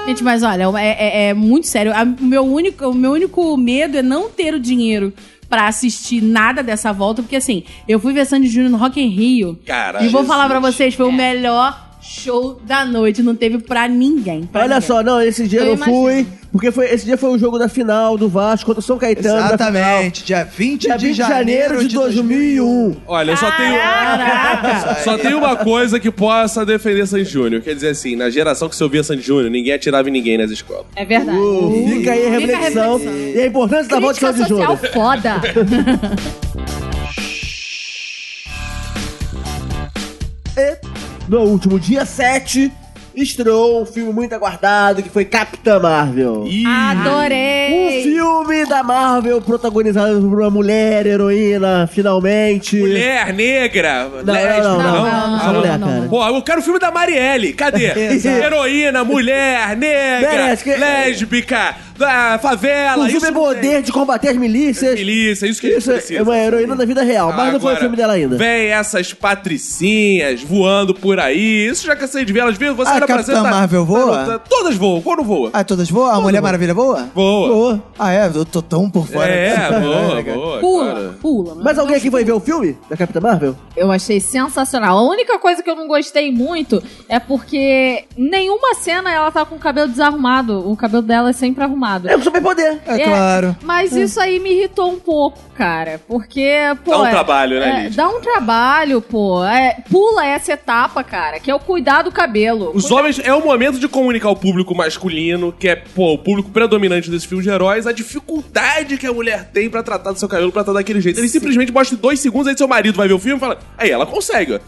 Speaker 6: Gente, mas olha, é, é- é muito sério. A- O meu, único, o meu único medo é não ter o dinheiro pra assistir nada dessa volta, porque assim, eu fui ver Sandy Júnior no Rock in Rio.
Speaker 3: Cara,
Speaker 6: e vou
Speaker 3: Jesus.
Speaker 6: falar pra vocês,
Speaker 5: É.
Speaker 6: foi o melhor show da noite. Não teve pra ninguém. pra
Speaker 2: Olha
Speaker 6: ninguém.
Speaker 2: só, não, esse dia eu,
Speaker 5: Eu
Speaker 2: não fui, porque foi, esse dia foi o jogo da final do Vasco contra o São Caetano. da
Speaker 4: Exatamente, dia 20,
Speaker 2: Dia 20 de janeiro de 2001.
Speaker 3: Olha, eu só tenho.
Speaker 6: Caraca!
Speaker 3: Só tem uma coisa que possa defender Sandy Júnior. Quer dizer assim, na geração que você ouvia Sandy Júnior, ninguém atirava em ninguém nas escolas.
Speaker 5: É verdade.
Speaker 3: um.
Speaker 2: Fica aí a
Speaker 6: Fica a
Speaker 2: reflexão.
Speaker 6: reflexão.
Speaker 2: E a importância da volta Uh, de
Speaker 5: Crítica
Speaker 2: Sandy
Speaker 5: social
Speaker 2: Júnior.
Speaker 5: foda.
Speaker 2: No último dia 7, estreou um filme muito aguardado, que foi Capitã Marvel.
Speaker 3: Ih,
Speaker 2: Um
Speaker 5: Adorei.
Speaker 2: filme da Marvel protagonizado por uma mulher heroína, finalmente.
Speaker 3: mulher negra!
Speaker 2: Não,
Speaker 3: lésbica,
Speaker 2: não, não, não.
Speaker 6: não, não,
Speaker 2: Só
Speaker 6: não,
Speaker 2: mulher,
Speaker 6: não,
Speaker 2: cara.
Speaker 6: não.
Speaker 3: Pô, eu quero o filme da Marielle. Cadê?
Speaker 2: Exato.
Speaker 3: Heroína, mulher, negra,
Speaker 2: Merece que-
Speaker 3: lésbica, da favela.
Speaker 2: O
Speaker 3: isso
Speaker 2: filme é
Speaker 3: não tem.
Speaker 2: poder de combater as milícias.
Speaker 3: Milícia, isso que a gente
Speaker 2: Isso
Speaker 3: precisa.
Speaker 2: é uma heroína da vida real, mas não foi o
Speaker 3: Agora,
Speaker 2: filme dela ainda.
Speaker 3: Vem essas patricinhas voando por aí. Isso já cansei de ver. Elas vezes você
Speaker 4: Ah,
Speaker 3: olha pra
Speaker 4: Capitã
Speaker 3: cena,
Speaker 4: Marvel voa?
Speaker 3: tá- todas voam. Quando voa?
Speaker 4: Ah, todas voam? A Mulher Maravilha voa?
Speaker 3: Voa.
Speaker 2: Boa.
Speaker 4: Ah, é? Eu tô tão por fora. né,
Speaker 3: É, voa,
Speaker 4: cara.
Speaker 3: voa.
Speaker 6: Pula,
Speaker 3: cara.
Speaker 6: pula.
Speaker 2: Mas alguém aqui foi ver o filme da Capitã Marvel?
Speaker 5: Eu achei sensacional. A única coisa que eu não gostei muito é porque nenhuma cena ela tá com o cabelo desarrumado. O cabelo dela é sempre arrumado.
Speaker 2: É um superpoder.
Speaker 4: É,
Speaker 5: É.
Speaker 4: claro.
Speaker 5: Mas isso aí me irritou um pouco, cara. Porque, pô.
Speaker 3: Dá um
Speaker 5: é-
Speaker 3: trabalho, né,
Speaker 5: é,
Speaker 3: Liz?
Speaker 5: Dá um trabalho, pô. É, pula essa etapa, cara, que é o cuidar do cabelo.
Speaker 3: Os homens é o momento de comunicar ao público masculino, que é pô, o público predominante desse filme de heróis, a dificuldade que a mulher tem pra tratar do seu cabelo, pra tratar daquele jeito. Ele simplesmente mostra em dois segundos, aí seu marido vai ver o filme e fala: Aí ela consegue. ó."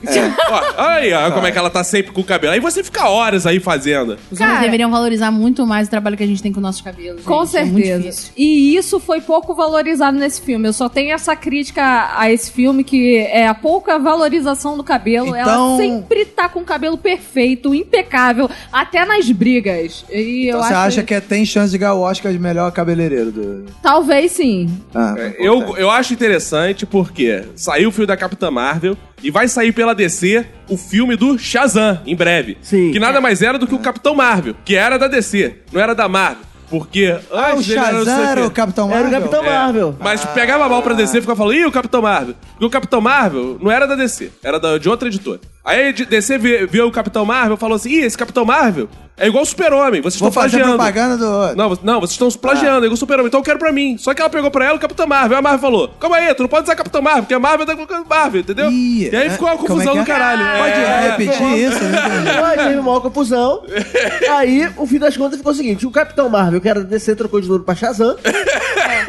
Speaker 3: Ó, aí, ó, como é que ela tá sempre com o cabelo. Aí você fica horas aí fazendo.
Speaker 6: Os homens
Speaker 5: Cara.
Speaker 6: deveriam valorizar muito mais o trabalho que a gente tem com nossos cabelos.
Speaker 5: Com
Speaker 6: gente. É muito difícil.
Speaker 5: certeza. e isso foi pouco valorizado nesse filme. Eu só tenho essa crítica a esse filme, que é a pouca valorização do cabelo.
Speaker 4: Então-
Speaker 5: Ela sempre tá com o cabelo perfeito, impecável, até nas brigas. E eu
Speaker 4: Então você
Speaker 5: acho
Speaker 4: acha que tem chance de ganhar o Oscar de melhor cabeleireiro do...
Speaker 5: Talvez sim.
Speaker 4: Ah,
Speaker 3: É, Eu, eu acho interessante porque saiu o filme da Capitã Marvel e vai sair pela DC o filme do Shazam em breve.
Speaker 2: Sim.
Speaker 3: Que
Speaker 4: É.
Speaker 3: nada mais era do que o Capitão Marvel, que era da DC, não era da Marvel. Porque
Speaker 4: Ah, o
Speaker 3: antes ele era não sei
Speaker 4: Shazam era
Speaker 3: quê.
Speaker 4: o Capitão
Speaker 2: Era
Speaker 4: Marvel?
Speaker 2: o Capitão
Speaker 3: É.
Speaker 2: Marvel.
Speaker 3: Mas pegava mal pra DC e ficava falando, ih, o Capitão Marvel. Porque o Capitão Marvel não era da DC, era da- de outra editora. Aí de- DC vê- viu o Capitão Marvel e falou assim: Ih, esse Capitão Marvel é igual o Super-Homem, vocês
Speaker 4: Vou
Speaker 3: estão
Speaker 4: fazer
Speaker 3: plagiando.
Speaker 4: propaganda do.
Speaker 3: Não, vo- não, vocês estão se
Speaker 4: Ah.
Speaker 3: plagiando, é igual o Super-Homem, então eu quero pra mim. Só que ela pegou pra ela o Capitão Marvel. Aí a Marvel falou: Calma aí, tu não pode usar Capitão Marvel, porque a Marvel tá colocando Marvel, entendeu?
Speaker 4: Ih,
Speaker 3: e aí
Speaker 4: é,
Speaker 3: ficou uma
Speaker 4: como
Speaker 3: confusão
Speaker 4: é que é?
Speaker 3: do caralho.
Speaker 4: Pode
Speaker 3: É.
Speaker 4: repetir isso? né?
Speaker 2: Aí teve uma maior confusão. Aí, o fim das contas ficou o seguinte: o Capitão Marvel, que era da DC, trocou de nome pra Shazam.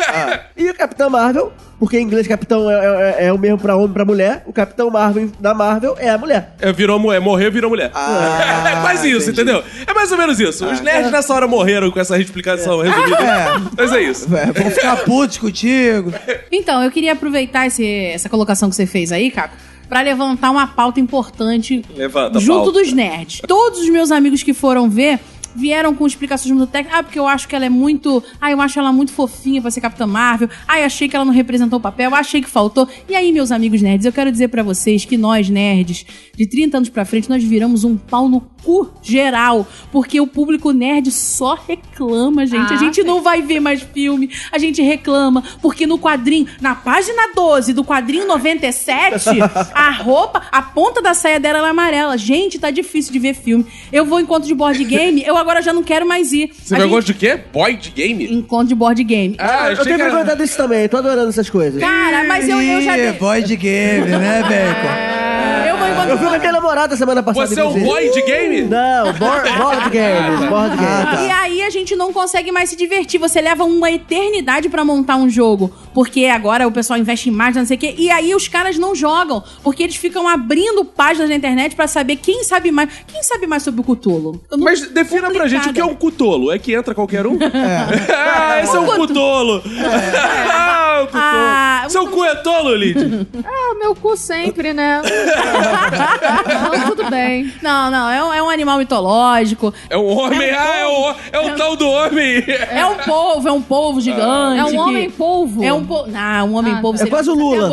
Speaker 2: Ah. E o Capitão Marvel, porque em inglês Capitão é, é- é o mesmo pra homem e pra mulher, o Capitão Marvel da Marvel é a mulher.
Speaker 3: É, virou mulher, morreu, virou mulher.
Speaker 4: Ah,
Speaker 3: é quase isso,
Speaker 4: entendi. Ah,
Speaker 3: entendeu? É mais ou menos isso. Os nerds nessa hora morreram com essa explicação resumida.
Speaker 4: É.
Speaker 3: Mas é isso.
Speaker 4: É, vão ficar putos contigo.
Speaker 6: Então, eu queria aproveitar esse- essa colocação que você fez aí, Caco, pra levantar uma pauta importante
Speaker 3: Levanta,
Speaker 6: junto
Speaker 3: Paulo.
Speaker 6: dos nerds. Todos os meus amigos que foram ver vieram com explicações muito técnicas. Ah, porque eu acho que ela é muito. Ah, eu acho ela muito fofinha pra ser Capitã Marvel. Ah, eu achei que ela não representou o papel. Achei que faltou. E aí, meus amigos nerds, eu quero dizer pra vocês que nós nerds, de 30 anos pra frente, nós viramos um pau no cu geral. Porque o público nerd só reclama, gente.
Speaker 5: Ah,
Speaker 6: a gente não vai ver mais filme. A gente reclama. Porque no quadrinho, na página 12 do quadrinho 97, a roupa, a ponta da saia dela era amarela. Gente, tá difícil de ver filme. Eu vou em encontro de board game, eu agora já não quero mais ir.
Speaker 3: Você
Speaker 6: A
Speaker 3: pegou
Speaker 6: gente-
Speaker 3: de quê? Boy de game?
Speaker 6: Encontro de board game.
Speaker 3: Ah,
Speaker 2: eu tenho perguntado isso também, tô adorando essas coisas.
Speaker 6: Cara, mas eu, eu já.
Speaker 3: é
Speaker 4: Ih,
Speaker 6: dei-
Speaker 4: boy de game, né, Bacon?
Speaker 6: Eu vou em encontro
Speaker 2: Eu fui com a minha namorada semana passada.
Speaker 3: Você é um
Speaker 2: inclusive.
Speaker 3: boy de game? Ah, tá.
Speaker 2: Não, board, board games, board games.
Speaker 6: E aí a gente não consegue mais se divertir. Você leva uma eternidade pra montar um jogo. Porque agora o pessoal investe em mais, não sei o quê. E aí os caras não jogam. Porque eles ficam abrindo páginas na internet pra saber quem sabe mais. Quem sabe mais sobre o Cthulhu? Eu não-
Speaker 3: Mas defina pra
Speaker 6: Complicado.
Speaker 3: gente o que é um cutolo. É que entra qualquer um? ah, esse é um cutolo. ah, o cutolo.
Speaker 6: Ah,
Speaker 3: Seu cu é tolo, Lid.
Speaker 5: Ah, meu cu sempre, né? Não, tudo bem.
Speaker 6: Não, não. É um, é um animal mitológico.
Speaker 3: É um homem. ah, é o, é o tal do homem.
Speaker 6: É. um povo, é um povo gigante.
Speaker 5: É um
Speaker 6: que-
Speaker 5: homem polvo.
Speaker 6: É um povo. Não, um homem
Speaker 5: Ah,
Speaker 6: povo
Speaker 5: tá.
Speaker 2: É quase o Lula.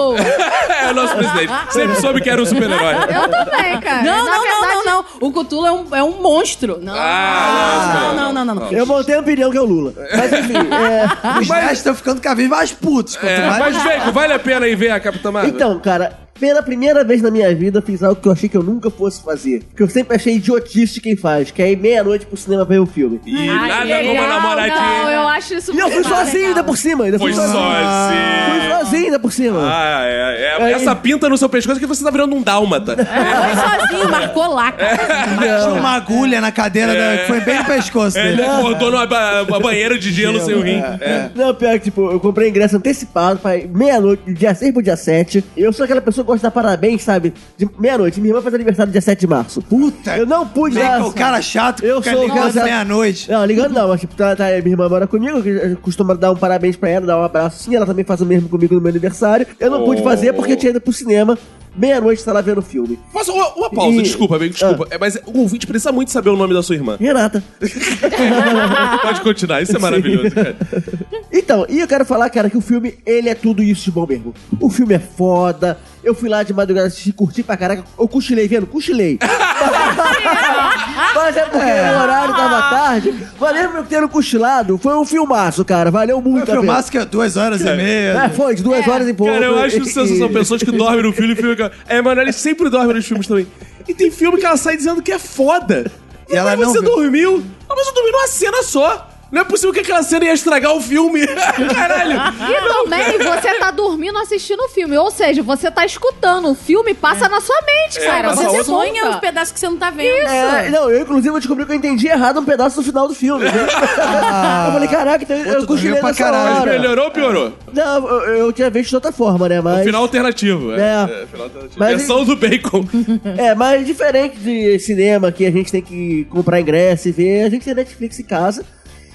Speaker 3: é o nosso presidente. Sempre soube que era um super-herói.
Speaker 5: Eu também, cara.
Speaker 6: Não,
Speaker 5: É, Na
Speaker 6: não,
Speaker 5: verdade,
Speaker 6: não, não, não. O Cthulhu é um, é um monstro. Não,
Speaker 3: Ah,
Speaker 6: não, não, não, não, não.
Speaker 2: Eu montei a opinião que é o Lula. Mas enfim, é...
Speaker 4: Os nerds estão ficando cada vez mais putos. Quanto
Speaker 3: É,
Speaker 4: mais.
Speaker 3: mas, Bacon, vale a pena ir ver a Capitã Marvel?
Speaker 2: Então, cara, pela primeira vez na minha vida eu fiz algo que eu achei que eu nunca fosse fazer. Que eu sempre achei idiotice quem faz, que é ir meia-noite pro cinema ver o filme.
Speaker 3: E
Speaker 5: Ai,
Speaker 3: nada como
Speaker 5: legal,
Speaker 3: a
Speaker 6: É
Speaker 5: Não,
Speaker 3: namoradinha.
Speaker 5: eu acho isso
Speaker 2: E eu fui
Speaker 5: muito
Speaker 2: sozinho ainda
Speaker 5: legal.
Speaker 2: por cima. Ainda
Speaker 3: Foi
Speaker 2: fui sozinho. Fui
Speaker 3: sozinho.
Speaker 2: sozinho ainda por cima.
Speaker 3: Ah, é, é.
Speaker 2: Aí-
Speaker 3: Essa pinta no seu pescoço que você tá virando um dálmata.
Speaker 6: Foi sozinho, marcou lá,
Speaker 4: É.
Speaker 6: cara.
Speaker 4: Tinha uma agulha na cadeira, da... foi bem no pescoço
Speaker 3: É,
Speaker 4: dele.
Speaker 3: ele acordou numa ba- ba- banheira de gelo sem o rim. É.
Speaker 2: Não, pior que, tipo, eu comprei ingresso antecipado pra ir meia-noite, do dia 6 pro dia 7. Eu sou aquela pessoa que gosta de dar parabéns, sabe? De meia-noite. Minha irmã faz aniversário dia 7 de março.
Speaker 4: Puta!
Speaker 2: Eu não pude
Speaker 4: Bacon,
Speaker 2: dar-
Speaker 4: o cara chato,
Speaker 2: Eu
Speaker 4: fica
Speaker 2: sou o
Speaker 4: ligando
Speaker 2: cara-
Speaker 4: meia-noite.
Speaker 2: Não, ligando não, mas tipo, tá, tá, minha irmã mora comigo, que costuma dar um parabéns pra ela, dar um abraço sim, ela também faz o mesmo comigo no meu aniversário. Eu não pude
Speaker 3: Oh.
Speaker 2: fazer porque eu tinha ido pro cinema, meia-noite tá lá vendo o filme.
Speaker 3: Mas uma, uma pausa,
Speaker 2: E-
Speaker 3: desculpa, amigo, desculpa. É, mas o ouvinte precisa muito saber o nome da sua irmã.
Speaker 2: Renata.
Speaker 3: Pode continuar, isso é maravilhoso, cara.
Speaker 2: Então, e eu quero falar, cara, que o filme, ele é tudo isso de bom mesmo. O filme é foda, eu fui lá de madrugada assistir, curti pra caraca, eu cochilei vendo, cochilei. Mas é porque o horário tava tarde, valeu meu ter cochilado, foi um filmaço, cara, valeu muito a
Speaker 4: Eu
Speaker 2: pena.
Speaker 4: filmasse que é duas horas e
Speaker 3: né?
Speaker 2: É,
Speaker 4: meia.
Speaker 2: foi, de duas horas e pouco.
Speaker 3: Cara, eu acho que são pessoas que dormem no filme e ficam. É, mano, eles sempre dormem nos filmes também. E tem filme que ela sai dizendo que é foda.
Speaker 4: E ela
Speaker 3: mas
Speaker 4: não
Speaker 3: você
Speaker 4: viu.
Speaker 3: dormiu? Ah, mas eu dormi numa cena só. Não é possível que aquela cena ia estragar o filme. Caralho.
Speaker 5: E também você tá dormindo assistindo o filme. Ou seja, você tá escutando. O filme
Speaker 6: É.
Speaker 5: passa na sua mente,
Speaker 6: Cara,
Speaker 5: cara.
Speaker 3: passa
Speaker 5: Você
Speaker 6: você
Speaker 3: outra-
Speaker 6: sonha os
Speaker 5: sonha.
Speaker 6: pedaços que você não tá vendo.
Speaker 2: É, não, eu inclusive eu descobri que eu entendi errado um pedaço do final do filme. eu falei, caraca, então eu
Speaker 4: tu dormiu
Speaker 2: cochilei
Speaker 4: pra
Speaker 2: nessa
Speaker 4: caralho.
Speaker 3: Mas
Speaker 2: hora.
Speaker 3: melhorou ou piorou?
Speaker 2: Não, eu, eu tinha visto de outra forma, né? Mas,
Speaker 3: Final alternativo.
Speaker 2: É.
Speaker 3: final alternativo.
Speaker 2: Mas-
Speaker 3: Versão do bacon.
Speaker 2: É, mas diferente de cinema que a gente tem que comprar ingresso e ver, a gente tem Netflix em casa.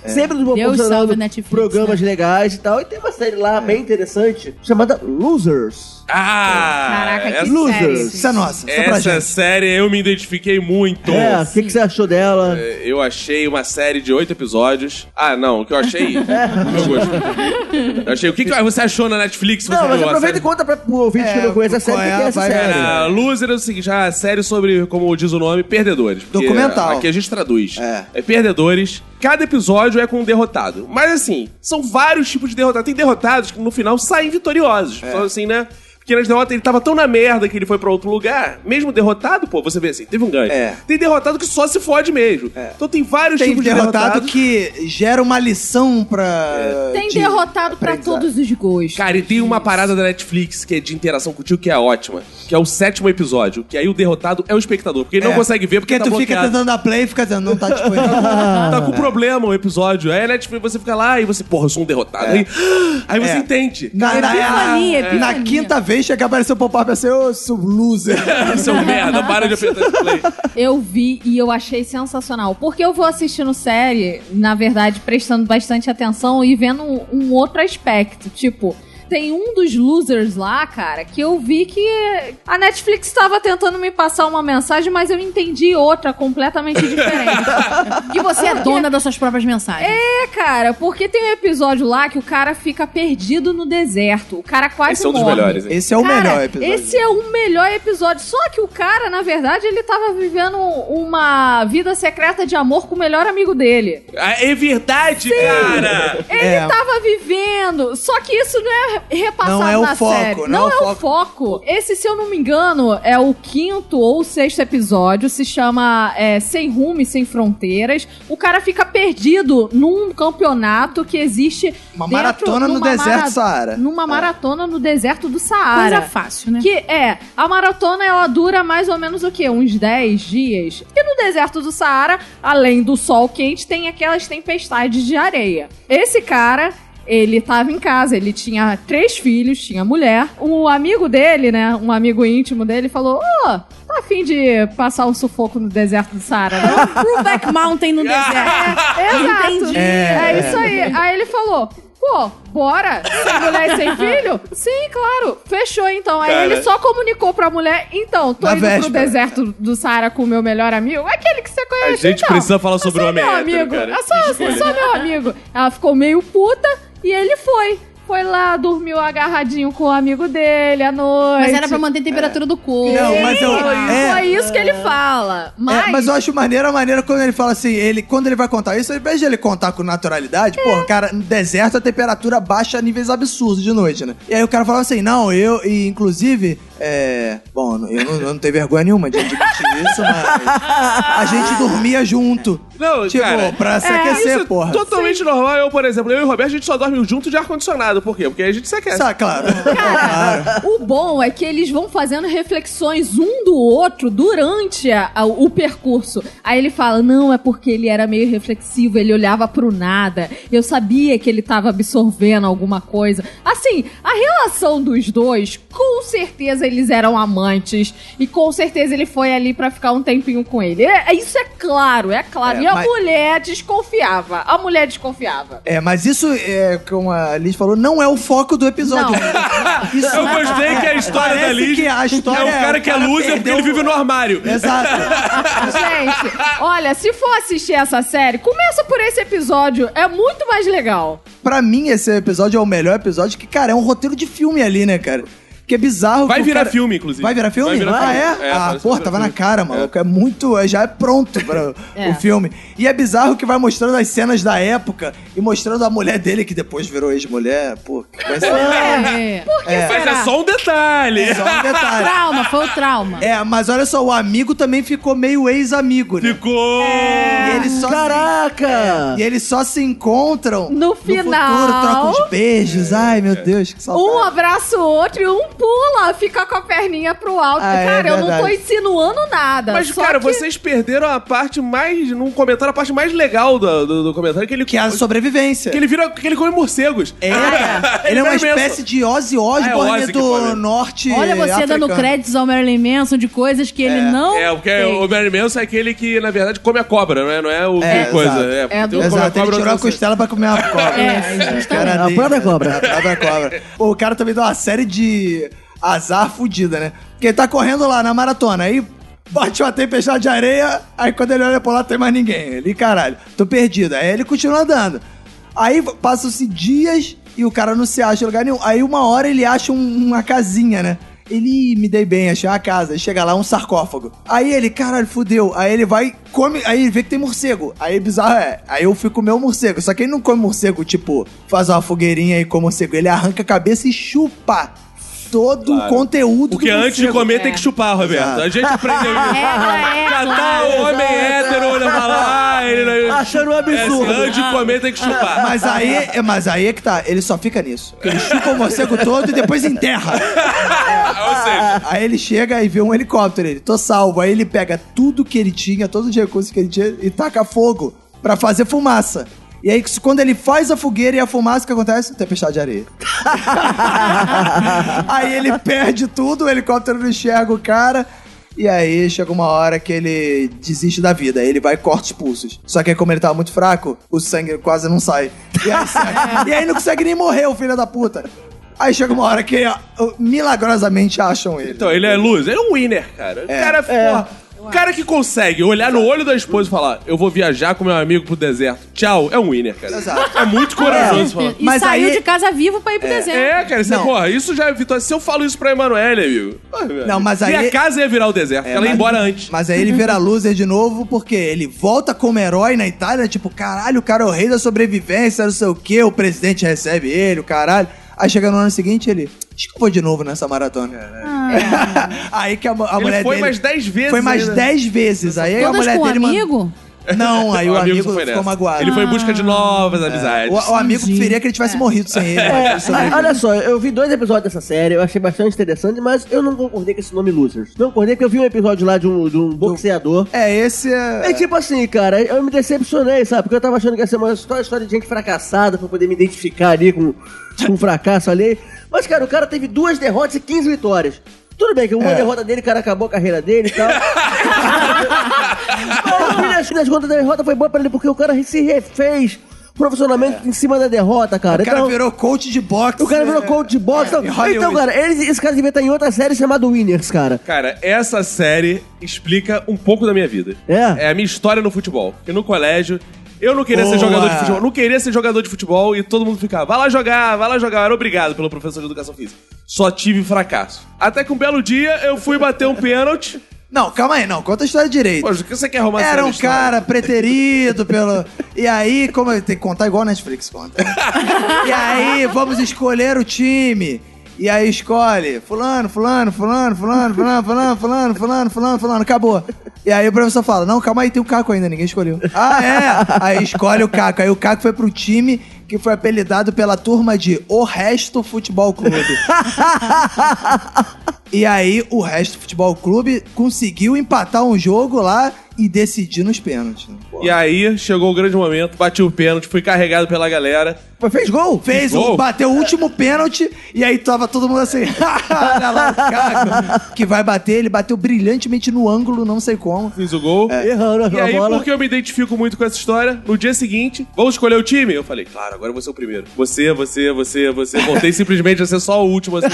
Speaker 2: Sempre nos proporcionando
Speaker 6: salve Netflix,
Speaker 2: programas legais e tal. E tem uma série lá bem interessante chamada Losers.
Speaker 3: Ah!
Speaker 6: Caraca, que
Speaker 3: essa-
Speaker 2: Losers.
Speaker 6: série.
Speaker 4: Isso é nossa, isso é pra
Speaker 3: Essa
Speaker 4: gente.
Speaker 3: série eu me identifiquei muito.
Speaker 2: É, o que, que você achou dela?
Speaker 3: Eu achei uma série de oito episódios. Ah, não, o que eu achei. do meu gosto. Eu achei. O que, que você achou na Netflix? Você
Speaker 2: Não, mas
Speaker 3: viu a
Speaker 2: aproveita e
Speaker 3: série?
Speaker 2: conta pra, pro ouvinte que
Speaker 4: É,
Speaker 2: não conhece a série, o
Speaker 4: qual
Speaker 2: que
Speaker 4: é,
Speaker 2: que é essa
Speaker 4: vai
Speaker 2: série.
Speaker 3: Cara, Loser é o seguinte, é uma série sobre, como diz o nome, perdedores. porque
Speaker 4: Documental.
Speaker 3: Aqui a gente traduz.
Speaker 4: É.
Speaker 3: perdedores. Cada episódio é com um derrotado.
Speaker 2: É.
Speaker 3: Mas assim, são vários tipos de derrotados. Tem derrotados que no final saem vitoriosos. Só assim, né? Porque nas derrotas ele tava tão na merda que ele foi pra outro lugar. Mesmo derrotado, pô, você vê assim, teve um ganho.
Speaker 2: É.
Speaker 3: Tem derrotado que só se fode mesmo. Então tem vários
Speaker 4: Tem
Speaker 3: tipos de
Speaker 4: derrotado
Speaker 3: derrotado.
Speaker 4: que gera uma lição pra.
Speaker 5: Tem
Speaker 4: de
Speaker 5: derrotado pra
Speaker 4: aprendizado.
Speaker 5: todos os gostos.
Speaker 3: Cara, e tem uma parada da Netflix que é de interação contigo que é ótima. Que é o sétimo episódio. Que aí o derrotado é o espectador. Porque ele
Speaker 4: É.
Speaker 3: não consegue ver porque,
Speaker 4: Porque
Speaker 3: tá
Speaker 4: tu fica
Speaker 3: bloqueado.
Speaker 4: tentando dar play e fica dizendo, não tá disponível.
Speaker 3: tá com problema o episódio. Aí a Netflix você fica lá e você, porra, eu sou um derrotado. Aí, aí você
Speaker 4: É.
Speaker 3: entende.
Speaker 4: Na, na-
Speaker 6: Epifania, epifania.
Speaker 4: na quinta vez chegar apareceu o pop-up assim, ô, sub loser.
Speaker 3: Seu merda, para de apertar esse play.
Speaker 5: Eu vi e eu achei sensacional. Porque eu vou assistindo série, na verdade, prestando bastante atenção e vendo um, um outro aspecto. Tipo, tem um dos losers lá, cara, que eu vi que a Netflix estava tentando me passar uma mensagem, mas eu entendi outra completamente diferente.
Speaker 6: Que você é dona das suas próprias mensagens.
Speaker 5: é, cara, porque tem um episódio lá que o cara fica perdido no deserto. O cara quase
Speaker 3: Esse é um dos
Speaker 5: morre.
Speaker 3: melhores, hein?
Speaker 4: Esse é o
Speaker 5: Cara,
Speaker 4: melhor episódio.
Speaker 5: Esse é o melhor episódio. Só que o cara, na verdade, ele tava vivendo uma vida secreta de amor com o melhor amigo dele.
Speaker 3: Ah, É verdade, cara!
Speaker 5: Ele tá
Speaker 4: É.
Speaker 5: tava vivendo. Só que isso não é repassado
Speaker 4: Não é o
Speaker 5: na
Speaker 4: foco,
Speaker 5: série.
Speaker 4: não
Speaker 5: Não,
Speaker 4: é
Speaker 5: é
Speaker 4: o
Speaker 5: o foco. Esse, se eu não me engano, é o quinto ou sexto episódio. Se chama é, Sem Rumo e Sem Fronteiras. O cara fica perdido num campeonato que existe.
Speaker 4: Uma
Speaker 5: dentro-
Speaker 4: maratona no
Speaker 5: numa
Speaker 4: deserto Saara. É.
Speaker 5: Numa maratona no deserto do Saara.
Speaker 6: Coisa fácil, né?
Speaker 5: Que é, a maratona ela dura mais ou menos o quê? Uns 10 dias. E no deserto do Saara, além do sol quente, tem aquelas tempestades de areia. Esse cara. Ele tava em casa, ele tinha três filhos, tinha mulher. O amigo dele, né? Um amigo íntimo dele falou: Ô, tá afim de passar um sufoco no deserto do Saara, não?
Speaker 6: Brokeback Mountain
Speaker 4: É.
Speaker 6: no deserto.
Speaker 5: Exato.
Speaker 6: Entendi.
Speaker 5: É, isso aí. Aí ele falou. Pô, bora? Sem mulher e sem filho? Sim, claro. Fechou então. Aí
Speaker 3: Cara.
Speaker 5: ele só comunicou pra mulher: então, tô
Speaker 4: Na
Speaker 5: indo pro
Speaker 4: véspera.
Speaker 5: deserto do Saara com o meu melhor amigo. Aquele que você conhece.
Speaker 3: A gente
Speaker 5: então.
Speaker 3: precisa falar sobre
Speaker 5: é
Speaker 3: o
Speaker 5: só
Speaker 3: homem
Speaker 5: meu
Speaker 3: hétero,
Speaker 5: amigo.
Speaker 3: cara.
Speaker 5: É só, é
Speaker 3: Escolha.
Speaker 5: só meu amigo. Ela ficou meio puta e ele foi. Foi lá, dormiu agarradinho com o amigo dele à noite.
Speaker 6: Mas era pra manter a temperatura do corpo.
Speaker 4: é. Não, mas eu.
Speaker 5: É. Foi
Speaker 4: É,
Speaker 5: isso que ele fala. Mas,
Speaker 4: é, mas eu acho maneiro a maneira quando ele fala assim, ele, quando ele vai contar isso, ao invés de ele contar com naturalidade, porra, cara, no deserto a temperatura baixa a níveis absurdos de noite, né? E aí o cara fala assim, não, eu, e inclusive, é. Bom, eu não, eu não tenho vergonha nenhuma de admitir isso, mas. A gente dormia junto.
Speaker 3: Não,
Speaker 4: tipo,
Speaker 3: cara,
Speaker 4: pra se
Speaker 3: Isso
Speaker 4: aquecer,
Speaker 3: é
Speaker 4: porra.
Speaker 3: totalmente normal. Eu, por exemplo, eu e o Roberto, a gente só dorme junto de ar-condicionado. Por quê? Porque a gente se aquece.
Speaker 4: Sabe, claro.
Speaker 5: Cara, o bom é que eles vão fazendo reflexões um do outro durante a- a- o percurso. Aí ele fala: não, é porque ele era meio reflexivo, ele olhava pro nada. Eu sabia que ele tava absorvendo alguma coisa. Assim, a relação dos dois, com certeza eles eram amantes. E com certeza ele foi ali pra ficar um tempinho com ele. É- isso é claro, é claro.
Speaker 4: É,
Speaker 5: e a
Speaker 4: mas-
Speaker 5: mulher desconfiava. A mulher desconfiava.
Speaker 4: É, mas isso, é, como a Liz falou, não é o foco do episódio. Isso é
Speaker 3: Eu gostei que a história
Speaker 4: Parece
Speaker 3: da Liz
Speaker 4: que a história
Speaker 3: é o cara
Speaker 4: o
Speaker 3: que é loser porque
Speaker 4: perdeu-
Speaker 3: ele vive no armário.
Speaker 4: Exato.
Speaker 5: Gente, olha, se for assistir essa série, começa por esse episódio. É muito mais legal.
Speaker 4: pra mim, esse episódio é o melhor episódio, que, cara, é um roteiro de filme ali, né, cara? Que é bizarro.
Speaker 3: Vai
Speaker 4: que o
Speaker 3: virar
Speaker 4: cara-
Speaker 3: filme, inclusive.
Speaker 4: Vai virar filme?
Speaker 3: Vai virar
Speaker 4: ah,
Speaker 3: filme.
Speaker 4: é?
Speaker 3: É,
Speaker 4: ah,
Speaker 3: parece que
Speaker 4: pô,
Speaker 3: vai
Speaker 4: tava
Speaker 3: virar
Speaker 4: na cara, maluco. É, muito. é- Já é pronto pra
Speaker 5: É.
Speaker 4: o filme. E é bizarro que vai mostrando as cenas da época e mostrando a mulher dele, que depois virou ex-mulher. Pô, que coisa.
Speaker 6: É.
Speaker 5: Por que
Speaker 4: É.
Speaker 5: será?
Speaker 3: Mas é só um detalhe.
Speaker 4: Só um
Speaker 3: É.
Speaker 4: detalhe.
Speaker 6: Trauma, foi o trauma.
Speaker 4: É, mas olha só, o amigo também ficou meio ex-amigo, né?
Speaker 3: Ficou.
Speaker 5: É.
Speaker 4: E ele só
Speaker 2: Caraca!
Speaker 4: E eles só se encontram
Speaker 5: No final.
Speaker 4: futuro, trocam os beijos. Ai, meu Deus, que saudade.
Speaker 5: Um abraça o outro e um pula, fica com a perninha pro alto.
Speaker 4: Ah, é
Speaker 5: cara, eu não tô
Speaker 4: verdade.
Speaker 5: insinuando nada.
Speaker 3: Mas,
Speaker 5: só
Speaker 3: cara,
Speaker 5: que-
Speaker 3: vocês perderam a parte mais. Num comentário, a parte mais legal do, do- do comentário, que ele.
Speaker 4: Que é a sobrevivência.
Speaker 3: que ele vira. Que ele come morcegos.
Speaker 4: É, ele é uma
Speaker 3: Ele é imenso.
Speaker 4: espécie de Ozzy
Speaker 3: Ah, é
Speaker 4: Osbourne né,
Speaker 3: Ozzy que
Speaker 4: do
Speaker 3: fala.
Speaker 4: norte
Speaker 6: Olha você dando
Speaker 4: africano.
Speaker 6: créditos ao Marilyn Manson de coisas que ele não.
Speaker 3: É, porque
Speaker 6: tem.
Speaker 3: o Barry Manson é aquele que, na verdade, come a cobra, não é? Não é o
Speaker 4: É,
Speaker 3: que coisa.
Speaker 4: exato.
Speaker 3: É,
Speaker 5: É
Speaker 3: tem
Speaker 5: do-
Speaker 3: o come
Speaker 4: Exato, ele
Speaker 3: cobra,
Speaker 4: tirou a
Speaker 3: não sei.
Speaker 4: costela pra comer uma cobra.
Speaker 6: É,
Speaker 4: Os caras
Speaker 2: A
Speaker 4: dele-
Speaker 2: própria cobra.
Speaker 4: A própria cobra. O cara também deu uma série de azar fudida, né? Porque ele tá correndo lá na maratona, aí bate uma tempestade de areia, aí quando ele olha pra lá, não tem mais ninguém. Ele, caralho, tô perdido. Aí ele continua andando. Aí passam-se dias e o cara não se acha em lugar nenhum. Aí uma hora ele acha um- uma casinha, né? Ele "Ih, me dei bem, achei uma casa. Aí Chega lá, um sarcófago. Aí ele, caralho, fudeu. Aí ele vai, come. Aí ele vê que tem morcego. Aí bizarro é. Aí eu fui comer o morcego. Só que ele não come morcego, tipo, faz uma fogueirinha e come morcego. Ele arranca a cabeça e chupa. todo o conteúdo
Speaker 3: Porque
Speaker 4: do
Speaker 3: antes de
Speaker 4: morcego. É.
Speaker 3: comer tem que chupar, Roberto.
Speaker 4: Exato.
Speaker 3: A gente aprendeu isso.
Speaker 5: Ela é,
Speaker 3: Já tá
Speaker 5: claro.
Speaker 3: o homem hétero olhando pra lá. Ele...
Speaker 2: Achando um
Speaker 3: É, assim,
Speaker 2: absurdo.
Speaker 3: antes de comer tem que chupar.
Speaker 4: Mas aí, é- mas aí é que tá, ele só fica nisso. Porque Ele chupa o morcego todo e depois enterra.
Speaker 3: Ou seja,
Speaker 4: Aí ele chega e vê um helicóptero, ele, tô salvo. Aí ele pega tudo que ele tinha, todos os recursos que ele tinha e taca fogo pra fazer fumaça. E aí, quando ele faz a fogueira e a fumaça, o que acontece? Tempestade de areia. aí ele perde tudo, o helicóptero não enxerga o cara. E aí chega uma hora que ele desiste da vida. Ele vai e corta os pulsos. Só que aí, como ele tava muito fraco, o sangue quase não sai. E aí, sai. E aí não consegue nem morrer, o filho da puta. Aí chega uma hora que ó, milagrosamente acham ele.
Speaker 3: então, ele é luz. Ele é um winner, cara. O cara, é
Speaker 4: é.
Speaker 3: porra, o cara que consegue olhar no olho da esposa e falar: Eu vou viajar com meu amigo pro deserto. Tchau, é um winner, cara.
Speaker 4: Exato.
Speaker 3: É muito corajoso falar.
Speaker 6: E
Speaker 4: Mas
Speaker 6: saiu
Speaker 4: aí-
Speaker 6: de casa vivo pra ir pro deserno.
Speaker 3: É, cara, isso,
Speaker 4: Não.
Speaker 3: porra, isso já é vitória. Se eu falo isso pra Emanuele, amigo.
Speaker 4: Não, mas aí- É,
Speaker 3: Minha casa ia virar o deserto. ela ia
Speaker 4: mas-
Speaker 3: embora antes.
Speaker 4: Mas aí ele vira loser de novo, porque ele volta como herói na Itália, tipo, caralho, o cara é o rei da sobrevivência, não sei o quê, o presidente recebe ele, o caralho. Aí chega no ano seguinte, ele desculpa de novo nessa maratona.
Speaker 2: Ah.
Speaker 4: aí que a, mo- a
Speaker 3: Ele
Speaker 4: mulher
Speaker 3: foi
Speaker 4: dele...
Speaker 3: mais 10 vezes
Speaker 4: Foi mais
Speaker 3: ainda.
Speaker 4: 10 vezes. Aí É. a
Speaker 6: Todas
Speaker 4: mulher
Speaker 6: com um
Speaker 4: dele... manda-
Speaker 6: amigo?
Speaker 4: Não, aí o amigo,
Speaker 3: só foi
Speaker 4: ficou
Speaker 3: nessa.
Speaker 4: magoado. É.
Speaker 3: Ele foi em busca de novas amizades.
Speaker 4: O, o amigo preferia que ele tivesse morrido sem ele. né?
Speaker 2: É,
Speaker 4: mas ele
Speaker 2: mas olha só, eu vi dois episódios dessa série, eu achei bastante interessante, mas eu não concordei com esse nome Losers. Não concordei porque eu vi um episódio lá de um, de um boxeador.
Speaker 4: É, esse é...
Speaker 2: É tipo assim, cara, eu me decepcionei, sabe? Porque eu tava achando que ia ser uma história, história de gente fracassada pra eu poder me identificar ali com, com o fracasso ali. Mas, cara, o cara teve duas derrotas e 15 vitórias. Tudo bem que uma
Speaker 4: É.
Speaker 2: derrota dele, o cara acabou a carreira dele e tal. Mas, no fim das- das contas, a derrota foi boa pra ele porque o cara se refez profissionalmente em cima da derrota, cara.
Speaker 4: É. O cara
Speaker 2: Então-
Speaker 4: virou coach de boxe.
Speaker 2: o cara virou coach de boxe.
Speaker 4: É,
Speaker 2: então-
Speaker 4: em Hollywood.
Speaker 2: então, cara, eles- esse cara devia estar em outra série chamada Winners, cara.
Speaker 3: Cara, essa série explica um pouco da minha vida.
Speaker 2: É?
Speaker 3: É a minha história no futebol. Porque no colégio, eu não queria ser
Speaker 4: Boa.
Speaker 3: jogador de futebol. Não queria ser jogador de futebol e todo mundo ficava, vai lá jogar, vai lá jogar. Eu era obrigado pelo professor de educação física. Só tive fracasso. Até que um belo dia eu fui bater um pênalti.
Speaker 4: Não, calma aí, não. Conta a história direito.
Speaker 3: Pô, o que você quer arrumar essa
Speaker 4: Era um
Speaker 3: história?
Speaker 4: cara preterido pelo. E aí, como tem que contar igual a Netflix conta. né? E aí, vamos escolher o time. E aí escolhe fulano, fulano, fulano, fulano, fulano, fulano, fulano, fulano, fulano, fulano, acabou. E aí o professor fala: "Não, calma aí, tem o Caco ainda, ninguém escolheu". Ah, é. Aí escolhe o Caco. Aí o Caco foi pro time que foi apelidado pela turma de O Resto Futebol Clube. E aí o resto do futebol clube conseguiu empatar um jogo lá e decidir nos pênaltis. né?
Speaker 3: E aí chegou o grande momento, bati o pênalti, fui carregado pela galera.
Speaker 2: Mas fez gol?
Speaker 4: Fez
Speaker 3: Gol.
Speaker 4: o, bateu o último pênalti e aí tava todo mundo assim, olha lá o Caco, que vai bater, ele bateu brilhantemente no ângulo, não sei como.
Speaker 3: Fiz o gol.
Speaker 4: É.
Speaker 2: Errando
Speaker 3: E
Speaker 2: a
Speaker 3: aí,
Speaker 2: bola.
Speaker 3: porque eu me identifico muito com essa história, no dia seguinte, vamos escolher o time? Eu falei, claro, agora eu vou ser o primeiro. Você, você, você, você. Voltei simplesmente a ser só o último. assim.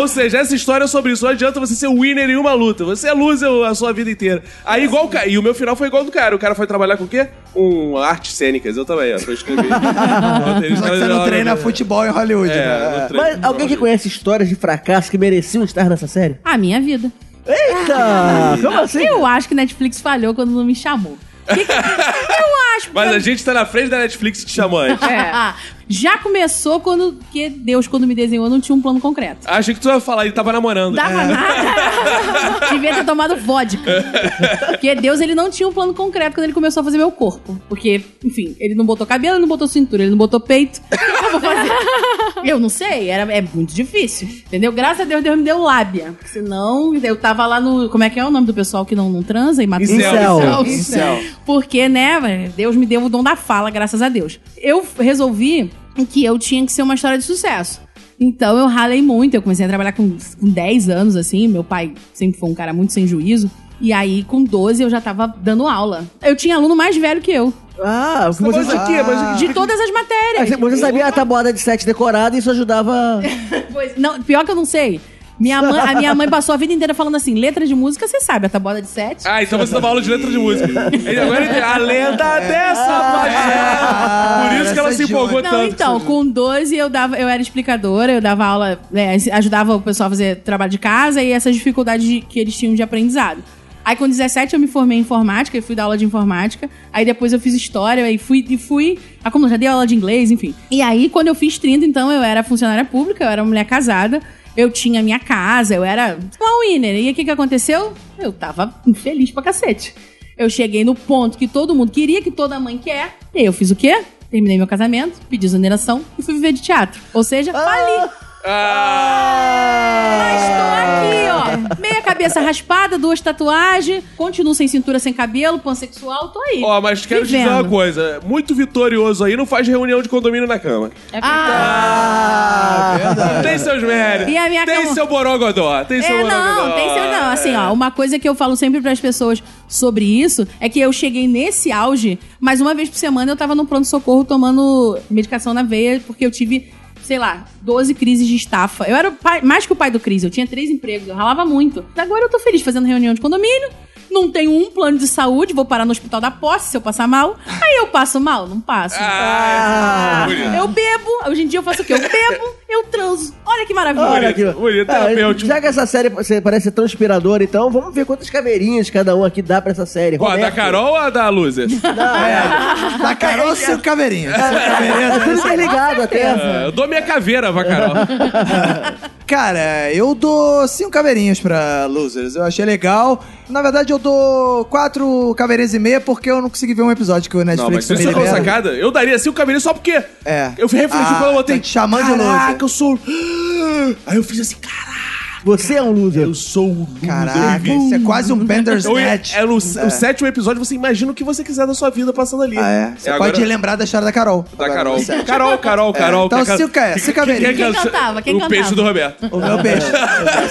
Speaker 3: Ou seja, essa história é sobre isso. Não adianta você ser winner em uma luta. Você é loser a sua vida inteira. Aí, igual o cara. E o meu final foi igual ao do cara. O cara foi trabalhar com o quê? Com artes cênicas. Eu também, ó. Então, Foi escrever.
Speaker 4: Só que você não treina futebol em Hollywood,
Speaker 3: né? É,
Speaker 4: né?
Speaker 3: não treino.
Speaker 2: Mas alguém que conhece histórias de fracasso que mereciam estar nessa série?
Speaker 6: A minha vida.
Speaker 2: Eita! Como assim?
Speaker 6: Eu acho que Netflix falhou quando não me chamou. Que que- Eu acho.
Speaker 3: Mas a gente tá na frente da Netflix que te chamou antes.
Speaker 6: Já começou quando. Que Deus, quando me desenhou, não tinha um plano concreto.
Speaker 3: Achei que tu ia falar, ele tava namorando. É.
Speaker 6: Dava nada. Devia ter tomado vodka. Porque Deus, ele não tinha um plano concreto quando ele começou a fazer meu corpo. Porque, enfim, ele não botou cabelo, ele não botou cintura, ele não botou peito. O que eu vou fazer? Eu não sei, era, é muito difícil. Entendeu? Graças a Deus, Deus me deu lábia. Porque Senão, eu tava lá no. Como é que é o nome do pessoal que não, não transa e mata
Speaker 3: Incel.
Speaker 2: Incel.
Speaker 4: Incel.
Speaker 6: Porque, né, Deus me deu o dom da fala, graças a Deus. Eu resolvi que eu tinha que ser uma história de sucesso. Então eu ralei muito, eu comecei a trabalhar com, com 10 anos, assim, meu pai sempre foi um cara muito sem juízo. E aí, com 12, eu já tava dando aula. Eu tinha aluno mais velho que eu,
Speaker 2: Ah, você, Ah,
Speaker 3: Mas o quê? é, Mas o
Speaker 6: de todas as matérias.
Speaker 2: você- você sabia a tabuada de sete decorada e isso ajudava.
Speaker 6: Pois, não, pior que eu não sei. Minha mãe, a minha mãe passou a vida inteira falando assim, letra de música, você sabe, a tabuada de sete.
Speaker 3: Ah, então você dava aula de letra de música.
Speaker 4: É.
Speaker 3: E agora ele tem a lenda dessa paixão.
Speaker 4: Ah,
Speaker 3: Por isso que ela
Speaker 4: É. essa
Speaker 3: se
Speaker 4: é de
Speaker 3: empolgou
Speaker 6: Não,
Speaker 3: tanto.
Speaker 6: então, com 12 eu dava, eu era explicadora, eu dava aula, né, ajudava o pessoal a fazer trabalho de casa e essas dificuldades de- que eles tinham de aprendizado. Aí com 17 eu me formei em informática e fui dar aula de informática. Aí depois eu fiz história e fui e fui, ah, como já dei aula de inglês, enfim. E aí quando eu fiz 30, então eu era funcionária pública, eu era uma mulher casada. Eu tinha minha casa, eu era uma winner. E o que que aconteceu? Eu tava infeliz pra cacete. Eu cheguei no ponto que todo mundo queria, que toda mãe quer. E aí eu fiz o quê? Terminei meu casamento, pedi exoneração e fui viver de teatro. Ou seja, fali.
Speaker 3: Ah,
Speaker 6: Mas tô aqui, ó. Meia cabeça raspada, duas tatuagens, continuo sem cintura, sem cabelo, pansexual, tô aí.
Speaker 3: Ó, mas quero te dizer
Speaker 6: Vivendo.
Speaker 3: uma coisa. Muito vitorioso aí não faz reunião de condomínio na cama.
Speaker 5: é
Speaker 4: Ah, verdade.
Speaker 3: Tem seus méritos.
Speaker 6: E a minha
Speaker 3: tem
Speaker 6: cama-
Speaker 3: seu borogodó. Tem Ah, seu
Speaker 6: É,
Speaker 3: borogodó.
Speaker 6: não, tem seu não. Assim,
Speaker 3: é.
Speaker 6: ó, uma coisa que eu falo sempre pras pessoas sobre isso é que eu cheguei nesse auge, mas uma vez por semana eu tava no pronto-socorro tomando medicação na veia, porque eu tive, sei lá, 12 crises de estafa. Eu era o pai- mais que o pai do crise, eu tinha três empregos, eu ralava muito. Agora eu tô feliz fazendo reunião de condomínio, não tenho um plano de saúde, vou parar no hospital da posse se eu passar mal. Aí eu passo mal? Não passo. Então,
Speaker 3: Ah, bonito.
Speaker 6: Eu bebo, hoje em dia eu faço o quê? Eu bebo, eu transo. Olha que maravilha.
Speaker 2: Olha aqui. Ah,
Speaker 3: bonito, é terapêutico.
Speaker 2: já que essa série você parece ser tão inspiradora, então vamos ver quantas caveirinhas cada um aqui dá pra essa série.
Speaker 3: Ó, a da
Speaker 2: Roberto.
Speaker 3: Carol ou a da Loser?
Speaker 4: Da Carol seu caveirinha. Seu caveirinha
Speaker 2: É por isso que é ligado até.
Speaker 3: Ah, eu dou minha caveira pra Carol.
Speaker 4: Cara, eu dou cinco caveirinhas pra Losers. Eu achei legal. Na verdade, eu dou quatro caveirinhas e meia porque eu não consegui ver um episódio que o
Speaker 3: Não,
Speaker 4: Netflix
Speaker 3: mas isso
Speaker 4: me
Speaker 3: é uma
Speaker 4: libera.
Speaker 3: sacada. Eu daria cinco caveirinhas só porque
Speaker 4: É.
Speaker 3: eu refleti
Speaker 4: Ah,
Speaker 3: quando eu botei.
Speaker 4: tá te chamando de loser.
Speaker 3: Caraca, eu sou. Aí eu fiz assim, cara.
Speaker 2: Você é um loser.
Speaker 3: Eu sou o loser.
Speaker 4: Caraca, isso é quase um
Speaker 3: Eu ia- é-
Speaker 4: Bandersnatch.
Speaker 3: Era o, o sétimo episódio, você imagina o que você quiser da sua vida passando ali.
Speaker 4: Ah, é? Você
Speaker 3: É,
Speaker 4: pode
Speaker 3: agora-
Speaker 4: lembrar da história da Carol.
Speaker 3: Da
Speaker 4: Agora,
Speaker 3: Carol.
Speaker 4: tá certo.
Speaker 3: Carol, Carol, Carol.
Speaker 4: Então,
Speaker 3: Quer-
Speaker 4: cinco ca- cinco
Speaker 3: Quem- quem
Speaker 4: caveirinhas.
Speaker 6: Quem
Speaker 3: cansa-
Speaker 6: cantava? Quem
Speaker 3: O
Speaker 6: cantava?
Speaker 3: peixe do Roberto.
Speaker 4: O meu beijo.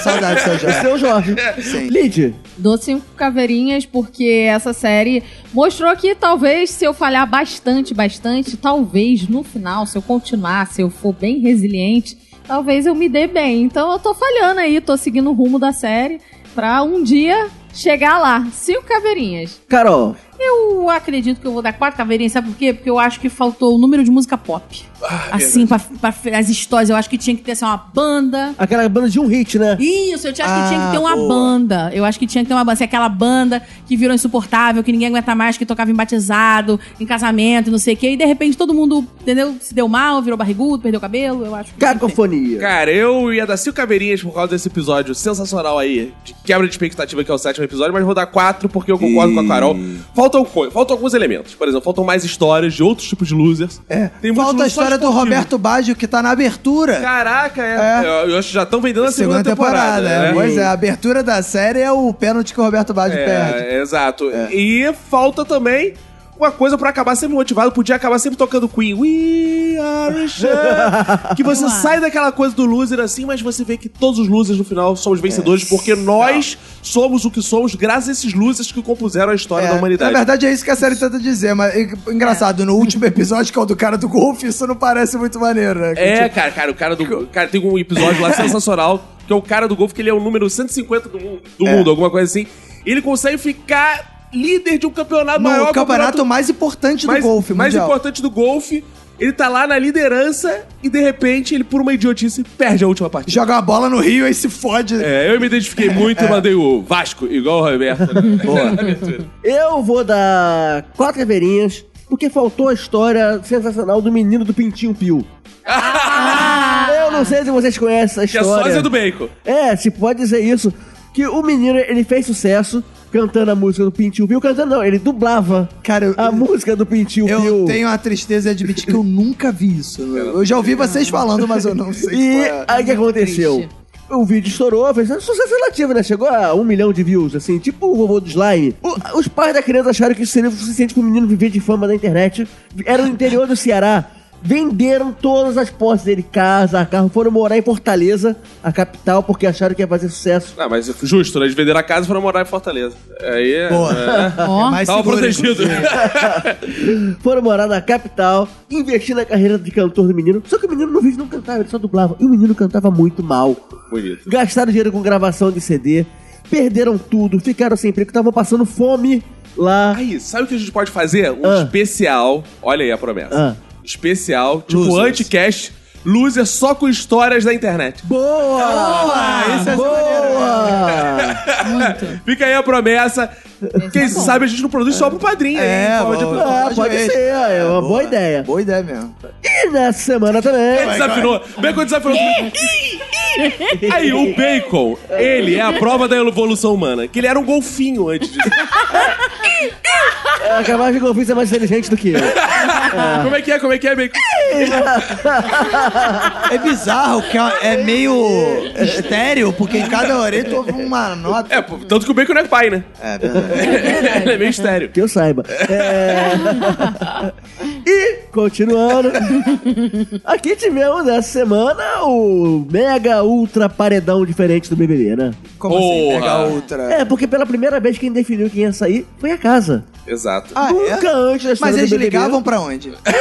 Speaker 4: Saudade do seu
Speaker 2: O
Speaker 4: Jorge.
Speaker 2: seu Jorge.
Speaker 4: Sim.
Speaker 2: Lid,
Speaker 5: Dou cinco caveirinhas porque essa série mostrou que talvez se eu falhar bastante, bastante, talvez no final, se eu continuar, se eu for bem resiliente, talvez eu me dê bem. Então eu tô falhando aí, tô seguindo o rumo da série pra um dia chegar lá. Cinco caveirinhas.
Speaker 2: Carol,
Speaker 6: Eu acredito que eu vou dar quatro caveirinhas, sabe por quê? Porque eu acho que faltou o número de música pop.
Speaker 3: Ah, é
Speaker 6: assim, pra, pra- as histórias, eu acho que tinha que ter assim, uma banda.
Speaker 2: aquela banda de um hit, né?
Speaker 6: Isso, eu acho que tinha que ter
Speaker 4: Ah,
Speaker 6: uma
Speaker 4: boa.
Speaker 6: banda. Eu acho que tinha que ter uma banda. Assim, aquela banda que virou insuportável, que ninguém aguenta mais, que tocava em batizado, em casamento, não sei o quê. E de repente todo mundo, entendeu? Se deu mal, virou barrigudo, perdeu o cabelo. Eu acho que.
Speaker 2: Cacofonia.
Speaker 3: Cara, eu ia dar cinco caveirinhas por causa desse episódio sensacional aí, de quebra de expectativa, que é o sétimo episódio, mas vou dar quatro porque eu concordo com a Carol. Faltam, co- faltam alguns elementos. Por exemplo, faltam mais histórias de outros tipos de losers.
Speaker 4: É.
Speaker 3: Tem muitos
Speaker 4: Falta a
Speaker 3: losers só
Speaker 4: história do
Speaker 3: esportivos.
Speaker 4: Roberto Baggio que tá na abertura.
Speaker 3: Caraca, é. Eu, eu acho que já estão vendendo a segunda, temporada. né?
Speaker 4: Pois é, a abertura da série é o pênalti que o Roberto Baggio perde.
Speaker 3: É, exato. E falta também uma coisa pra acabar sempre motivado. Podia acabar sempre tocando Queen. We are the champions. Que você
Speaker 6: Vamos lá.
Speaker 3: sai daquela coisa do loser assim, mas você vê que todos os losers no final
Speaker 4: É.
Speaker 3: somos vencedores, porque nós somos o que somos graças a esses losers que compuseram a história
Speaker 4: É,
Speaker 3: da humanidade.
Speaker 4: Na verdade, é isso que a série tenta dizer, mas e- engraçado, no último episódio, que é o do cara do golfe, isso não parece muito maneiro, né?
Speaker 3: É, cara, cara, o cara do. Cara, tem um episódio lá sensacional, que é o cara do golfe, que ele é o número 150 do, mundo, do
Speaker 4: É.
Speaker 3: mundo, alguma coisa assim. E ele consegue ficar líder de um campeonato
Speaker 4: No
Speaker 3: maior.
Speaker 4: campeonato, mais importante do
Speaker 3: mais,
Speaker 4: golfe,
Speaker 3: mais
Speaker 4: mundial.
Speaker 3: importante do golfe. Ele tá lá na liderança e de repente ele, por uma idiotice, perde a última partida.
Speaker 4: Joga uma bola no Rio e se fode.
Speaker 3: É, eu me identifiquei muito e mandei o Vasco, igual o Roberto. né? Na abertura.
Speaker 2: Eu vou dar quatro caveirinhas, porque faltou a história sensacional do menino do Pintinho Pio.
Speaker 4: Ah,
Speaker 2: Eu não sei se vocês conhecem essa
Speaker 3: Que é
Speaker 2: história.
Speaker 3: sósia do Bacon.
Speaker 2: É, se pode dizer isso. Que o menino, ele fez sucesso cantando a música do Pintinho Pio. Cantando não, ele dublava
Speaker 4: Cara, eu-
Speaker 2: a música do Pintinho
Speaker 4: Eu
Speaker 2: Pio.
Speaker 4: tenho a tristeza de admitir que eu nunca vi isso. Eu já ouvi vocês falando, mas eu não sei.
Speaker 2: E
Speaker 4: qual é.
Speaker 2: aí o que aconteceu?
Speaker 5: Triste.
Speaker 2: O vídeo estourou, fez um sucesso relativo, né? Chegou a um milhão de views, assim, tipo o vovô do slime. O- os pais da criança acharam que isso seria o suficiente pro menino viver de fama na internet. Era no interior do Ceará. Venderam todas as posses dele, casa, carro, foram morar em Fortaleza, a capital, porque acharam que ia fazer sucesso.
Speaker 3: Não, mas justo, né? Eles venderam a casa e foram morar em Fortaleza. Aí. é-
Speaker 4: Boa.
Speaker 6: Ó.
Speaker 4: É mais
Speaker 3: Tava
Speaker 4: seguro,
Speaker 3: protegido.
Speaker 4: inclusive.
Speaker 2: Foram morar na capital, investir na carreira de cantor do menino. Só que o menino no vídeo não cantava, ele só dublava. E o menino cantava muito mal.
Speaker 3: Bonito.
Speaker 2: gastaram dinheiro com gravação de CD, perderam tudo, ficaram sem emprego, estavam passando fome lá.
Speaker 3: Aí, sabe o que a gente pode fazer? Um
Speaker 2: Ah.
Speaker 3: especial. Olha aí a promessa.
Speaker 2: Ah.
Speaker 3: Especial, tipo
Speaker 4: Losers.
Speaker 3: anticast loser só com histórias da internet.
Speaker 2: Boa!
Speaker 4: Boa! Isso é
Speaker 2: Boa!
Speaker 6: Muito.
Speaker 3: Fica aí a promessa. Quem
Speaker 6: é bom.
Speaker 3: sabe a gente não produz só pro padrinho.
Speaker 4: É,
Speaker 3: hein? Forma de-
Speaker 4: boa.
Speaker 2: Ah, pode
Speaker 4: Boa.
Speaker 2: ser, é uma boa ideia.
Speaker 4: Boa ideia mesmo.
Speaker 2: E nessa semana
Speaker 3: Ele
Speaker 2: também.
Speaker 3: é desafinou. Bacon desafinou. Aí, o Bacon, ele é a prova da evolução humana. Que ele era um golfinho antes disso.
Speaker 2: A Carvalho Golfinho é mais inteligente do que eu.
Speaker 3: Como é que é? Como é que é, Bacon?
Speaker 4: É bizarro, que é é meio estéreo, porque em cada orelha houve uma nota.
Speaker 3: É, pô, tanto que o Bacon não é pai, né?
Speaker 4: É verdade.
Speaker 3: ele é meio estéreo.
Speaker 2: Que eu saiba. É... e, continuando. Aqui tivemos essa semana o mega ultra paredão diferente do BBB, né?
Speaker 4: Como assim,
Speaker 3: Porra.
Speaker 4: pegar outra?
Speaker 2: É, porque pela primeira vez quem definiu quem ia sair foi a casa.
Speaker 3: Exato.
Speaker 4: Ah,
Speaker 2: Nunca
Speaker 4: é?
Speaker 2: antes da história
Speaker 4: Mas eles
Speaker 2: do BBB.
Speaker 4: ligavam pra onde?
Speaker 2: Ah,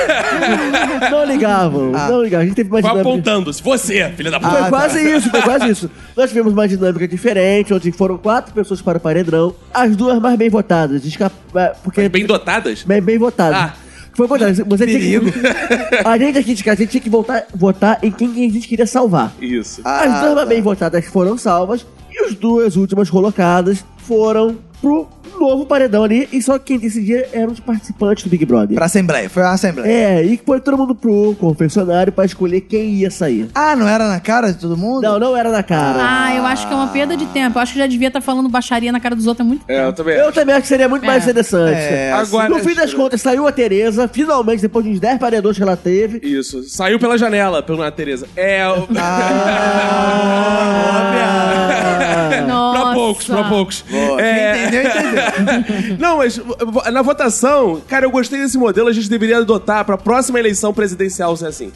Speaker 2: Não ligavam,
Speaker 4: Ah.
Speaker 2: não ligavam. A gente teve mais
Speaker 3: Vai
Speaker 2: dinâmica.
Speaker 3: apontando. Se Você, filha da
Speaker 2: Foi
Speaker 3: puta.
Speaker 4: Ah, tá.
Speaker 2: quase isso, foi quase isso. Nós tivemos uma dinâmica diferente, onde foram quatro pessoas para o paredão. As duas mais bem votadas. escapa- Porque
Speaker 3: Bem dotadas?
Speaker 2: Bem, bem votado.
Speaker 3: Ah.
Speaker 2: Foi votado. Você tinha que... A gente aqui de casa, a gente tinha que voltar, votar em quem a gente queria salvar.
Speaker 3: Isso.
Speaker 2: As
Speaker 4: Ah,
Speaker 2: duas
Speaker 4: tá.
Speaker 2: bem votadas foram salvas e as duas últimas colocadas foram pro novo paredão ali e só quem decidia eram os participantes do Big Brother.
Speaker 4: Pra Assembleia, foi uma Assembleia.
Speaker 2: É, e foi todo mundo pro confessionário pra escolher quem ia sair.
Speaker 4: Ah, não era na cara de todo mundo?
Speaker 2: Não, não era na cara.
Speaker 6: Ah, eu acho que é uma perda de tempo. Eu acho que já devia estar falando baixaria na cara dos outros há muito
Speaker 3: É, eu também.
Speaker 2: Eu também acho que seria muito mais
Speaker 6: É.
Speaker 2: interessante.
Speaker 4: É,
Speaker 3: Agora-
Speaker 2: no fim das contas, saiu a Tereza, finalmente, depois de uns 10 paredões que ela teve.
Speaker 3: Isso. Saiu pela janela, pela Tereza. É. o-
Speaker 4: Ah,
Speaker 3: Ah,
Speaker 4: É.
Speaker 6: tempo.
Speaker 3: pra poucos, pra poucos.
Speaker 4: Boa. Quem
Speaker 3: É,
Speaker 4: entendeu, entendeu.
Speaker 3: Não, mas vo- vo- na votação, cara, eu gostei desse modelo, a gente deveria adotar pra próxima eleição presidencial ser assim.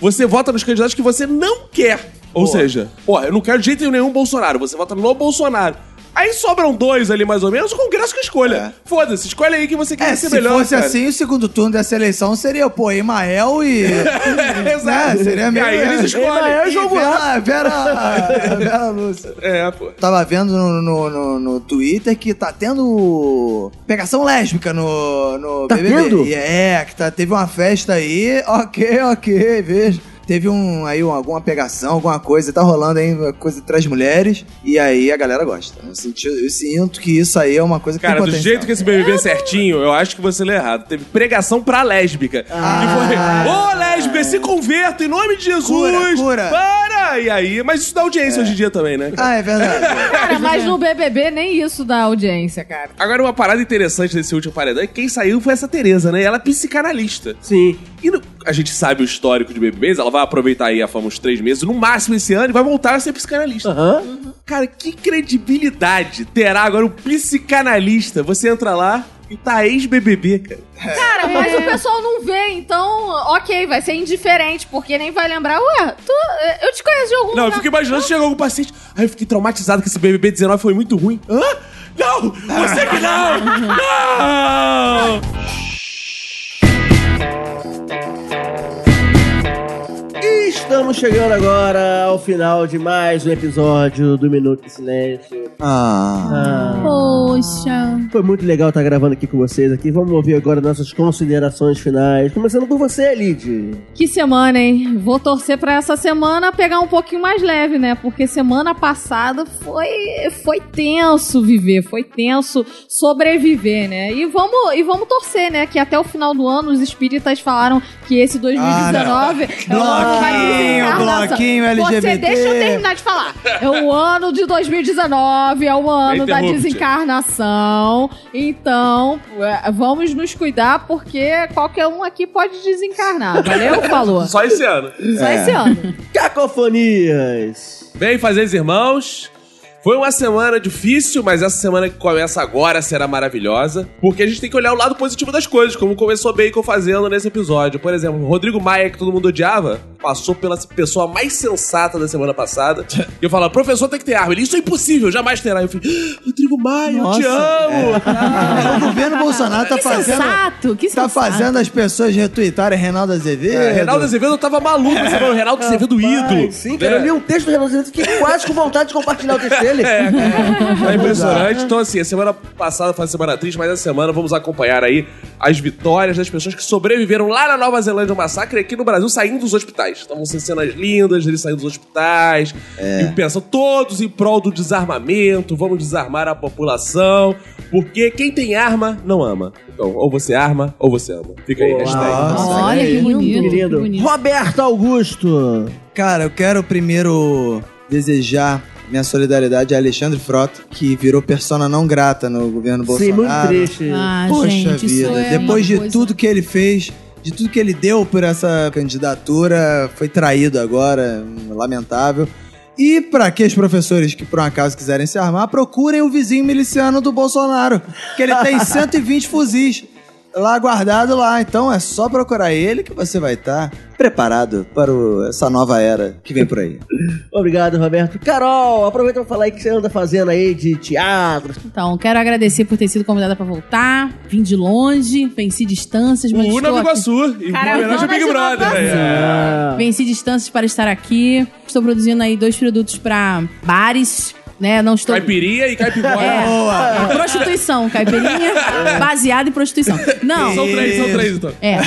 Speaker 3: Você vota nos candidatos que você não quer. Ou seja, porra, eu não quero de jeito nenhum Bolsonaro, você vota no Bolsonaro. Aí sobram dois ali, mais ou menos, o Congresso que escolha. Foda-se, escolhe aí quem você quer
Speaker 4: É,
Speaker 3: ser
Speaker 4: se
Speaker 3: melhor.
Speaker 4: fosse
Speaker 3: cara.
Speaker 4: assim, o segundo turno dessa eleição seria, pô, Emael e...
Speaker 3: Exato.
Speaker 4: Né, seria
Speaker 3: e
Speaker 4: meio...
Speaker 3: aí eles escolhem.
Speaker 2: Emael- Eu jogo
Speaker 4: Vera, Vera, Vera Lúcia.
Speaker 3: É, pô.
Speaker 4: Tava vendo no, no, no- no Twitter que tá tendo pegação lésbica no, no
Speaker 2: Tá
Speaker 4: BBB.
Speaker 2: tendo?
Speaker 4: E É, que tá, teve uma festa aí, ok, ok, veja. Teve um, aí um- alguma pegação, alguma coisa, tá rolando aí, uma coisa entre as mulheres, e aí a galera gosta. Eu, senti- eu sinto que isso aí é uma coisa que
Speaker 3: Cara,
Speaker 4: tem
Speaker 3: do
Speaker 4: potencial.
Speaker 3: jeito que esse BBB é certinho, eu acho que você lê errado. Teve pregação pra lésbica.
Speaker 4: Ah.
Speaker 3: E foi, ô lésbica, se converta em nome de Jesus!
Speaker 4: Cura, cura.
Speaker 3: Para! E aí, mas isso dá audiência hoje em dia também, né?
Speaker 4: Ah, é verdade.
Speaker 5: Cara, mas no BBB nem isso da audiência, cara.
Speaker 3: Agora, uma parada interessante desse último paredão é que quem saiu foi essa Tereza, né? E Ela é psicanalista.
Speaker 2: Sim.
Speaker 3: E no- a gente sabe o histórico de BBBs, ela vai aproveitar aí a fama uns três meses, no máximo esse ano, e vai voltar a ser psicanalista.
Speaker 2: Aham.
Speaker 3: Cara, que credibilidade terá agora um psicanalista? Você entra lá e tá ex-BBB, cara.
Speaker 5: Cara, mas é. o pessoal não vê, então, ok, vai ser indiferente, porque nem vai lembrar, ué, tu, eu te conheço de algum
Speaker 3: Não, eu
Speaker 5: lugar.
Speaker 3: fico imaginando se chegou algum paciente. Aí eu fiquei traumatizado que esse BBB 19 foi muito ruim. Hã? Não! Você que não! Não!
Speaker 2: E Estamos chegando agora ao final de mais um episódio do Minuto de Silêncio.
Speaker 4: ah.
Speaker 2: Ah,
Speaker 6: Poxa.
Speaker 2: foi muito legal estar gravando aqui com vocês aqui. Vamos ouvir agora nossas considerações finais. Começando por você, Lid.
Speaker 5: Que semana, hein? Vou torcer pra essa semana pegar um pouquinho mais leve, né? Porque semana passada foi foi tenso viver, foi tenso sobreviver, né? E vamos e vamos torcer, né? Que até o final do ano os espíritas falaram que esse 2019 é o ano que vai
Speaker 4: Ah, Bloquinho,
Speaker 5: visitar a nossa.
Speaker 4: bloquinho LGBT.
Speaker 5: Você deixa eu terminar de falar. É o ano de 2019, é o ano da
Speaker 3: interrupte.
Speaker 5: desencarnação. Então, é, vamos nos cuidar porque qualquer um aqui pode desencarnar. Valeu, falou.
Speaker 3: Só esse ano.
Speaker 5: Só
Speaker 4: É.
Speaker 5: esse ano.
Speaker 2: Cacofonias.
Speaker 3: Bem, fazeres irmãos. Foi uma semana difícil, mas essa semana que começa agora será maravilhosa. Porque a gente tem que olhar o lado positivo das coisas, como começou Bacon fazendo nesse episódio. Por exemplo, o Rodrigo Maia, que todo mundo odiava, passou pela pessoa mais sensata da semana passada. e eu falava, professor tem que ter arma. Ele, isso é impossível, jamais terá. Eu falei, "Ah, Rodrigo Maia, eu te
Speaker 4: Nossa,
Speaker 3: amo.
Speaker 4: o governo Bolsonaro tá
Speaker 6: que
Speaker 4: fazendo...
Speaker 6: sensato, que
Speaker 4: Tá
Speaker 6: sensato.
Speaker 4: fazendo as pessoas retweetarem Reinaldo Azevedo.
Speaker 3: É, Reinaldo Azevedo tava maluco, você falou Reinaldo Azevedo ídolo.
Speaker 2: É, Sim, cara, eu
Speaker 3: né?
Speaker 2: li um texto do Renan Zito que quase com vontade de compartilhar o texto
Speaker 4: dele?
Speaker 3: Tá impressionante. Então, assim, a semana passada foi uma semana triste, mas essa semana vamos acompanhar aí as vitórias das pessoas que sobreviveram lá na Nova Zelândia ao massacre e aqui no Brasil saindo dos hospitais. Então vão ser cenas lindas, eles saindo dos hospitais.
Speaker 2: É.
Speaker 3: E pensam todos em prol do desarmamento, vamos desarmar a população. Porque quem tem arma não ama. Então, ou você arma ou você ama. Fica aí,
Speaker 2: Boa.
Speaker 3: hashtag.
Speaker 4: Nossa,
Speaker 5: Olha que
Speaker 4: aí.
Speaker 5: bonito. que
Speaker 2: Querido.
Speaker 5: bonito.
Speaker 2: Roberto Augusto.
Speaker 4: Cara, eu quero primeiro desejar minha solidariedade a Alexandre Frota, que virou persona não grata no governo
Speaker 2: Sim,
Speaker 4: Bolsonaro.
Speaker 2: muito triste.
Speaker 6: Ah,
Speaker 4: Poxa
Speaker 6: gente, isso
Speaker 4: vida,
Speaker 6: é
Speaker 4: depois
Speaker 6: uma
Speaker 4: de
Speaker 6: coisa-
Speaker 4: tudo que ele fez, de tudo que ele deu por essa candidatura, foi traído agora, hum, lamentável. E pra que os professores que por um acaso quiserem se armar, procurem o vizinho miliciano do Bolsonaro, que ele tem 120 fuzis lá guardado lá. Então é só procurar ele que você vai estar preparado para o- essa nova era que vem por aí.
Speaker 2: Obrigado, Roberto. Carol, aproveita pra falar aí o que você anda fazendo aí de teatro.
Speaker 6: Então, quero agradecer por ter sido convidada pra voltar. Vim de longe, venci distâncias, mas
Speaker 3: O
Speaker 6: estou
Speaker 3: Nova
Speaker 6: aqui.
Speaker 3: Iguaçu. E uma
Speaker 5: Caravana
Speaker 3: homenagem ao Big
Speaker 5: de Nova
Speaker 3: Brother.
Speaker 5: Iguaçu.
Speaker 3: É.
Speaker 6: Venci distâncias para estar aqui. Estou produzindo aí dois produtos pra bares, né? Não estou
Speaker 3: Caipirinha e caipivora.
Speaker 6: É. É, prostituição, caipirinha, baseada em prostituição. Não.
Speaker 3: É. São três, são três, então.
Speaker 6: É.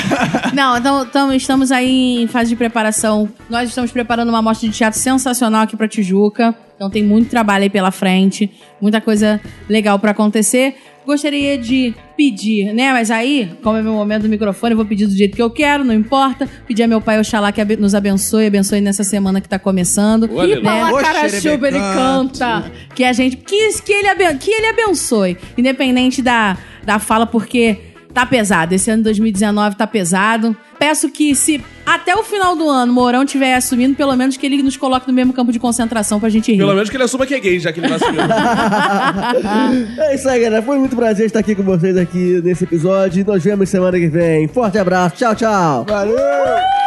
Speaker 6: Não, então tam- estamos aí em fase de preparação. Nós estamos preparando uma mostra de teatro sensacional aqui pra Tijuca. Então tem muito trabalho aí pela frente, muita coisa legal pra acontecer. Gostaria de pedir, né? Mas aí, como é meu momento do microfone, eu vou pedir do jeito que eu quero, não importa. Pedir a meu pai Oxalá que abe- nos abençoe, abençoe nessa semana que tá começando.
Speaker 3: Ô, aleluia.
Speaker 6: Né?
Speaker 4: Ô,
Speaker 6: Cara,
Speaker 4: xerebecanto.
Speaker 6: ele canta. Tá. Que a gente. Que, que, ele, aben- que ele abençoe. Independente da, da fala, porque tá pesado. Esse ano de 2019 tá pesado. Peço que, se até o final do ano Mourão estiver assumindo, pelo menos que ele nos coloque no mesmo campo de concentração pra gente rir.
Speaker 3: Pelo menos que ele assuma que é gay, já que ele vai assumir.
Speaker 2: É isso aí, galera. Foi muito prazer estar aqui com vocês aqui nesse episódio. Nos vemos semana que vem. Forte abraço. Tchau, tchau.
Speaker 4: Valeu!